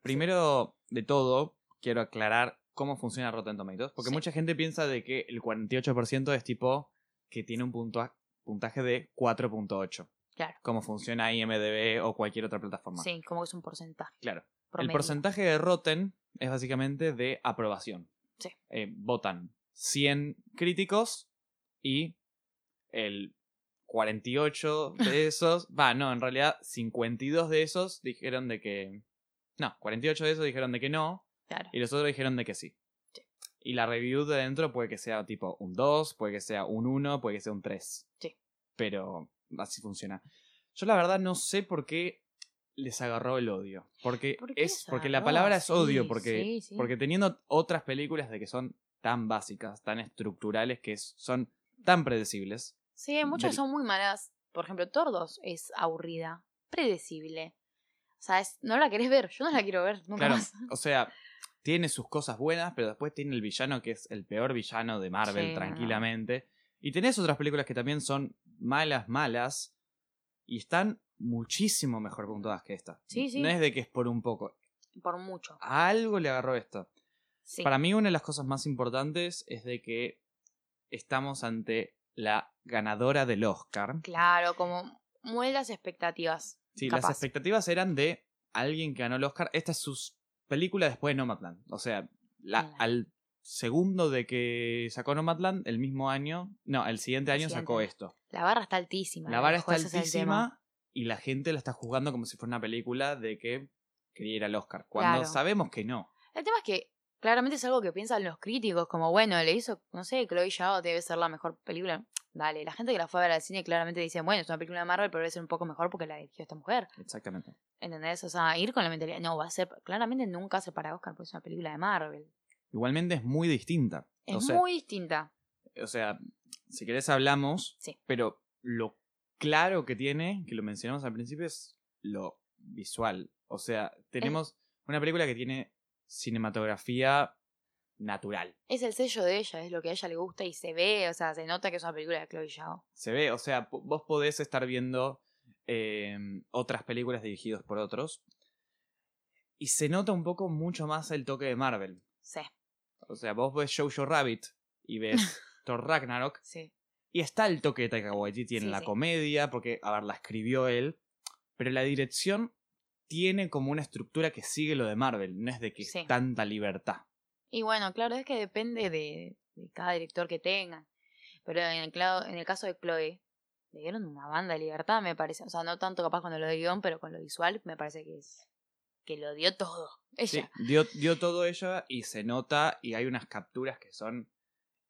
Speaker 2: Primero de todo, quiero aclarar cómo funciona Rotten Tomatoes, porque
Speaker 1: Sí.
Speaker 2: mucha gente piensa de que el 48% es tipo que tiene un puntua- puntaje de 4.8.
Speaker 1: Claro.
Speaker 2: Como funciona IMDB o cualquier otra plataforma.
Speaker 1: Sí, como que es un porcentaje.
Speaker 2: Claro. El
Speaker 1: promedio.
Speaker 2: porcentaje de Rotten es básicamente de aprobación.
Speaker 1: Sí.
Speaker 2: Eh, votan 100 críticos y el 48
Speaker 1: [LAUGHS]
Speaker 2: de esos, va, no, en realidad 52 de esos dijeron de que... No, 48 de esos dijeron de que no
Speaker 1: Claro.
Speaker 2: y los otros dijeron de que sí.
Speaker 1: Sí.
Speaker 2: Y la review de dentro puede que sea tipo un 2, puede que sea un 1, puede que sea un 3.
Speaker 1: Sí.
Speaker 2: Pero así funciona. Yo la verdad no sé por qué les agarró el odio. Porque
Speaker 1: ¿Por qué
Speaker 2: es
Speaker 1: les
Speaker 2: porque la
Speaker 1: agarró?
Speaker 2: palabra es odio
Speaker 1: Sí,
Speaker 2: porque
Speaker 1: sí, sí.
Speaker 2: porque teniendo otras películas de que son tan básicas, tan estructurales que es- son tan predecibles.
Speaker 1: Sí, hay muchas
Speaker 2: del-
Speaker 1: que son muy malas. Por ejemplo, Tordos es aburrida, predecible. O sea, es- no la querés ver. Yo no la quiero ver nunca
Speaker 2: Claro,
Speaker 1: más. [LAUGHS]
Speaker 2: o sea, tiene sus cosas buenas, pero después tiene el villano que es el peor villano de Marvel,
Speaker 1: Sí, no,
Speaker 2: tranquilamente. Y tenés otras películas que también son malas, malas, y están muchísimo mejor puntuadas que esta.
Speaker 1: Sí, sí.
Speaker 2: No es de que es por un poco.
Speaker 1: Por mucho.
Speaker 2: A algo le agarró esta.
Speaker 1: Sí.
Speaker 2: Para mí una de las cosas más importantes es de que estamos ante la ganadora del Oscar.
Speaker 1: Claro, como muy las expectativas.
Speaker 2: Sí, las
Speaker 1: Capaz.
Speaker 2: expectativas eran de alguien que ganó el Oscar. Esta es su película después de Nomadland. O sea, la-
Speaker 1: Claro.
Speaker 2: al segundo de que sacó Nomadland, el mismo año, no, el siguiente
Speaker 1: El
Speaker 2: año
Speaker 1: siguiente
Speaker 2: sacó
Speaker 1: año.
Speaker 2: esto.
Speaker 1: La barra está altísima.
Speaker 2: La vara está
Speaker 1: viejo, ese es el tema.
Speaker 2: altísima y la gente la está juzgando como si fuera una película de que quería ir al Oscar. Cuando
Speaker 1: Claro.
Speaker 2: sabemos que no.
Speaker 1: El tema es que claramente es algo que piensan los críticos, como bueno, le hizo, no sé, Chloe Zhao debe ser la mejor película. Dale, la gente que la fue a ver al cine claramente dice, bueno, es una película de Marvel, pero debe ser un poco mejor porque la dirigió esta mujer.
Speaker 2: Exactamente.
Speaker 1: ¿Entendés? O sea, ir con la mentalidad, no, va a ser, claramente nunca va a ser para Oscar porque es una película de Marvel.
Speaker 2: Igualmente es muy distinta.
Speaker 1: Es
Speaker 2: o, sea,
Speaker 1: muy distinta.
Speaker 2: o sea, si querés hablamos,
Speaker 1: Sí.
Speaker 2: pero lo claro que tiene, que lo mencionamos al principio, es lo visual. O sea, tenemos una película que tiene cinematografía natural.
Speaker 1: Es el sello de ella, es lo que a ella le gusta y se ve, o sea, se nota que es una película de Chloe Zhao.
Speaker 2: Se ve, o sea, po- vos podés estar viendo eh, otras películas dirigidas por otros. Y se nota un poco mucho más el toque de Marvel.
Speaker 1: Sí,
Speaker 2: O sea, vos ves Jojo Rabbit y ves Thor Ragnarok
Speaker 1: sí.
Speaker 2: Y está el toque de Taika Waititi en
Speaker 1: Sí,
Speaker 2: la
Speaker 1: sí.
Speaker 2: comedia, porque, a ver, la escribió él, pero la dirección tiene como una estructura que sigue lo de Marvel, no es de que es
Speaker 1: Sí.
Speaker 2: tanta libertad.
Speaker 1: Y bueno, claro, es que depende de, de cada director que tengan. Pero en el, cla- en el caso de Chloe, le dieron una banda de libertad, me parece. O sea, no tanto capaz con lo de guión, pero con lo visual, me parece que es que lo dio todo. [LAUGHS]
Speaker 2: Sí,
Speaker 1: Ella.
Speaker 2: dio, dio todo ella y se nota y hay unas capturas que son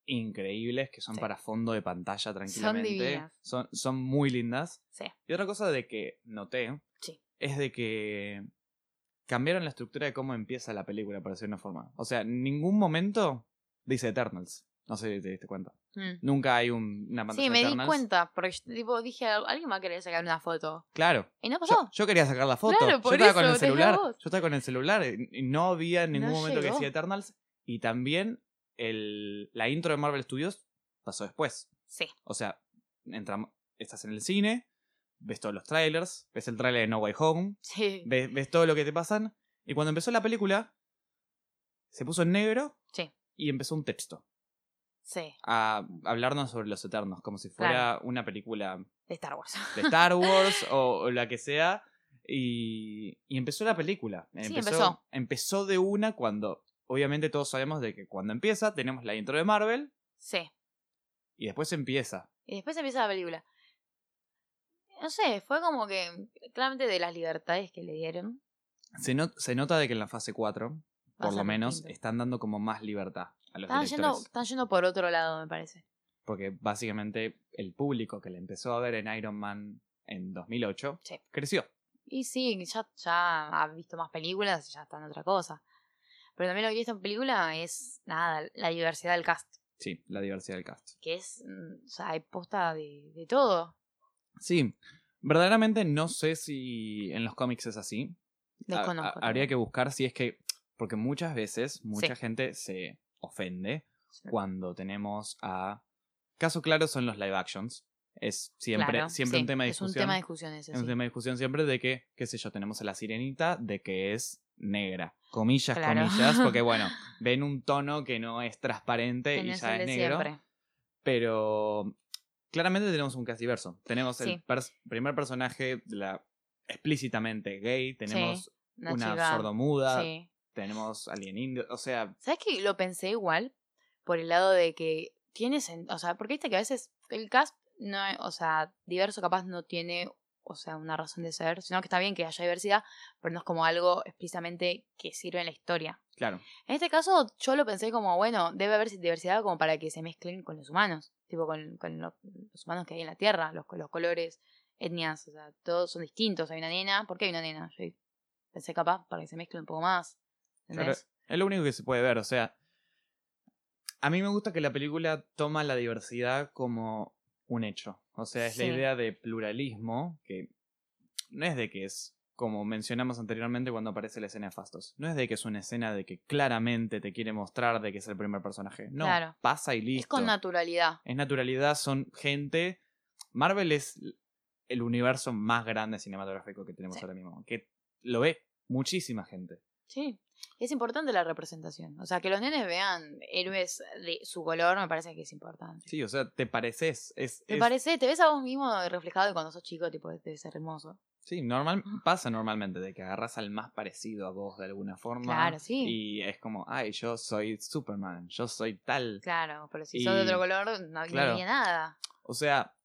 Speaker 2: increíbles, que son
Speaker 1: Sí.
Speaker 2: para fondo de pantalla tranquilamente.
Speaker 1: divinas.
Speaker 2: Son, son muy lindas.
Speaker 1: Sí.
Speaker 2: Y otra cosa de que noté
Speaker 1: Sí.
Speaker 2: es de que cambiaron la estructura de cómo empieza la película, por decir una forma. O sea, en ningún momento dice Eternals. No sé si te diste cuenta.
Speaker 1: Mm.
Speaker 2: Nunca hay un- una pantalla
Speaker 1: Sí, me di
Speaker 2: Eternals.
Speaker 1: cuenta, porque yo, tipo, dije, alguien va a querer sacar una foto.
Speaker 2: Claro.
Speaker 1: Y no pasó.
Speaker 2: Yo, yo quería sacar la foto.
Speaker 1: Claro,
Speaker 2: yo
Speaker 1: por
Speaker 2: estaba con
Speaker 1: eso,
Speaker 2: el
Speaker 1: tenés
Speaker 2: celular.
Speaker 1: vos.
Speaker 2: Yo estaba con el celular. eh, y- y No había en ningún
Speaker 1: No
Speaker 2: momento que
Speaker 1: llegó.
Speaker 2: decía Eternals. Y también el, la intro de Marvel Studios pasó después.
Speaker 1: Sí, [LAUGHS]
Speaker 2: O sea, entramos, estás en el cine, ves todos los trailers, ves el trailer de No Way Home,
Speaker 1: sí.
Speaker 2: ves, ves todo lo que te pasan. Y cuando empezó la película, se puso en negro
Speaker 1: Sí.
Speaker 2: y empezó un texto
Speaker 1: Sí,
Speaker 2: a hablarnos sobre los Eternos, como si fuera
Speaker 1: Claro.
Speaker 2: una película
Speaker 1: de Star Wars. [LAUGHS]
Speaker 2: de Star Wars o, o la que sea. Y, y empezó la película.
Speaker 1: empezó.
Speaker 2: empezó de una cuando, obviamente todos sabemos de que cuando empieza tenemos la intro de Marvel
Speaker 1: Sí.
Speaker 2: y después empieza.
Speaker 1: Y después empieza la película. No sé, fue como que claramente de las libertades que le dieron.
Speaker 2: Se, no- se nota de que en la fase 4,
Speaker 1: va a
Speaker 2: por lo
Speaker 1: ser
Speaker 2: menos,
Speaker 1: distinto.
Speaker 2: están dando como más libertad a los
Speaker 1: Están
Speaker 2: directores.
Speaker 1: yendo, están yendo por otro lado, me parece.
Speaker 2: Porque básicamente el público que le empezó a ver en Iron Man en 2008
Speaker 1: Sí.
Speaker 2: creció.
Speaker 1: Y sí, ya, ya ha visto más películas y ya está en otra cosa. Pero también lo que he visto en película es, nada, la diversidad del cast.
Speaker 2: Sí, la diversidad del cast.
Speaker 1: Que es, mm, o sea, hay posta de, de todo.
Speaker 2: Sí, verdaderamente no sé si en los cómics es así. Ha-
Speaker 1: Desconozco.
Speaker 2: ha- habría que buscar si es que. Porque muchas veces, mucha gente se ofende
Speaker 1: Sí.
Speaker 2: cuando tenemos a. Caso claro son los live actions. Es siempre,
Speaker 1: Claro,
Speaker 2: siempre un
Speaker 1: sí,
Speaker 2: tema de
Speaker 1: Es un
Speaker 2: discusión.
Speaker 1: tema de discusión ese,
Speaker 2: es un
Speaker 1: sí.
Speaker 2: tema de discusión siempre de que, qué sé yo, tenemos a la sirenita de que es negra. Comillas,
Speaker 1: Claro.
Speaker 2: comillas,
Speaker 1: [LAUGHS]
Speaker 2: porque bueno, ven un tono que no es transparente
Speaker 1: Que no
Speaker 2: y
Speaker 1: es
Speaker 2: ya
Speaker 1: el
Speaker 2: es
Speaker 1: de
Speaker 2: negro.
Speaker 1: siempre.
Speaker 2: Pero claramente tenemos un casiverso. Tenemos el
Speaker 3: Sí.
Speaker 2: pers- primer personaje la, explícitamente gay, tenemos
Speaker 3: Una,
Speaker 2: una
Speaker 3: chica.
Speaker 2: sordomuda,
Speaker 3: Sí.
Speaker 2: tenemos alguien indio, o sea,
Speaker 1: ¿Sabes que lo pensé igual? Por el lado de que tiene sen- O sea, porque viste que a veces el cast, no, o sea, diverso capaz no tiene, o sea, una razón de ser, sino que está bien que haya diversidad, pero no es como algo explícitamente que sirve en la historia.
Speaker 2: claro.
Speaker 1: En este caso, yo lo pensé como, bueno, debe haber diversidad como para que se mezclen con los humanos, tipo con, con lo- los humanos que hay en la Tierra, los, los colores, etnias, o sea, todos son distintos. Hay una nena, ¿por qué hay una nena? Yo pensé capaz para que se mezcle un poco más.
Speaker 2: Claro,
Speaker 1: ¿entendés?
Speaker 2: es lo único que se puede ver, o sea. A mí me gusta que la película toma la diversidad como un hecho. O sea, es
Speaker 3: Sí.
Speaker 2: la idea de pluralismo, que no es de que es, como mencionamos anteriormente cuando aparece la escena de Fastos, no es de que es una escena de que claramente te quiere mostrar de que es el primer personaje. No,
Speaker 1: Claro.
Speaker 2: pasa y listo.
Speaker 1: Es con naturalidad.
Speaker 2: Es naturalidad, son gente. Marvel es el universo más grande cinematográfico que tenemos
Speaker 1: Sí.
Speaker 2: ahora mismo, que lo ve muchísima gente.
Speaker 1: Sí. Es importante la representación. O sea, que los nenes vean héroes de su color me parece que es importante.
Speaker 2: Sí, o sea, te pareces. Es,
Speaker 1: Me
Speaker 2: es-
Speaker 1: parece, te ves a vos mismo reflejado y cuando sos chico, tipo, debe ser hermoso.
Speaker 2: Sí, normal, pasa normalmente de que agarras al más parecido a vos de alguna forma.
Speaker 1: Claro, sí.
Speaker 2: Y es como, ay, yo soy Superman, yo soy tal.
Speaker 1: Claro, pero si
Speaker 2: Y-
Speaker 1: sos de otro color, no, no
Speaker 2: claro.
Speaker 1: había nada.
Speaker 2: O sea,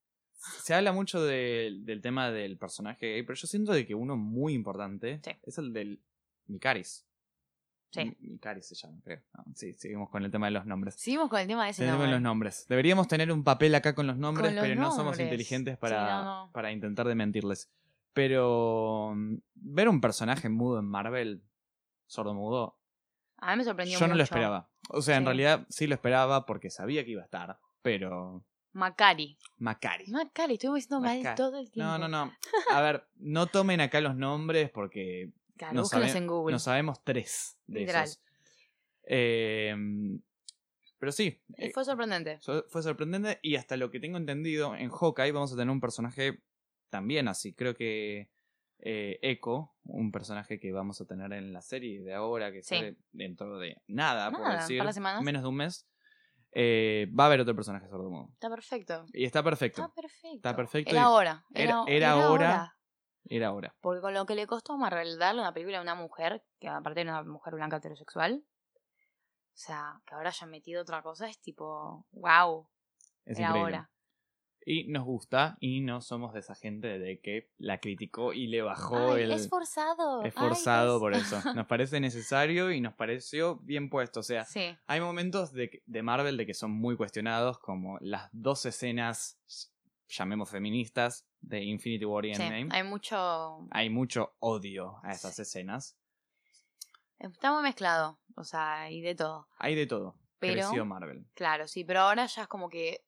Speaker 2: se habla mucho de- del tema del personaje gay, pero yo siento de que uno muy importante
Speaker 1: Sí.
Speaker 2: es el del Mikaris.
Speaker 1: Sí.
Speaker 2: Mi- Mikaris se llama, creo. No, sí, seguimos con el tema de los nombres.
Speaker 1: Seguimos con el tema de ese
Speaker 2: Tenemos
Speaker 1: nombre.
Speaker 2: los nombres. Deberíamos tener un papel acá con los nombres,
Speaker 1: eh. Con los
Speaker 2: pero no somos
Speaker 1: nombres.
Speaker 2: inteligentes
Speaker 1: Sí,
Speaker 2: para,
Speaker 1: no, no.
Speaker 2: para intentar de mentirles. Pero mm, ver un personaje mudo en Marvel, sordomudo,
Speaker 1: A mí me
Speaker 2: yo
Speaker 1: sorprendió mucho.
Speaker 2: no lo esperaba. O sea, en
Speaker 1: Sí.
Speaker 2: realidad sí lo esperaba porque sabía que iba a estar, pero
Speaker 1: Macari.
Speaker 2: Macari.
Speaker 1: Macari, estuve diciendo mal
Speaker 2: Macari.
Speaker 1: todo el tiempo.
Speaker 2: No, no, no.
Speaker 1: [LAUGHS]
Speaker 2: A ver, no tomen acá los nombres porque
Speaker 1: Claro,
Speaker 2: No
Speaker 1: búsquenlos
Speaker 2: sabe-
Speaker 1: en Google.
Speaker 2: no sabemos tres de
Speaker 1: Literal.
Speaker 2: esos. Eh, pero sí,
Speaker 1: Y Eh, fue sorprendente.
Speaker 2: So- Fue sorprendente y hasta lo que tengo entendido, en Hawkeye vamos a tener un personaje también así. Creo que eh, Echo, un personaje que vamos a tener en la serie de ahora, que
Speaker 1: Sí.
Speaker 2: sale dentro de nada, por
Speaker 1: Nada, un
Speaker 2: decir,
Speaker 1: par de semanas.
Speaker 2: menos de un mes, eh, va a haber otro personaje sordomudo.
Speaker 1: Está perfecto.
Speaker 2: Y está perfecto.
Speaker 1: Está perfecto.
Speaker 2: Está perfecto y-
Speaker 1: Era hora.
Speaker 2: era-
Speaker 1: Era,
Speaker 2: era
Speaker 1: era
Speaker 2: hora.
Speaker 1: hora.
Speaker 2: Era ahora.
Speaker 1: Porque con lo que le costó Marvel darle una película a una mujer, que aparte era una mujer blanca heterosexual, o sea, que ahora hayan metido otra cosa, es tipo, wow,
Speaker 2: Es
Speaker 1: era
Speaker 2: increíble.
Speaker 1: hora.
Speaker 2: Y nos gusta y no somos de esa gente de que la criticó y le bajó
Speaker 1: Ay,
Speaker 2: el...
Speaker 1: es forzado.
Speaker 2: es
Speaker 1: ay,
Speaker 2: forzado
Speaker 1: es-
Speaker 2: por
Speaker 1: [LAUGHS]
Speaker 2: eso. Nos parece necesario y nos pareció bien puesto. O sea,
Speaker 1: Sí,
Speaker 2: Hay momentos de, que- de Marvel de que son muy cuestionados, como las dos escenas, llamemos feministas, de Infinity War y
Speaker 1: sí,
Speaker 2: Endgame. hay...
Speaker 1: hay mucho.
Speaker 2: mucho odio a esas escenas.
Speaker 1: Está muy mezclado, o sea, y de todo.
Speaker 2: Hay de todo.
Speaker 1: Pero-
Speaker 2: Creció Marvel.
Speaker 1: Claro, sí, pero ahora ya es como que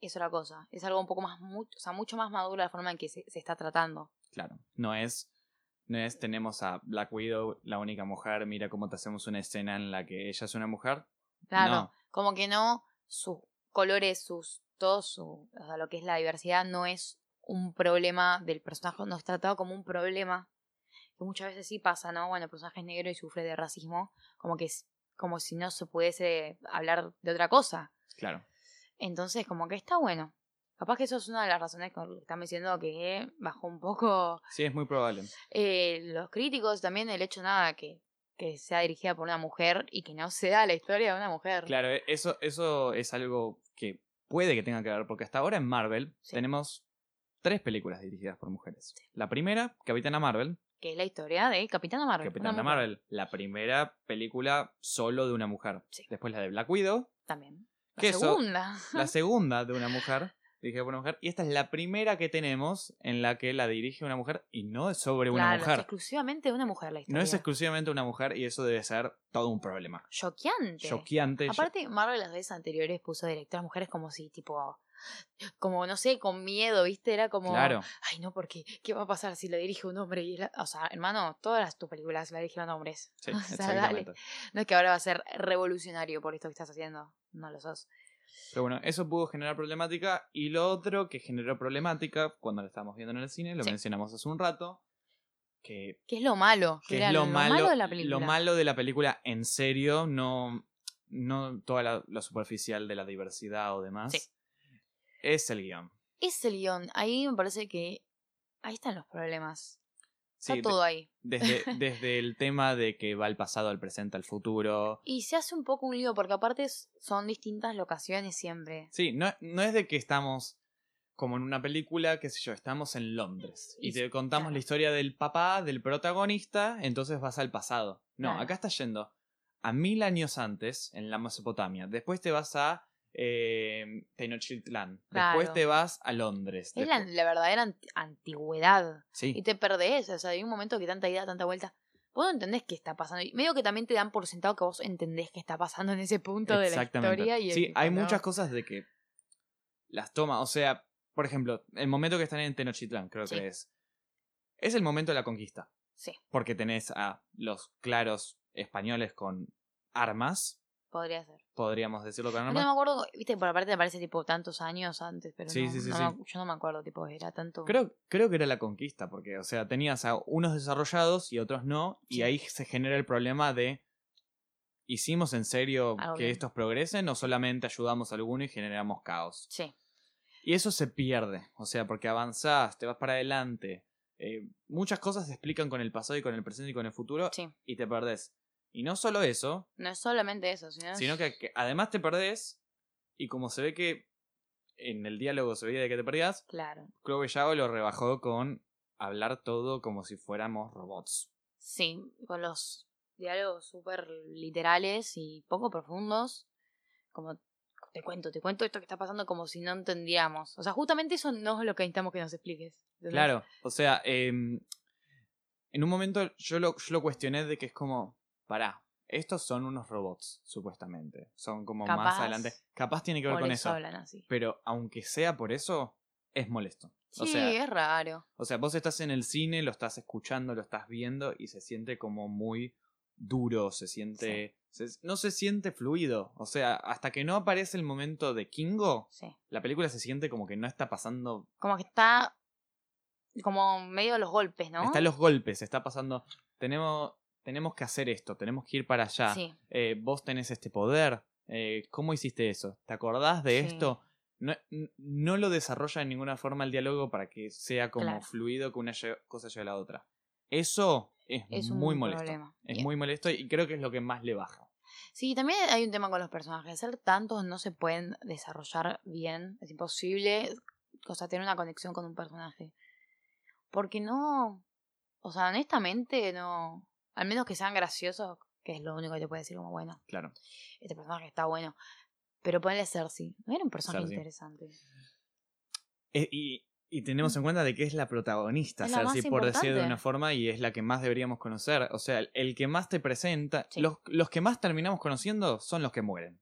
Speaker 1: es otra cosa. Es algo un poco más, mu- o sea, mucho más madura la forma en que se, se está tratando.
Speaker 2: Claro. No es, no es tenemos a Black Widow, la única mujer, mira cómo te hacemos una escena en la que ella es una mujer.
Speaker 1: Claro,
Speaker 2: No.
Speaker 1: como que no, sus colores, sus, todo su, o sea, lo que es la diversidad no es un problema del personaje, no es tratado como un problema, que muchas veces sí pasa, ¿no? Bueno, el personaje es negro y sufre de racismo, como que es como si no se pudiese hablar de otra cosa.
Speaker 2: Claro.
Speaker 1: Entonces, como que está bueno. Capaz que eso es una de las razones con las que están diciendo que bajó un poco
Speaker 2: Sí, es muy probable.
Speaker 1: eh, los críticos, también el hecho nada que, que sea dirigida por una mujer y que no sea la historia de una mujer.
Speaker 2: Claro, e- eso, eso es algo que puede que tenga que ver, porque hasta ahora en Marvel
Speaker 1: Sí.
Speaker 2: tenemos tres películas dirigidas por mujeres. La primera, Capitana Marvel,
Speaker 1: que es la historia de Capitana Marvel.
Speaker 2: Capitana
Speaker 1: una mujer
Speaker 2: Marvel, la primera película solo de una mujer.
Speaker 1: Sí.
Speaker 2: Después la de Black Widow,
Speaker 1: También. La
Speaker 2: Que eso-
Speaker 1: segunda. [LAUGHS]
Speaker 2: la segunda de una mujer, dirigida por una mujer, y esta es la primera que tenemos en la que la dirige una mujer y no es sobre una
Speaker 1: Claro, es
Speaker 2: mujer.
Speaker 1: exclusivamente de una mujer la historia.
Speaker 2: No es exclusivamente una mujer y eso debe ser todo un problema.
Speaker 1: Choqueante.
Speaker 2: Choqueante. yo-
Speaker 1: Aparte, Marvel las veces anteriores puso directoras mujeres como si, tipo, como, no sé, con miedo, ¿viste? Era como,
Speaker 2: Claro.
Speaker 1: [LAUGHS] ay, no, porque, ¿qué va a pasar si la dirige un hombre? Y la- O sea, hermano, todas las- tus películas la dirigieron hombres. [LAUGHS]
Speaker 2: Sí,
Speaker 1: O sea,
Speaker 2: exactamente.
Speaker 1: dale. No es que ahora va a ser revolucionario por esto que estás haciendo. No lo sos.
Speaker 2: Pero bueno, eso pudo generar problemática. Y lo otro que generó problemática cuando lo estábamos viendo en el cine, lo
Speaker 1: Sí.
Speaker 2: mencionamos hace un rato, que,
Speaker 1: ¿Qué es lo malo?
Speaker 2: que
Speaker 1: era
Speaker 2: es lo, malo,
Speaker 1: de la película.
Speaker 2: Lo malo de la película, en serio, no, no toda la, la superficial de la diversidad o demás.
Speaker 1: Sí.
Speaker 2: Es el guión.
Speaker 1: Es el guión. Ahí me parece que. Ahí están los problemas. Está
Speaker 2: Sí, de-
Speaker 1: todo ahí.
Speaker 2: desde, desde el tema de que va al pasado, al presente, al futuro.
Speaker 1: Y se hace un poco un lío, porque aparte es- son distintas locaciones siempre.
Speaker 2: Sí, no, no es de que estamos como en una película, qué sé yo, estamos en Londres y
Speaker 1: Y-
Speaker 2: te contamos
Speaker 1: claro.
Speaker 2: la historia del papá, del protagonista, entonces vas al pasado. No,
Speaker 1: Claro.
Speaker 2: acá estás yendo a mil años antes, en la Mesopotamia. Después te vas a eh, Tenochtitlán. Después
Speaker 1: Claro.
Speaker 2: te vas a Londres.
Speaker 1: Es la,
Speaker 2: Después-
Speaker 1: la verdadera anti- antigüedad.
Speaker 2: Sí.
Speaker 1: Y te perdés, o sea, hay un momento que tanta idea, tanta vuelta. Vos no entendés qué está pasando. Y medio que también te dan por sentado que vos entendés qué está pasando en ese punto de la historia. Y es
Speaker 2: sí,
Speaker 1: tipo,
Speaker 2: hay
Speaker 1: no.
Speaker 2: muchas cosas de que las toma. O sea, por ejemplo, el momento que están en Tenochtitlán, creo
Speaker 1: Sí.
Speaker 2: que es. Es el momento de la conquista.
Speaker 1: Sí,
Speaker 2: Porque tenés a los claros españoles con armas.
Speaker 1: podría ser.
Speaker 2: Podríamos decirlo con
Speaker 1: No, no me
Speaker 2: armas.
Speaker 1: acuerdo, viste, por aparte aparece tipo tantos años antes, pero
Speaker 2: Sí,
Speaker 1: no,
Speaker 2: sí, sí,
Speaker 1: no
Speaker 2: sí.
Speaker 1: me- yo no me acuerdo, tipo, era tanto.
Speaker 2: Creo, creo que era la conquista, porque, o sea, tenías a unos desarrollados y otros no, y
Speaker 1: Sí.
Speaker 2: ahí se genera el problema de. ¿Hicimos en serio
Speaker 1: Algo
Speaker 2: que
Speaker 1: bien.
Speaker 2: estos progresen o solamente ayudamos a alguno y generamos caos?
Speaker 1: Sí,
Speaker 2: Y eso se pierde, o sea, porque avanzás, te vas para adelante. eh, muchas cosas se explican con el pasado y con el presente y con el futuro
Speaker 1: sí.
Speaker 2: y te perdés. Y no solo eso,
Speaker 1: No es solamente eso, sino.
Speaker 2: sino que, que además te perdés y como se ve que en el diálogo se veía de que te perdías,
Speaker 1: Claro.
Speaker 2: Chloe Zhao lo rebajó con hablar todo como si fuéramos robots.
Speaker 1: Sí, con los diálogos súper literales y poco profundos. Como te cuento, te cuento esto que está pasando como si no entendíamos. O sea, justamente eso no es lo que necesitamos que nos expliques. ¿entendés?
Speaker 2: Claro, o sea, eh, en un momento yo lo, yo lo cuestioné de que es como, pará, estos son unos robots, supuestamente. Son como más
Speaker 1: Capaz.
Speaker 2: adelante. Capaz tiene que ver
Speaker 1: Por
Speaker 2: con
Speaker 1: eso
Speaker 2: eso.
Speaker 1: hablan así.
Speaker 2: Pero aunque sea por eso, es molesto.
Speaker 1: Sí,
Speaker 2: o, sea,
Speaker 1: es raro.
Speaker 2: o sea, vos estás en el cine, lo estás escuchando, lo estás viendo y se siente como muy duro, se siente... se- no se siente fluido. O sea, hasta que no aparece el momento de Kingo,
Speaker 1: Sí.
Speaker 2: la película se siente como que no está pasando
Speaker 1: Como que está. Como medio de los golpes, ¿no?
Speaker 2: Están los golpes, está pasando. Tenemos, tenemos que hacer esto, tenemos que ir para allá.
Speaker 1: Sí.
Speaker 2: Eh, vos tenés este poder. eh, ¿Cómo hiciste eso? ¿Te acordás de
Speaker 1: Sí.
Speaker 2: esto? No, n- no lo desarrolla de ninguna forma el diálogo para que sea como
Speaker 1: Claro.
Speaker 2: fluido que una lle- cosa lleve a la otra. Eso es,
Speaker 1: Es un
Speaker 2: muy molesto.
Speaker 1: problema.
Speaker 2: Es
Speaker 1: Bien.
Speaker 2: muy molesto y creo que es lo que más le baja.
Speaker 1: Sí, también hay un tema con los personajes. Ser tantos no se pueden desarrollar bien. Es imposible, o sea, tener una conexión con un personaje. Porque no. O sea, honestamente, no. Al menos que sean graciosos, que es lo único que te puede decir, como bueno,
Speaker 2: Claro.
Speaker 1: este personaje está bueno. Pero ponle Cersei. No era un personaje
Speaker 2: Cersei.
Speaker 1: interesante.
Speaker 2: E- y, y tenemos en cuenta de que es la protagonista,
Speaker 1: Es la
Speaker 2: Cersei,
Speaker 1: más
Speaker 2: por decir de
Speaker 1: importante.
Speaker 2: una forma, y es la que más deberíamos conocer. O sea, el que más te presenta,
Speaker 1: Sí.
Speaker 2: los, los que más terminamos conociendo son los que mueren,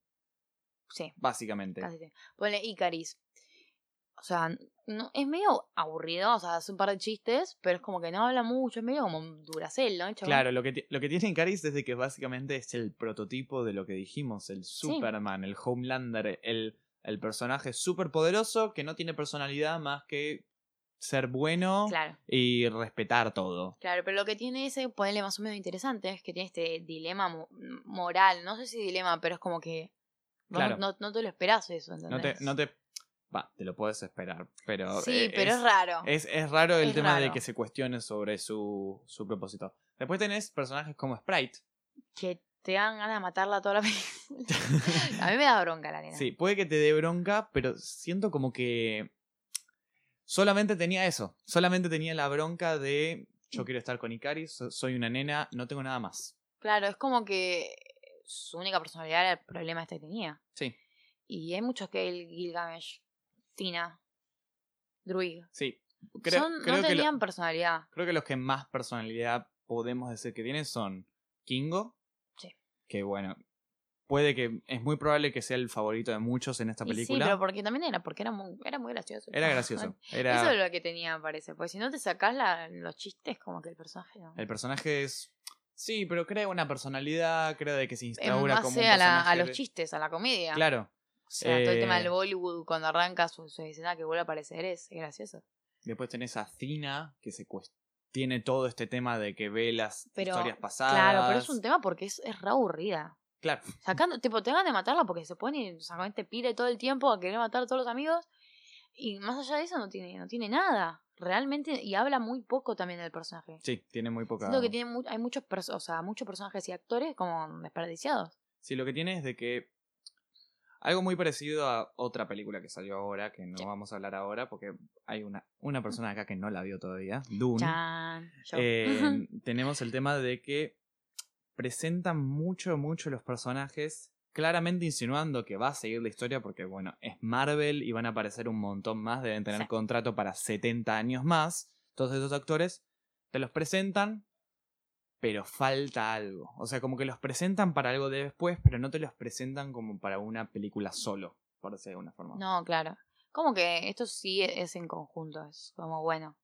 Speaker 1: Sí,
Speaker 2: básicamente.
Speaker 1: casi. te- Ponle Icaris. O sea, no, es medio aburrido. O sea, hace un par de chistes, pero es como que no habla mucho. Es medio como un Duracell, ¿no? El chabón?
Speaker 2: Claro, lo que, ti- lo que tiene Caris es de que básicamente es el prototipo de lo que dijimos, el Superman, el Homelander, el, el personaje superpoderoso que no tiene personalidad más que ser bueno
Speaker 1: Claro.
Speaker 2: y respetar todo.
Speaker 1: Claro, pero lo que tiene ese ponerle más o menos interesante es que tiene este dilema mo- moral. No sé si dilema, pero es como que. vos
Speaker 2: Claro.
Speaker 1: No, no te lo esperas eso,
Speaker 2: No te,
Speaker 1: ¿entendés?
Speaker 2: no te... Va, te lo puedes esperar, pero...
Speaker 1: Sí,
Speaker 2: eh,
Speaker 1: pero es, raro.
Speaker 2: Es, es raro el
Speaker 1: Es
Speaker 2: tema de
Speaker 1: raro.
Speaker 2: que se cuestione sobre su, su propósito. Después tenés personajes como Sprite.
Speaker 1: Que te dan ganas de matarla toda la
Speaker 2: [LAUGHS]
Speaker 1: película. A mí me da bronca la nena.
Speaker 2: sí, puede que te dé bronca, pero siento como que solamente tenía eso. Solamente tenía la bronca de yo quiero estar con Ikari, so- soy una nena, no tengo nada más.
Speaker 1: Claro, es como que su única personalidad era el problema este que tenía.
Speaker 2: Sí,
Speaker 1: Y hay muchos que el Gilgamesh, Tina, Druid.
Speaker 2: sí. Creo,
Speaker 1: Son,
Speaker 2: creo
Speaker 1: no
Speaker 2: que lo-
Speaker 1: tenían personalidad.
Speaker 2: creo que los que más personalidad podemos decir que tienen son Kingo.
Speaker 1: Sí.
Speaker 2: Que bueno, puede que es muy probable que sea el favorito de muchos en esta
Speaker 1: Y sí,
Speaker 2: película.
Speaker 1: pero porque también era, porque era muy, era muy gracioso. [LAUGHS]
Speaker 2: Era gracioso. Era...
Speaker 1: Eso es lo que tenía, me parece. Porque si no te sacás la- los chistes, como que el personaje no.
Speaker 2: El personaje es. Sí, pero crea una personalidad, crea de que se
Speaker 1: En
Speaker 2: instaura como un
Speaker 1: base a, la-
Speaker 2: personaje
Speaker 1: a los
Speaker 2: de-
Speaker 1: chistes, a la comedia.
Speaker 2: Claro.
Speaker 1: O sea, todo el tema
Speaker 2: eh,
Speaker 1: del Bollywood, cuando arranca su, su escena que vuelve a aparecer, es gracioso.
Speaker 2: Después tenés a Cina, que se cuest- tiene todo este tema de que ve las
Speaker 1: Pero,
Speaker 2: historias pasadas.
Speaker 1: Claro, pero es un tema porque es, es re aburrida.
Speaker 2: Claro,
Speaker 1: Sacando, tipo, te van de matarla porque se pone, o sea, con este pire todo el tiempo a querer matar a todos los amigos. Y más allá de eso no tiene, no tiene nada. Realmente, y habla muy poco también del personaje.
Speaker 2: Sí, tiene muy poca.
Speaker 1: Siento que tiene mu- hay muchos, perso- o sea, muchos personajes y actores como desperdiciados.
Speaker 2: Sí, lo que tiene es de que. Algo muy parecido a otra película que salió ahora, que no
Speaker 1: Sí.
Speaker 2: vamos a hablar ahora, porque hay una, una persona acá que no la vio todavía, Dune.
Speaker 1: Chan, yo.
Speaker 2: Eh, tenemos el tema de que presentan mucho, mucho los personajes, claramente insinuando que va a seguir la historia porque, bueno, es Marvel y van a aparecer un montón más, deben tener
Speaker 1: Sí.
Speaker 2: contrato para 70 años más. Todos esos actores te los presentan, pero falta algo. O sea, como que los presentan para algo de después, pero no te los presentan como para una película solo, por decirlo de alguna forma.
Speaker 1: [LAUGHS] No, claro. Como que esto sí e, es en conjunto, es como bueno.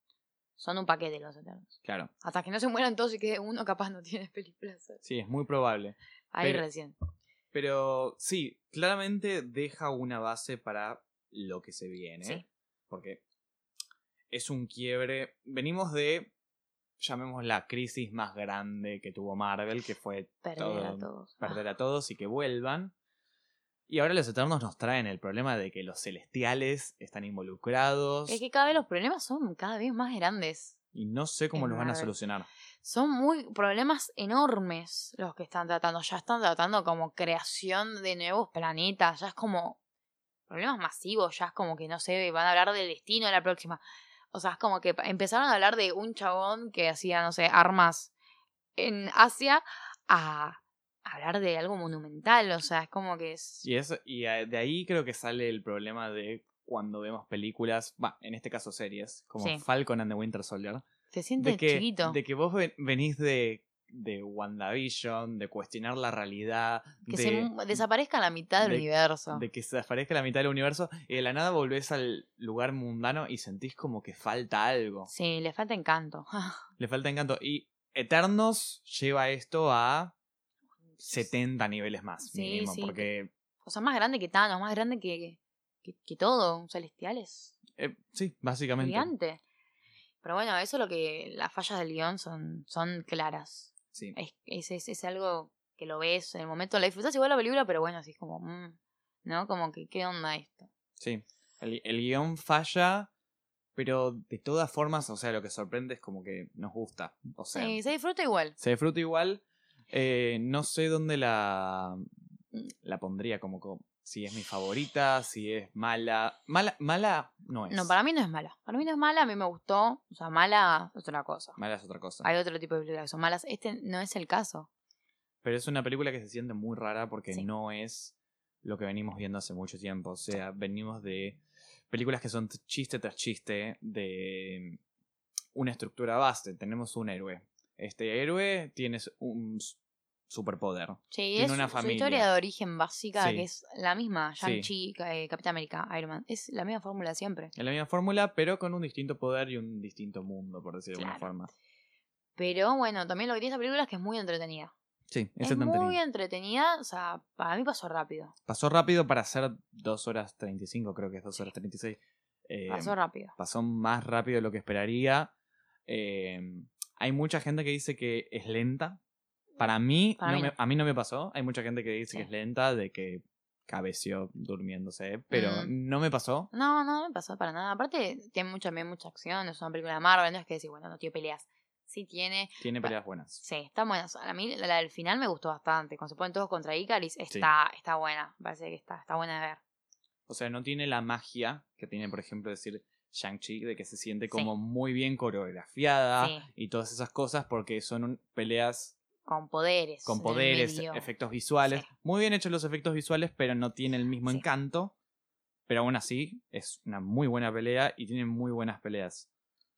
Speaker 1: Son un paquete los eternos.
Speaker 2: Claro,
Speaker 1: Hasta que no se mueran todos y quede uno, capaz no tiene [LAUGHS] películas.
Speaker 2: sí, es muy probable.
Speaker 1: Ahí
Speaker 2: Pero-
Speaker 1: recién.
Speaker 2: Pero sí, claramente deja una base para lo que se viene.
Speaker 1: Sí.
Speaker 2: Porque es un quiebre. Venimos de, llamemos la crisis más grande que tuvo Marvel, que fue
Speaker 1: Perder a
Speaker 2: todo-
Speaker 1: todos. Ah,
Speaker 2: perder a todos y que vuelvan. Y ahora los Eternos nos traen el problema de que los celestiales están involucrados
Speaker 1: Es que cada vez los problemas son cada vez más grandes.
Speaker 2: y no sé cómo
Speaker 1: es
Speaker 2: los van a
Speaker 1: Marvel.
Speaker 2: solucionar.
Speaker 1: Son muy problemas enormes los que están tratando. Ya están tratando como creación de nuevos planetas. Ya es como problemas masivos. Ya es como que no sé, van a hablar del destino de la próxima. O sea, es como que empezaron a hablar de un chabón que hacía, no sé, armas en Asia a hablar de algo monumental. O sea, es como que es.
Speaker 2: Y, eso, y a- de ahí creo que sale el problema de cuando vemos películas, bah, en este caso series, como
Speaker 1: Sí.
Speaker 2: Falcon and the Winter Soldier,
Speaker 1: Se
Speaker 2: de
Speaker 1: siente
Speaker 2: que,
Speaker 1: chiquito.
Speaker 2: de que vos ven- venís de, de WandaVision, de cuestionar la realidad,
Speaker 1: que
Speaker 2: de,
Speaker 1: se mu- desaparezca la mitad del
Speaker 2: de-
Speaker 1: universo.
Speaker 2: de que se desaparezca la mitad del universo, y de la nada volvés al lugar mundano y sentís como que falta algo.
Speaker 1: Sí, le falta encanto. [LAUGHS]
Speaker 2: Le falta encanto. Y Eternos lleva esto a 70 niveles más,
Speaker 1: Sí,
Speaker 2: mínimo,
Speaker 1: sí,
Speaker 2: porque...
Speaker 1: O sea, más grande que Thanos, más grande que, que, que todo, un celestial es
Speaker 2: eh, sí, básicamente.
Speaker 1: gigante. Pero bueno, eso es lo que las fallas del guión son, son claras.
Speaker 2: Sí.
Speaker 1: Es, es, es, es algo que lo ves en el momento, la disfrutas igual la película, pero bueno, así es como, mm, ¿no? Como que, ¿qué onda esto?
Speaker 2: Sí, el, el guión falla, pero de todas formas, o sea, lo que sorprende es como que nos gusta. O sea,
Speaker 1: Sí, se disfruta igual.
Speaker 2: se disfruta igual. Eh, no sé dónde la, mm, la pondría, como, co- si es mi favorita, si es mala. Mala, mala no es.
Speaker 1: No, para mí no es mala. Para mí no es mala, a mí me gustó. O sea, mala es otra cosa.
Speaker 2: Mala es otra cosa.
Speaker 1: Hay otro tipo de películas que son malas. Este no es el caso.
Speaker 2: Pero es una película que se siente muy rara porque
Speaker 1: Sí.
Speaker 2: no es lo que venimos viendo hace mucho tiempo. O sea, venimos de películas que son chiste tras chiste, de mm, una estructura base. Tenemos un héroe. Este héroe tiene un s- superpoder.
Speaker 1: Sí,
Speaker 2: Tiene
Speaker 1: es
Speaker 2: una
Speaker 1: su
Speaker 2: familia.
Speaker 1: historia de origen básica,
Speaker 2: Sí.
Speaker 1: que es la misma,
Speaker 2: Sí.
Speaker 1: Shang-Chi, eh, Capitán América, Iron Man, es la misma fórmula siempre.
Speaker 2: Es la misma fórmula, pero con un distinto poder y un distinto mundo, por decirlo de alguna
Speaker 1: Claro.
Speaker 2: forma.
Speaker 1: Pero bueno, también lo que tiene esta película es que es muy entretenida.
Speaker 2: Sí,
Speaker 1: Es
Speaker 2: exactamente.
Speaker 1: muy entretenida, o sea, para mí pasó rápido,
Speaker 2: Pasó rápido para ser 2 horas 35, creo que es 2 horas 36. Eh,
Speaker 1: pasó rápido.
Speaker 2: pasó más rápido de lo que esperaría. Eh, hay mucha gente que dice que es lenta. Para mí,
Speaker 1: Para
Speaker 2: no
Speaker 1: mí
Speaker 2: me-
Speaker 1: no.
Speaker 2: a mí no me pasó. Hay mucha gente que dice
Speaker 1: Sí.
Speaker 2: que es lenta, de que cabeció durmiéndose, pero
Speaker 1: Mm.
Speaker 2: no me pasó.
Speaker 1: No, no, no me pasó para nada. Aparte, tiene mucha, también mucha acción, es una película de Marvel, no es que decir, bueno, no tiene peleas. Sí tiene,
Speaker 2: Tiene peleas buenas.
Speaker 1: sí, está buena. A mí la, la del final me gustó bastante, cuando se ponen todos contra Icaris, está, está buena, me parece que está, está buena de ver.
Speaker 2: O sea, no tiene la magia que tiene, por ejemplo, decir Shang-Chi, de que se siente
Speaker 1: Sí.
Speaker 2: como muy bien coreografiada
Speaker 1: Sí.
Speaker 2: y todas esas cosas, porque son un- peleas
Speaker 1: Con poderes. en
Speaker 2: con
Speaker 1: el
Speaker 2: poderes,
Speaker 1: medio.
Speaker 2: efectos visuales.
Speaker 1: Sí.
Speaker 2: Muy bien hechos los efectos visuales, pero no tiene el mismo
Speaker 1: Sí.
Speaker 2: encanto. Pero aún así, es una muy buena pelea y tiene muy buenas peleas.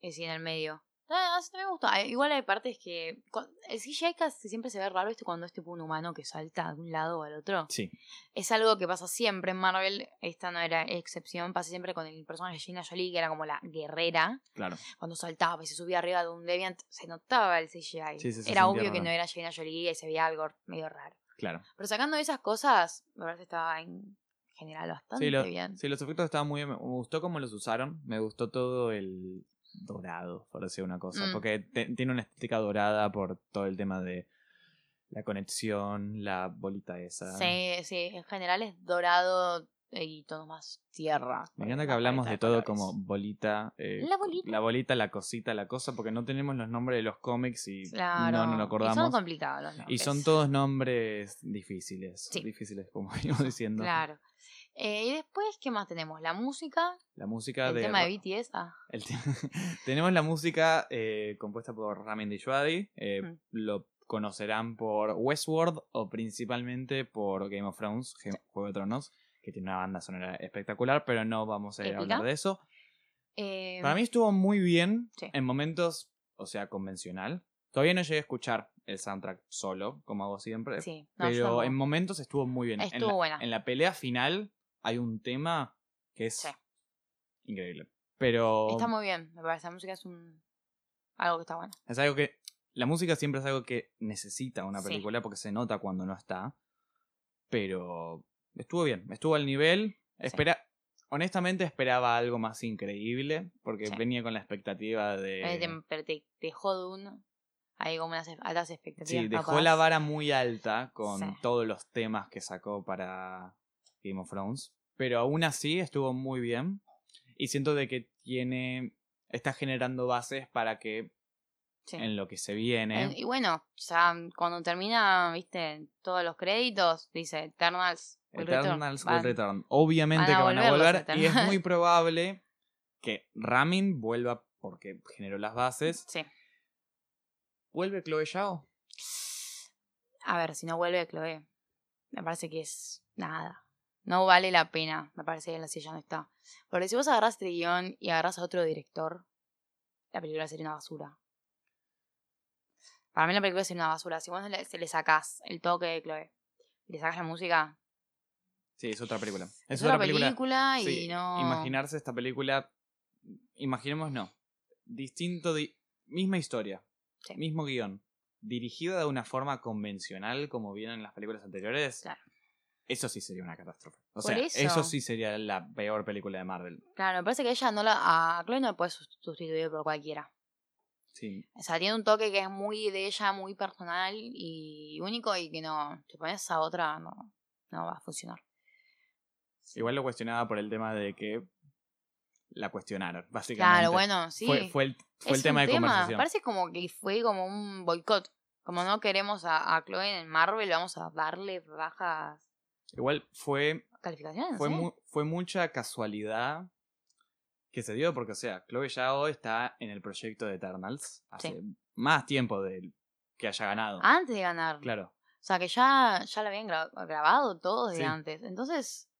Speaker 1: Y sí, en el medio. Ah, ah, sí, me gustó. Ah, Igual hay partes que. cu- El CGI casi siempre se ve raro ¿viste? cuando es tipo un humano que salta de un lado al otro.
Speaker 2: Sí,
Speaker 1: Es algo que pasa siempre en Marvel. Esta no era excepción. Pasa siempre con el personaje de Gina Jolie, que era como la guerrera.
Speaker 2: claro.
Speaker 1: Cuando saltaba y se subía arriba de un Deviant, se notaba el CGI.
Speaker 2: Sí, sí, se
Speaker 1: era
Speaker 2: sentía
Speaker 1: obvio que
Speaker 2: raro.
Speaker 1: no era Gina Jolie y se veía algo medio raro.
Speaker 2: Claro.
Speaker 1: Pero sacando esas cosas, la verdad estaba en general bastante
Speaker 2: Sí, lo-
Speaker 1: bien.
Speaker 2: sí, los efectos estaban muy bien. Me gustó cómo los usaron. Me gustó todo el dorado, por decir una cosa.
Speaker 1: Mm.
Speaker 2: Porque te- tiene una estética dorada por todo el tema de la conexión, la bolita esa.
Speaker 1: Sí, sí, en general es dorado eh, y todos más tierra.
Speaker 2: Me encanta que hablamos de todo como bolita, eh,
Speaker 1: La bolita.
Speaker 2: la bolita, la cosita, la cosa, porque no tenemos los nombres de los cómics y
Speaker 1: Claro.
Speaker 2: no nos lo
Speaker 1: Y son
Speaker 2: acordamos.
Speaker 1: complicados los
Speaker 2: Y
Speaker 1: nombres.
Speaker 2: son todos nombres difíciles.
Speaker 1: Sí.
Speaker 2: Difíciles, como [LAUGHS] venimos diciendo.
Speaker 1: Claro. Eh, y después, ¿qué más tenemos? La música,
Speaker 2: La música
Speaker 1: el
Speaker 2: de.
Speaker 1: tema
Speaker 2: Ra-
Speaker 1: de BTS. Ah,
Speaker 2: el te- [LAUGHS] Tenemos la música eh, compuesta por Ramin Djawadi. eh,
Speaker 1: Mm.
Speaker 2: Lo conocerán por Westworld o principalmente por Game of Thrones, Ge- Juego de Tronos, que tiene una banda sonora espectacular, pero no vamos a
Speaker 1: Épica.
Speaker 2: hablar de eso.
Speaker 1: eh,
Speaker 2: Para mí estuvo muy bien
Speaker 1: Sí.
Speaker 2: en momentos, o sea, convencional. Todavía no llegué a escuchar el soundtrack solo, como hago siempre,
Speaker 1: sí, no, yo
Speaker 2: pero
Speaker 1: tampoco.
Speaker 2: en momentos estuvo muy bien. en,
Speaker 1: Estuvo
Speaker 2: la,
Speaker 1: buena.
Speaker 2: en la pelea final hay un tema que es
Speaker 1: Sí.
Speaker 2: increíble. Pero
Speaker 1: Está muy bien, me parece. La música es un... algo que está bueno.
Speaker 2: es algo que. La música siempre es algo que necesita una
Speaker 1: Sí.
Speaker 2: película porque se nota cuando no está. Pero estuvo bien, estuvo al nivel. Espera, Honestamente esperaba algo más increíble porque
Speaker 1: Sí.
Speaker 2: venía con la expectativa de.
Speaker 1: Eh, te- pero te dejó de un. Hay como unas altas expectativas.
Speaker 2: Sí, dejó
Speaker 1: capaz.
Speaker 2: la vara muy alta con
Speaker 1: Sí.
Speaker 2: todos los temas que sacó para Game of Thrones. Pero aún así estuvo muy bien. Y siento de que tiene. está generando bases para que
Speaker 1: Sí.
Speaker 2: en lo que se viene.
Speaker 1: Eh, Y bueno, ya mm, cuando termina, viste, todos los créditos, dice Eternals. Will Return,
Speaker 2: Eternals Will
Speaker 1: van-
Speaker 2: Return.
Speaker 1: van
Speaker 2: Obviamente
Speaker 1: a
Speaker 2: que van a
Speaker 1: volver los
Speaker 2: volver.
Speaker 1: Eternals.
Speaker 2: Y es
Speaker 1: [LAUGHS]
Speaker 2: muy probable que Ramin vuelva porque generó las bases.
Speaker 1: Sí.
Speaker 2: ¿Vuelve Chloe Zhao?
Speaker 1: A ver, si no vuelve Chloe, me parece que es nada. No vale la pena, me parece que la silla no está. Porque si vos agarrás este guión y agarrás a otro director, la película sería una basura. Para mí la película sería una basura. Si vos no le, se le sacás el toque de Chloe y le sacás la música,
Speaker 2: Sí, es otra película. Es,
Speaker 1: es, otra película, y
Speaker 2: Sí,
Speaker 1: no...
Speaker 2: Imaginarse esta película. Imaginemos no. Distinto. di- misma historia.
Speaker 1: Sí.
Speaker 2: Mismo guión. Dirigida de una forma convencional como vieron en las películas anteriores.
Speaker 1: Claro.
Speaker 2: Eso sí sería una catástrofe. O
Speaker 1: Por
Speaker 2: sea,
Speaker 1: eso.
Speaker 2: eso sí sería la peor película de Marvel.
Speaker 1: Claro, me parece que ella no la... A Chloe no la puede sus- sustituir por cualquiera.
Speaker 2: Sí,
Speaker 1: O sea, tiene un toque que es muy de ella, muy personal y único y que no, te pones a otra, no, no va a funcionar.
Speaker 2: Igual lo cuestionaba por el tema de que la cuestionaron, básicamente.
Speaker 1: Claro, bueno, sí.
Speaker 2: Fue, fue el, fue
Speaker 1: Es
Speaker 2: el tema
Speaker 1: un
Speaker 2: de conversación.
Speaker 1: Parece como que fue como un boicot. Como no queremos a, a Chloe en Marvel, vamos a darle bajas
Speaker 2: Igual fue,
Speaker 1: calificaciones.
Speaker 2: fue,
Speaker 1: ¿eh?
Speaker 2: mu- fue mucha casualidad que se dio, porque, o sea, Chloe Zhao está en el proyecto de Eternals hace más tiempo de que haya ganado.
Speaker 1: Antes de ganar.
Speaker 2: Claro.
Speaker 1: O sea, que ya, ya la habían gra- grabado todo desde
Speaker 2: Sí.
Speaker 1: antes. Entonces,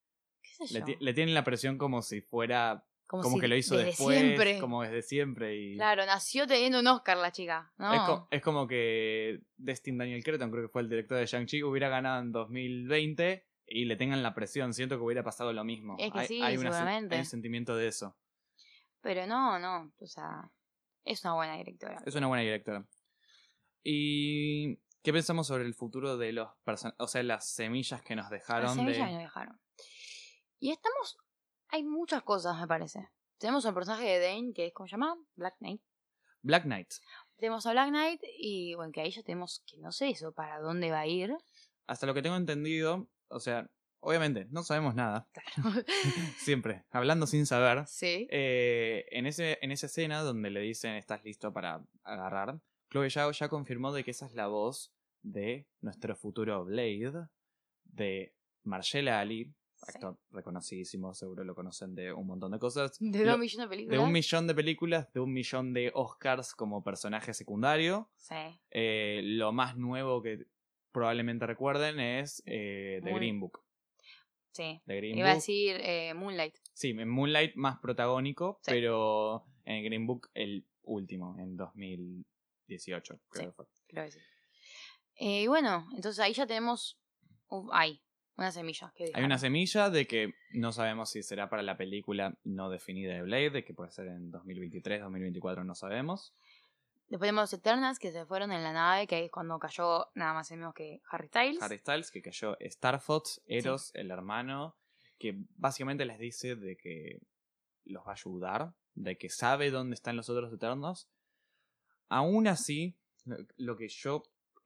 Speaker 1: qué sé
Speaker 2: Le,
Speaker 1: yo.
Speaker 2: ti- le tienen la presión como si fuera. Como
Speaker 1: si
Speaker 2: que lo hizo
Speaker 1: desde
Speaker 2: después.
Speaker 1: siempre.
Speaker 2: Como desde siempre. Y
Speaker 1: Claro, nació teniendo un Oscar la chica. No.
Speaker 2: Es, co- es como que Destin Daniel Cretton, creo que fue el director de Shang-Chi, hubiera ganado en 2020 y le tengan la presión. Siento que hubiera pasado lo mismo.
Speaker 1: Es que
Speaker 2: hay,
Speaker 1: sí,
Speaker 2: hay una sen-
Speaker 1: seguramente.
Speaker 2: hay un sentimiento de eso.
Speaker 1: Pero no, no, o sea, es una buena directora.
Speaker 2: Es una buena directora. ¿Y qué pensamos sobre el futuro de los personajes? O sea, las semillas que nos
Speaker 1: Las
Speaker 2: dejaron
Speaker 1: semillas que
Speaker 2: de.
Speaker 1: nos dejaron. Y estamos, hay muchas cosas, me parece. Tenemos al personaje de Dane, que es como se llama, Black Knight.
Speaker 2: Black Knight.
Speaker 1: Tenemos a Black Knight y, bueno, que ahí ya tenemos que no sé eso, para dónde va a
Speaker 2: [LAUGHS]
Speaker 1: ir.
Speaker 2: Hasta lo que tengo entendido, o sea, obviamente, no sabemos
Speaker 1: [LAUGHS]
Speaker 2: nada. Siempre, hablando sin saber.
Speaker 1: sí.
Speaker 2: Eh, en, ese, en esa escena donde le dicen estás listo para agarrar, Chloe Zhao ya confirmó de que esa es la voz de nuestro futuro Blade, de Marcella Ali, actor reconocidísimo, seguro lo conocen de un montón de cosas,
Speaker 1: De
Speaker 2: lo-
Speaker 1: dos millones de películas.
Speaker 2: de un millón de películas, de un millón de Oscars como personaje secundario.
Speaker 1: Sí.
Speaker 2: Eh, lo más nuevo que probablemente recuerden es eh, The
Speaker 1: Muy-
Speaker 2: Green Book.
Speaker 1: Sí.
Speaker 2: The Green
Speaker 1: Iba a
Speaker 2: Book.
Speaker 1: decir eh, Moonlight.
Speaker 2: Sí, en Moonlight más protagónico,
Speaker 1: Sí.
Speaker 2: pero en Green Book el último, en 2018, creo
Speaker 1: Sí.
Speaker 2: que fue.
Speaker 1: creo que sí. Eh, y bueno, entonces ahí ya tenemos. un- hay una semilla. Que
Speaker 2: Hay
Speaker 1: dejaron.
Speaker 2: una semilla de que no sabemos si será para la película no definida de Blade, de que puede ser en 2023, 2024, no sabemos.
Speaker 1: Después tenemos los Eternals que se fueron en la nave, que ahí es cuando cayó nada más y menos que Harry Styles.
Speaker 2: Harry Styles, que cayó Star Fox, Eros, el hermano, que básicamente les dice de que los va a ayudar, de que sabe dónde están los otros eternos. Aún así, lo- lo que yo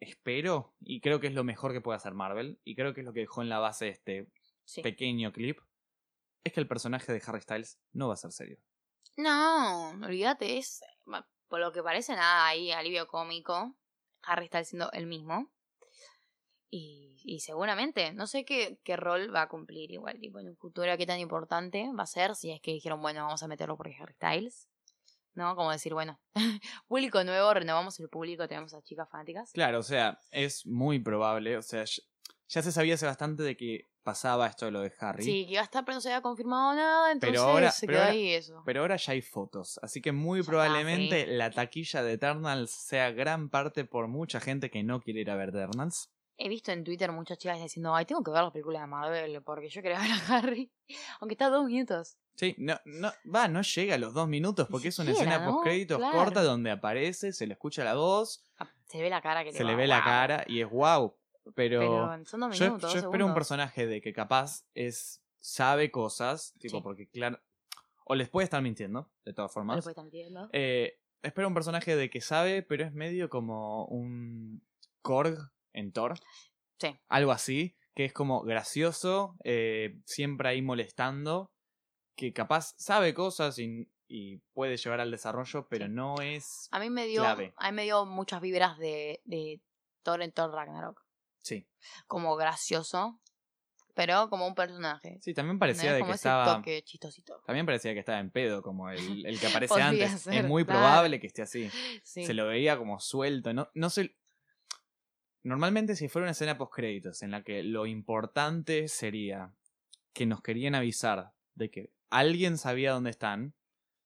Speaker 2: espero, y creo que es lo mejor que puede hacer Marvel, y creo que es lo que dejó en la base de este
Speaker 1: Sí.
Speaker 2: pequeño clip, es que el personaje de Harry Styles no va a ser serio.
Speaker 1: No, olvídate, es. va, Por lo que parece, nada, ahí alivio cómico. Harry está siendo el mismo. Y, y seguramente, no sé qué, qué rol va a cumplir igual, tipo, en un futuro, qué tan importante va a ser, si es que dijeron, bueno, vamos a meterlo por Harry Styles. ¿No? Como decir, bueno, [LAUGHS] público nuevo, renovamos el público, tenemos a chicas fanáticas.
Speaker 2: Claro, o sea, es muy probable. O sea, ya, ya se sabía hace bastante de que pasaba esto de lo de Harry.
Speaker 1: Sí, que iba a estar, pero no se había confirmado nada, entonces
Speaker 2: ahora-
Speaker 1: se
Speaker 2: pero
Speaker 1: quedó
Speaker 2: ahora-
Speaker 1: ahí eso.
Speaker 2: Pero ahora ya hay fotos, así que muy
Speaker 1: Ya está,
Speaker 2: probablemente la taquilla de Eternals sea gran parte por mucha gente que no quiere ir a ver Eternals.
Speaker 1: He visto en Twitter muchas chicas diciendo, ay, tengo que ver las películas de Marvel porque yo quería [LAUGHS] ver a Harry. Aunque está a dos minutos.
Speaker 2: Sí, no, no, va, no llega a los dos minutos
Speaker 1: Ni
Speaker 2: porque es una
Speaker 1: siquiera,
Speaker 2: escena
Speaker 1: ¿no?
Speaker 2: post créditos
Speaker 1: Claro.
Speaker 2: corta donde aparece, se le escucha la voz,
Speaker 1: Ah, Se le ve la cara que
Speaker 2: se le
Speaker 1: va,
Speaker 2: ve la
Speaker 1: "Wow".
Speaker 2: cara y es wow. Pero,
Speaker 1: Pero son dos
Speaker 2: yo,
Speaker 1: minutos, dos
Speaker 2: yo espero un
Speaker 1: segundos.
Speaker 2: personaje de que capaz es sabe cosas, tipo,
Speaker 1: Sí.
Speaker 2: porque claro, o les puede estar mintiendo, de
Speaker 1: No
Speaker 2: todas
Speaker 1: lo
Speaker 2: formas.
Speaker 1: puede estar mintiendo.
Speaker 2: Eh, espero un personaje de que sabe, pero es medio como un Korg en Thor.
Speaker 1: Sí.
Speaker 2: Algo así, que es como gracioso, eh, siempre ahí molestando, que capaz sabe cosas y, y puede llevar al desarrollo, pero
Speaker 1: Sí. Ah.
Speaker 2: no es...
Speaker 1: A mí me dio,
Speaker 2: clave.
Speaker 1: a mí me dio muchas vibras de, de Thor en Thor Ragnarok.
Speaker 2: Sí,
Speaker 1: Como gracioso, pero como un personaje.
Speaker 2: sí también
Speaker 1: ¿Entendés?
Speaker 2: parecía de
Speaker 1: como
Speaker 2: que
Speaker 1: ese
Speaker 2: estaba...
Speaker 1: toque chistosito.
Speaker 2: También parecía que estaba en pedo, como
Speaker 1: [LAUGHS]
Speaker 2: el, el que aparece
Speaker 1: Podría
Speaker 2: antes.
Speaker 1: ser,
Speaker 2: es muy
Speaker 1: claro.
Speaker 2: probable que esté así.
Speaker 1: Sí.
Speaker 2: Se lo veía como suelto. No, no se... Normalmente si fuera una escena post créditos en la que lo importante sería que nos querían avisar de que alguien sabía dónde están,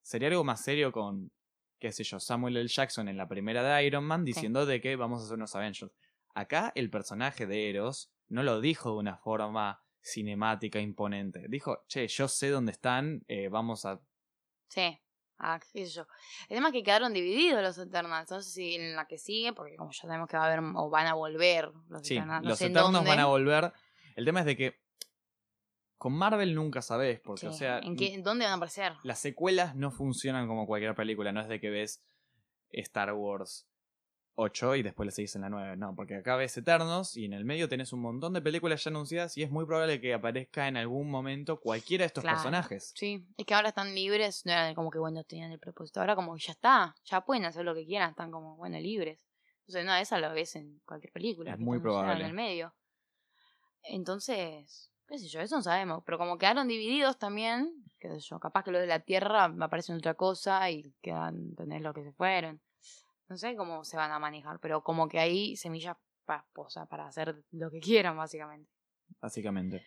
Speaker 2: sería algo más serio con, qué sé yo, Samuel L. Jackson en la primera de Iron Man diciendo de que vamos a hacer unos Avengers. Acá el personaje de Eros no lo dijo de una forma cinemática imponente. Dijo, che, yo sé dónde están, eh, vamos a...
Speaker 1: Sí. Ah, qué sé yo. El tema es que quedaron divididos los Eternals. No sé si en la que sigue, porque como ya sabemos que va a haber o van a volver los
Speaker 2: Sí,
Speaker 1: Eternals. No
Speaker 2: los
Speaker 1: sé en
Speaker 2: Eternos
Speaker 1: dónde.
Speaker 2: van a volver. El tema es de que con Marvel nunca sabes, porque,
Speaker 1: Sí,
Speaker 2: o sea,
Speaker 1: ¿en qué- en dónde van a aparecer?
Speaker 2: las secuelas no funcionan como cualquier película. No es de que ves Star Wars 8 y después le seguís en la 9. No, porque acá ves Eternos y en el medio tenés un montón de películas ya anunciadas y es muy probable que aparezca en algún momento cualquiera de estos
Speaker 1: Claro.
Speaker 2: personajes.
Speaker 1: Sí, es que ahora están libres, no era como que bueno, tenían el propósito. Ahora como que ya está, ya pueden hacer lo que quieran, están como bueno, libres. Entonces, no, esa lo ves en cualquier película.
Speaker 2: Es
Speaker 1: que
Speaker 2: muy
Speaker 1: están llenas
Speaker 2: probable.
Speaker 1: En el medio. Entonces, qué sé yo, eso no sabemos. Pero como quedaron divididos también, qué sé yo, capaz que los de la Tierra aparecen otra cosa y quedan, tenés lo que se fueron. No sé cómo se van a manejar, pero como que hay semillas para, o sea, para hacer lo que quieran, básicamente.
Speaker 2: básicamente.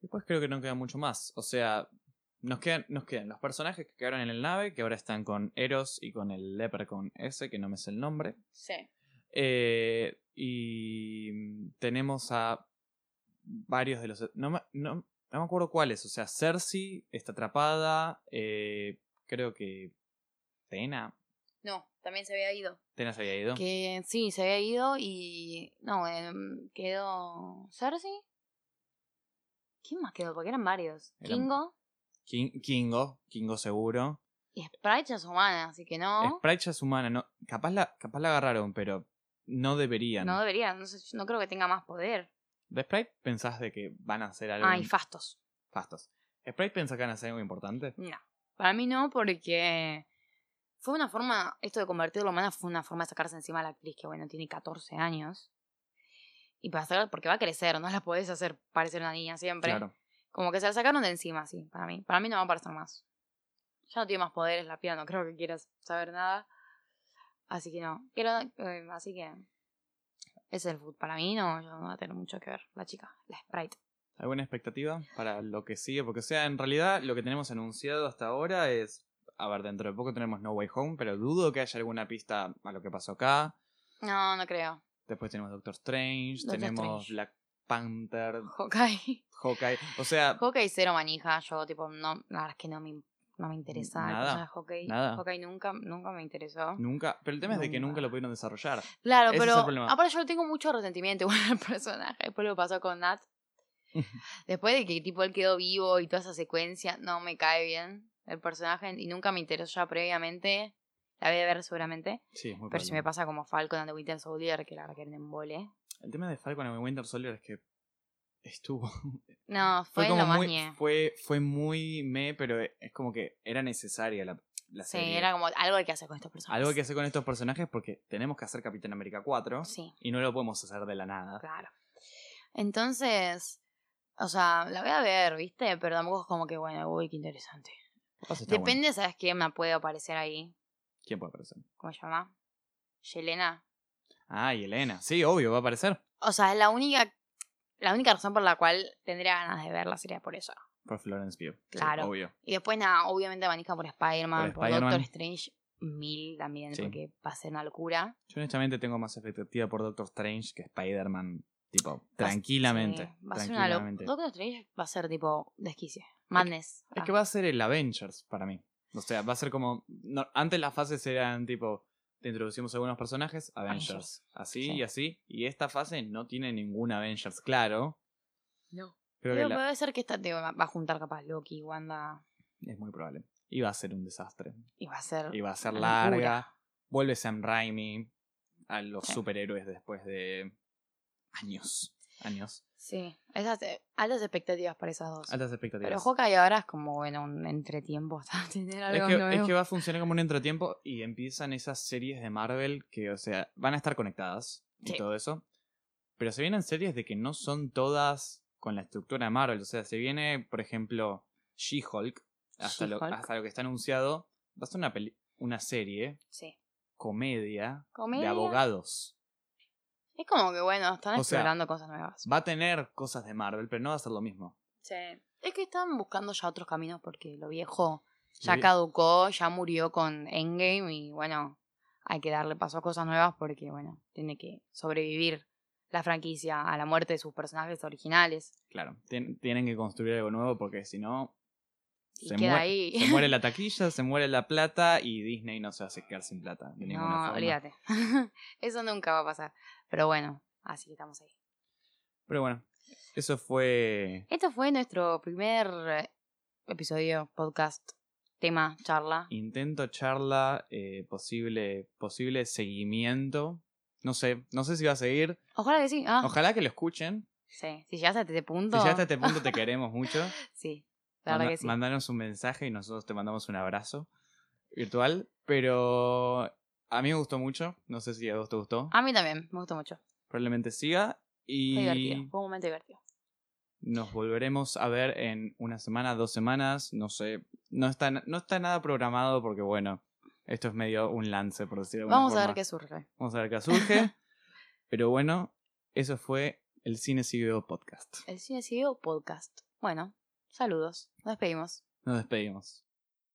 Speaker 2: Después creo que no queda mucho más. O sea, nos quedan, nos quedan los personajes que quedaron en el nave, que ahora están con Eros y con el Leprechaun ese, que no me sé el nombre.
Speaker 1: Sí.
Speaker 2: Eh, y tenemos a varios de los... No me, no- no me acuerdo cuáles. O sea, Cersei está atrapada. eh, creo que... Tena.
Speaker 1: No, también se había ido.
Speaker 2: Tena se había ido.
Speaker 1: Que sí, se había ido y. No, em, quedó. ¿Cersei? ¿Quién más quedó? Porque eran varios.
Speaker 2: Eran-
Speaker 1: Kingo.
Speaker 2: Kin- Kingo. Kingo seguro.
Speaker 1: Y Sprite ya es humana, así que no.
Speaker 2: Sprite ya es humana, no, capaz, la, capaz la agarraron, pero no deberían.
Speaker 1: No debería, no, sé, no creo que tenga más poder.
Speaker 2: ¿De Sprite pensás de que van a hacer algo?
Speaker 1: Ah, y Fastos.
Speaker 2: fastos. ¿Sprite pensás que van a hacer algo importante?
Speaker 1: No. Para mí no, porque. Fue una forma. Esto de convertirlo en humana fue una forma de sacarse encima a la actriz que, bueno, tiene 14 años. Y para hacer, porque va a crecer, no la podés hacer parecer una niña siempre.
Speaker 2: Claro.
Speaker 1: Como que se la sacaron de encima, sí, para mí. Para mí no va a aparecer más. Ya no tiene más poderes la piba, no creo que quieras saber nada. Así que no. Quiero, eh, así que. Es el food. Para mí no, yo no va a tener mucho que ver. La chica, la Sprite.
Speaker 2: ¿Alguna expectativa para lo que sigue? Porque, o sea, en realidad lo que tenemos anunciado hasta ahora es. A ver, dentro de poco tenemos No Way Home, pero dudo que haya alguna pista a lo que pasó acá.
Speaker 1: No, no creo.
Speaker 2: Después tenemos Doctor Strange,
Speaker 1: Doctor
Speaker 2: tenemos
Speaker 1: Strange.
Speaker 2: Black Panther,
Speaker 1: Hawkeye. [LAUGHS]
Speaker 2: Hawkeye. O sea,
Speaker 1: Hawkeye cero manija. Yo, tipo, no, la verdad es que no me, no me interesa. el
Speaker 2: Nada,
Speaker 1: personaje de Hawkeye.
Speaker 2: nada.
Speaker 1: Hawkeye nunca, nunca me interesó.
Speaker 2: nunca. Pero el tema es de que
Speaker 1: Nunca.
Speaker 2: nunca lo pudieron desarrollar.
Speaker 1: Claro,
Speaker 2: Ese es el
Speaker 1: pero
Speaker 2: problema.
Speaker 1: aparte yo tengo mucho resentimiento [LAUGHS] con el personaje. Después lo que pasó con
Speaker 2: [LAUGHS]
Speaker 1: Nat. Después de que tipo él quedó vivo y toda esa secuencia, no me cae bien el personaje y nunca me interesó ya previamente. La voy a ver seguramente.
Speaker 2: Sí, es muy
Speaker 1: Pero si me
Speaker 2: probable.
Speaker 1: pasa como Falcon and the Winter Soldier, que la verdad que me embole.
Speaker 2: El tema de Falcon and Winter Soldier es que estuvo.
Speaker 1: No, fue,
Speaker 2: Fue como
Speaker 1: lo más
Speaker 2: muy.
Speaker 1: ñe.
Speaker 2: Fue, fue muy me, pero e, es como que era necesaria la, la
Speaker 1: Sí,
Speaker 2: serie.
Speaker 1: era como algo que hacer con estos personajes.
Speaker 2: Algo que hacer con estos personajes porque tenemos que hacer Capitán América 4
Speaker 1: Sí,
Speaker 2: y no lo podemos hacer de la nada.
Speaker 1: claro. Entonces, o sea, la voy a ver, ¿viste? Pero tampoco es como que, bueno, uy, qué interesante.
Speaker 2: Capaz está bueno.
Speaker 1: Depende, ¿sabes qué? Me puede aparecer ahí.
Speaker 2: ¿Quién puede aparecer?
Speaker 1: ¿Cómo se llama? Yelena.
Speaker 2: Ah, y Elena. Sí, obvio, va a aparecer.
Speaker 1: O sea, es la única, la única razón por la cual tendría ganas de verla sería por eso.
Speaker 2: Por Florence Pugh. Sí,
Speaker 1: Claro.
Speaker 2: obvio.
Speaker 1: Y después, nada, obviamente manija por Spider-Man,
Speaker 2: Por
Speaker 1: por,
Speaker 2: Spider-Man.
Speaker 1: Doctor Strange, mil también,
Speaker 2: Sí.
Speaker 1: porque va a ser una locura.
Speaker 2: Yo honestamente tengo más expectativa por Doctor Strange que Spider-Man. Tipo, tranquilamente.
Speaker 1: Sí, va a ser una
Speaker 2: tranquilamente.
Speaker 1: locura. Doctor Strange va a ser tipo desquicie. Madness.
Speaker 2: Es que
Speaker 1: Ah,
Speaker 2: va a ser el Avengers para mí. O sea, va a ser como. no, antes las fases eran tipo. Te introducimos algunos personajes, Avengers.
Speaker 1: Avengers.
Speaker 2: Así
Speaker 1: Sí.
Speaker 2: y así. Y esta fase no tiene ningún Avengers, claro.
Speaker 1: No.
Speaker 2: Creo
Speaker 1: Pero
Speaker 2: que la-
Speaker 1: puede ser que esta te va va a juntar capaz Loki, Wanda.
Speaker 2: es muy probable. Y va a ser un desastre.
Speaker 1: Y va a ser.
Speaker 2: Y va a ser
Speaker 1: Una locura.
Speaker 2: larga. Vuelve Sam Raimi a los
Speaker 1: Sí.
Speaker 2: superhéroes después de años. Años.
Speaker 1: Sí. Esas, eh, altas expectativas para esas dos.
Speaker 2: Altas expectativas.
Speaker 1: Pero Hawkeye ahora es como, bueno, un entretiempo hasta [LAUGHS] tener
Speaker 2: Es
Speaker 1: algo nuevo.
Speaker 2: que, es que va a funcionar como un entretiempo y empiezan esas series de Marvel que, o sea, van a estar conectadas y
Speaker 1: Sí.
Speaker 2: todo eso. Pero se vienen series de que no son todas con la estructura de Marvel. O sea, se viene, por ejemplo, She-Hulk. Hasta, lo,
Speaker 1: She-Hulk.
Speaker 2: hasta lo que está anunciado, va a ser una, peli- una serie,
Speaker 1: Sí.
Speaker 2: comedia, de
Speaker 1: Comedia.
Speaker 2: abogados.
Speaker 1: Es como que bueno, están
Speaker 2: O sea,
Speaker 1: explorando cosas nuevas.
Speaker 2: Va a tener cosas de Marvel, pero no va a ser lo mismo.
Speaker 1: Es que están buscando ya otros caminos porque lo viejo ya
Speaker 2: Lo vi-
Speaker 1: caducó, ya murió con Endgame y bueno, hay que darle paso a cosas nuevas porque bueno, tiene que sobrevivir la franquicia a la muerte de sus personajes originales.
Speaker 2: Claro, tien- tienen que construir algo nuevo porque si no,
Speaker 1: Y
Speaker 2: se,
Speaker 1: queda
Speaker 2: muere-
Speaker 1: ahí. [LAUGHS]
Speaker 2: se muere la taquilla, se muere la plata y Disney no se hace quedar sin plata
Speaker 1: [LAUGHS]
Speaker 2: de ninguna
Speaker 1: No,
Speaker 2: forma.
Speaker 1: olvídate. Eso nunca va a pasar. Pero bueno, así que estamos ahí.
Speaker 2: Pero bueno, eso fue
Speaker 1: Este fue nuestro primer eh, episodio, podcast, tema, charla.
Speaker 2: intento charla, eh, posible, posible seguimiento. No sé, no sé si va a seguir.
Speaker 1: Ojalá que sí. Ah,
Speaker 2: Ojalá que lo escuchen.
Speaker 1: sí. Si llegaste a este punto.
Speaker 2: Si ya hasta este punto te queremos mucho,
Speaker 1: Sí, [LAUGHS] la verdad
Speaker 2: manda-
Speaker 1: que sí.
Speaker 2: mandanos un mensaje y nosotros te mandamos un abrazo virtual. Pero a mí me gustó mucho. No sé si a vos te gustó.
Speaker 1: A mí también, me gustó mucho.
Speaker 2: Probablemente siga.
Speaker 1: Fue
Speaker 2: Y
Speaker 1: divertido, fue un momento divertido.
Speaker 2: Nos volveremos a ver en una semana, dos semanas, no sé. No está, no está nada programado porque, bueno, esto es medio un lance, por decirlo de alguna
Speaker 1: Vamos a ver
Speaker 2: forma.
Speaker 1: qué surge.
Speaker 2: Vamos a ver
Speaker 1: [LAUGHS]
Speaker 2: qué surge. Pero bueno, eso fue el Cine Siguió Podcast.
Speaker 1: El cine siguió podcast. Bueno, saludos, nos despedimos.
Speaker 2: Nos despedimos.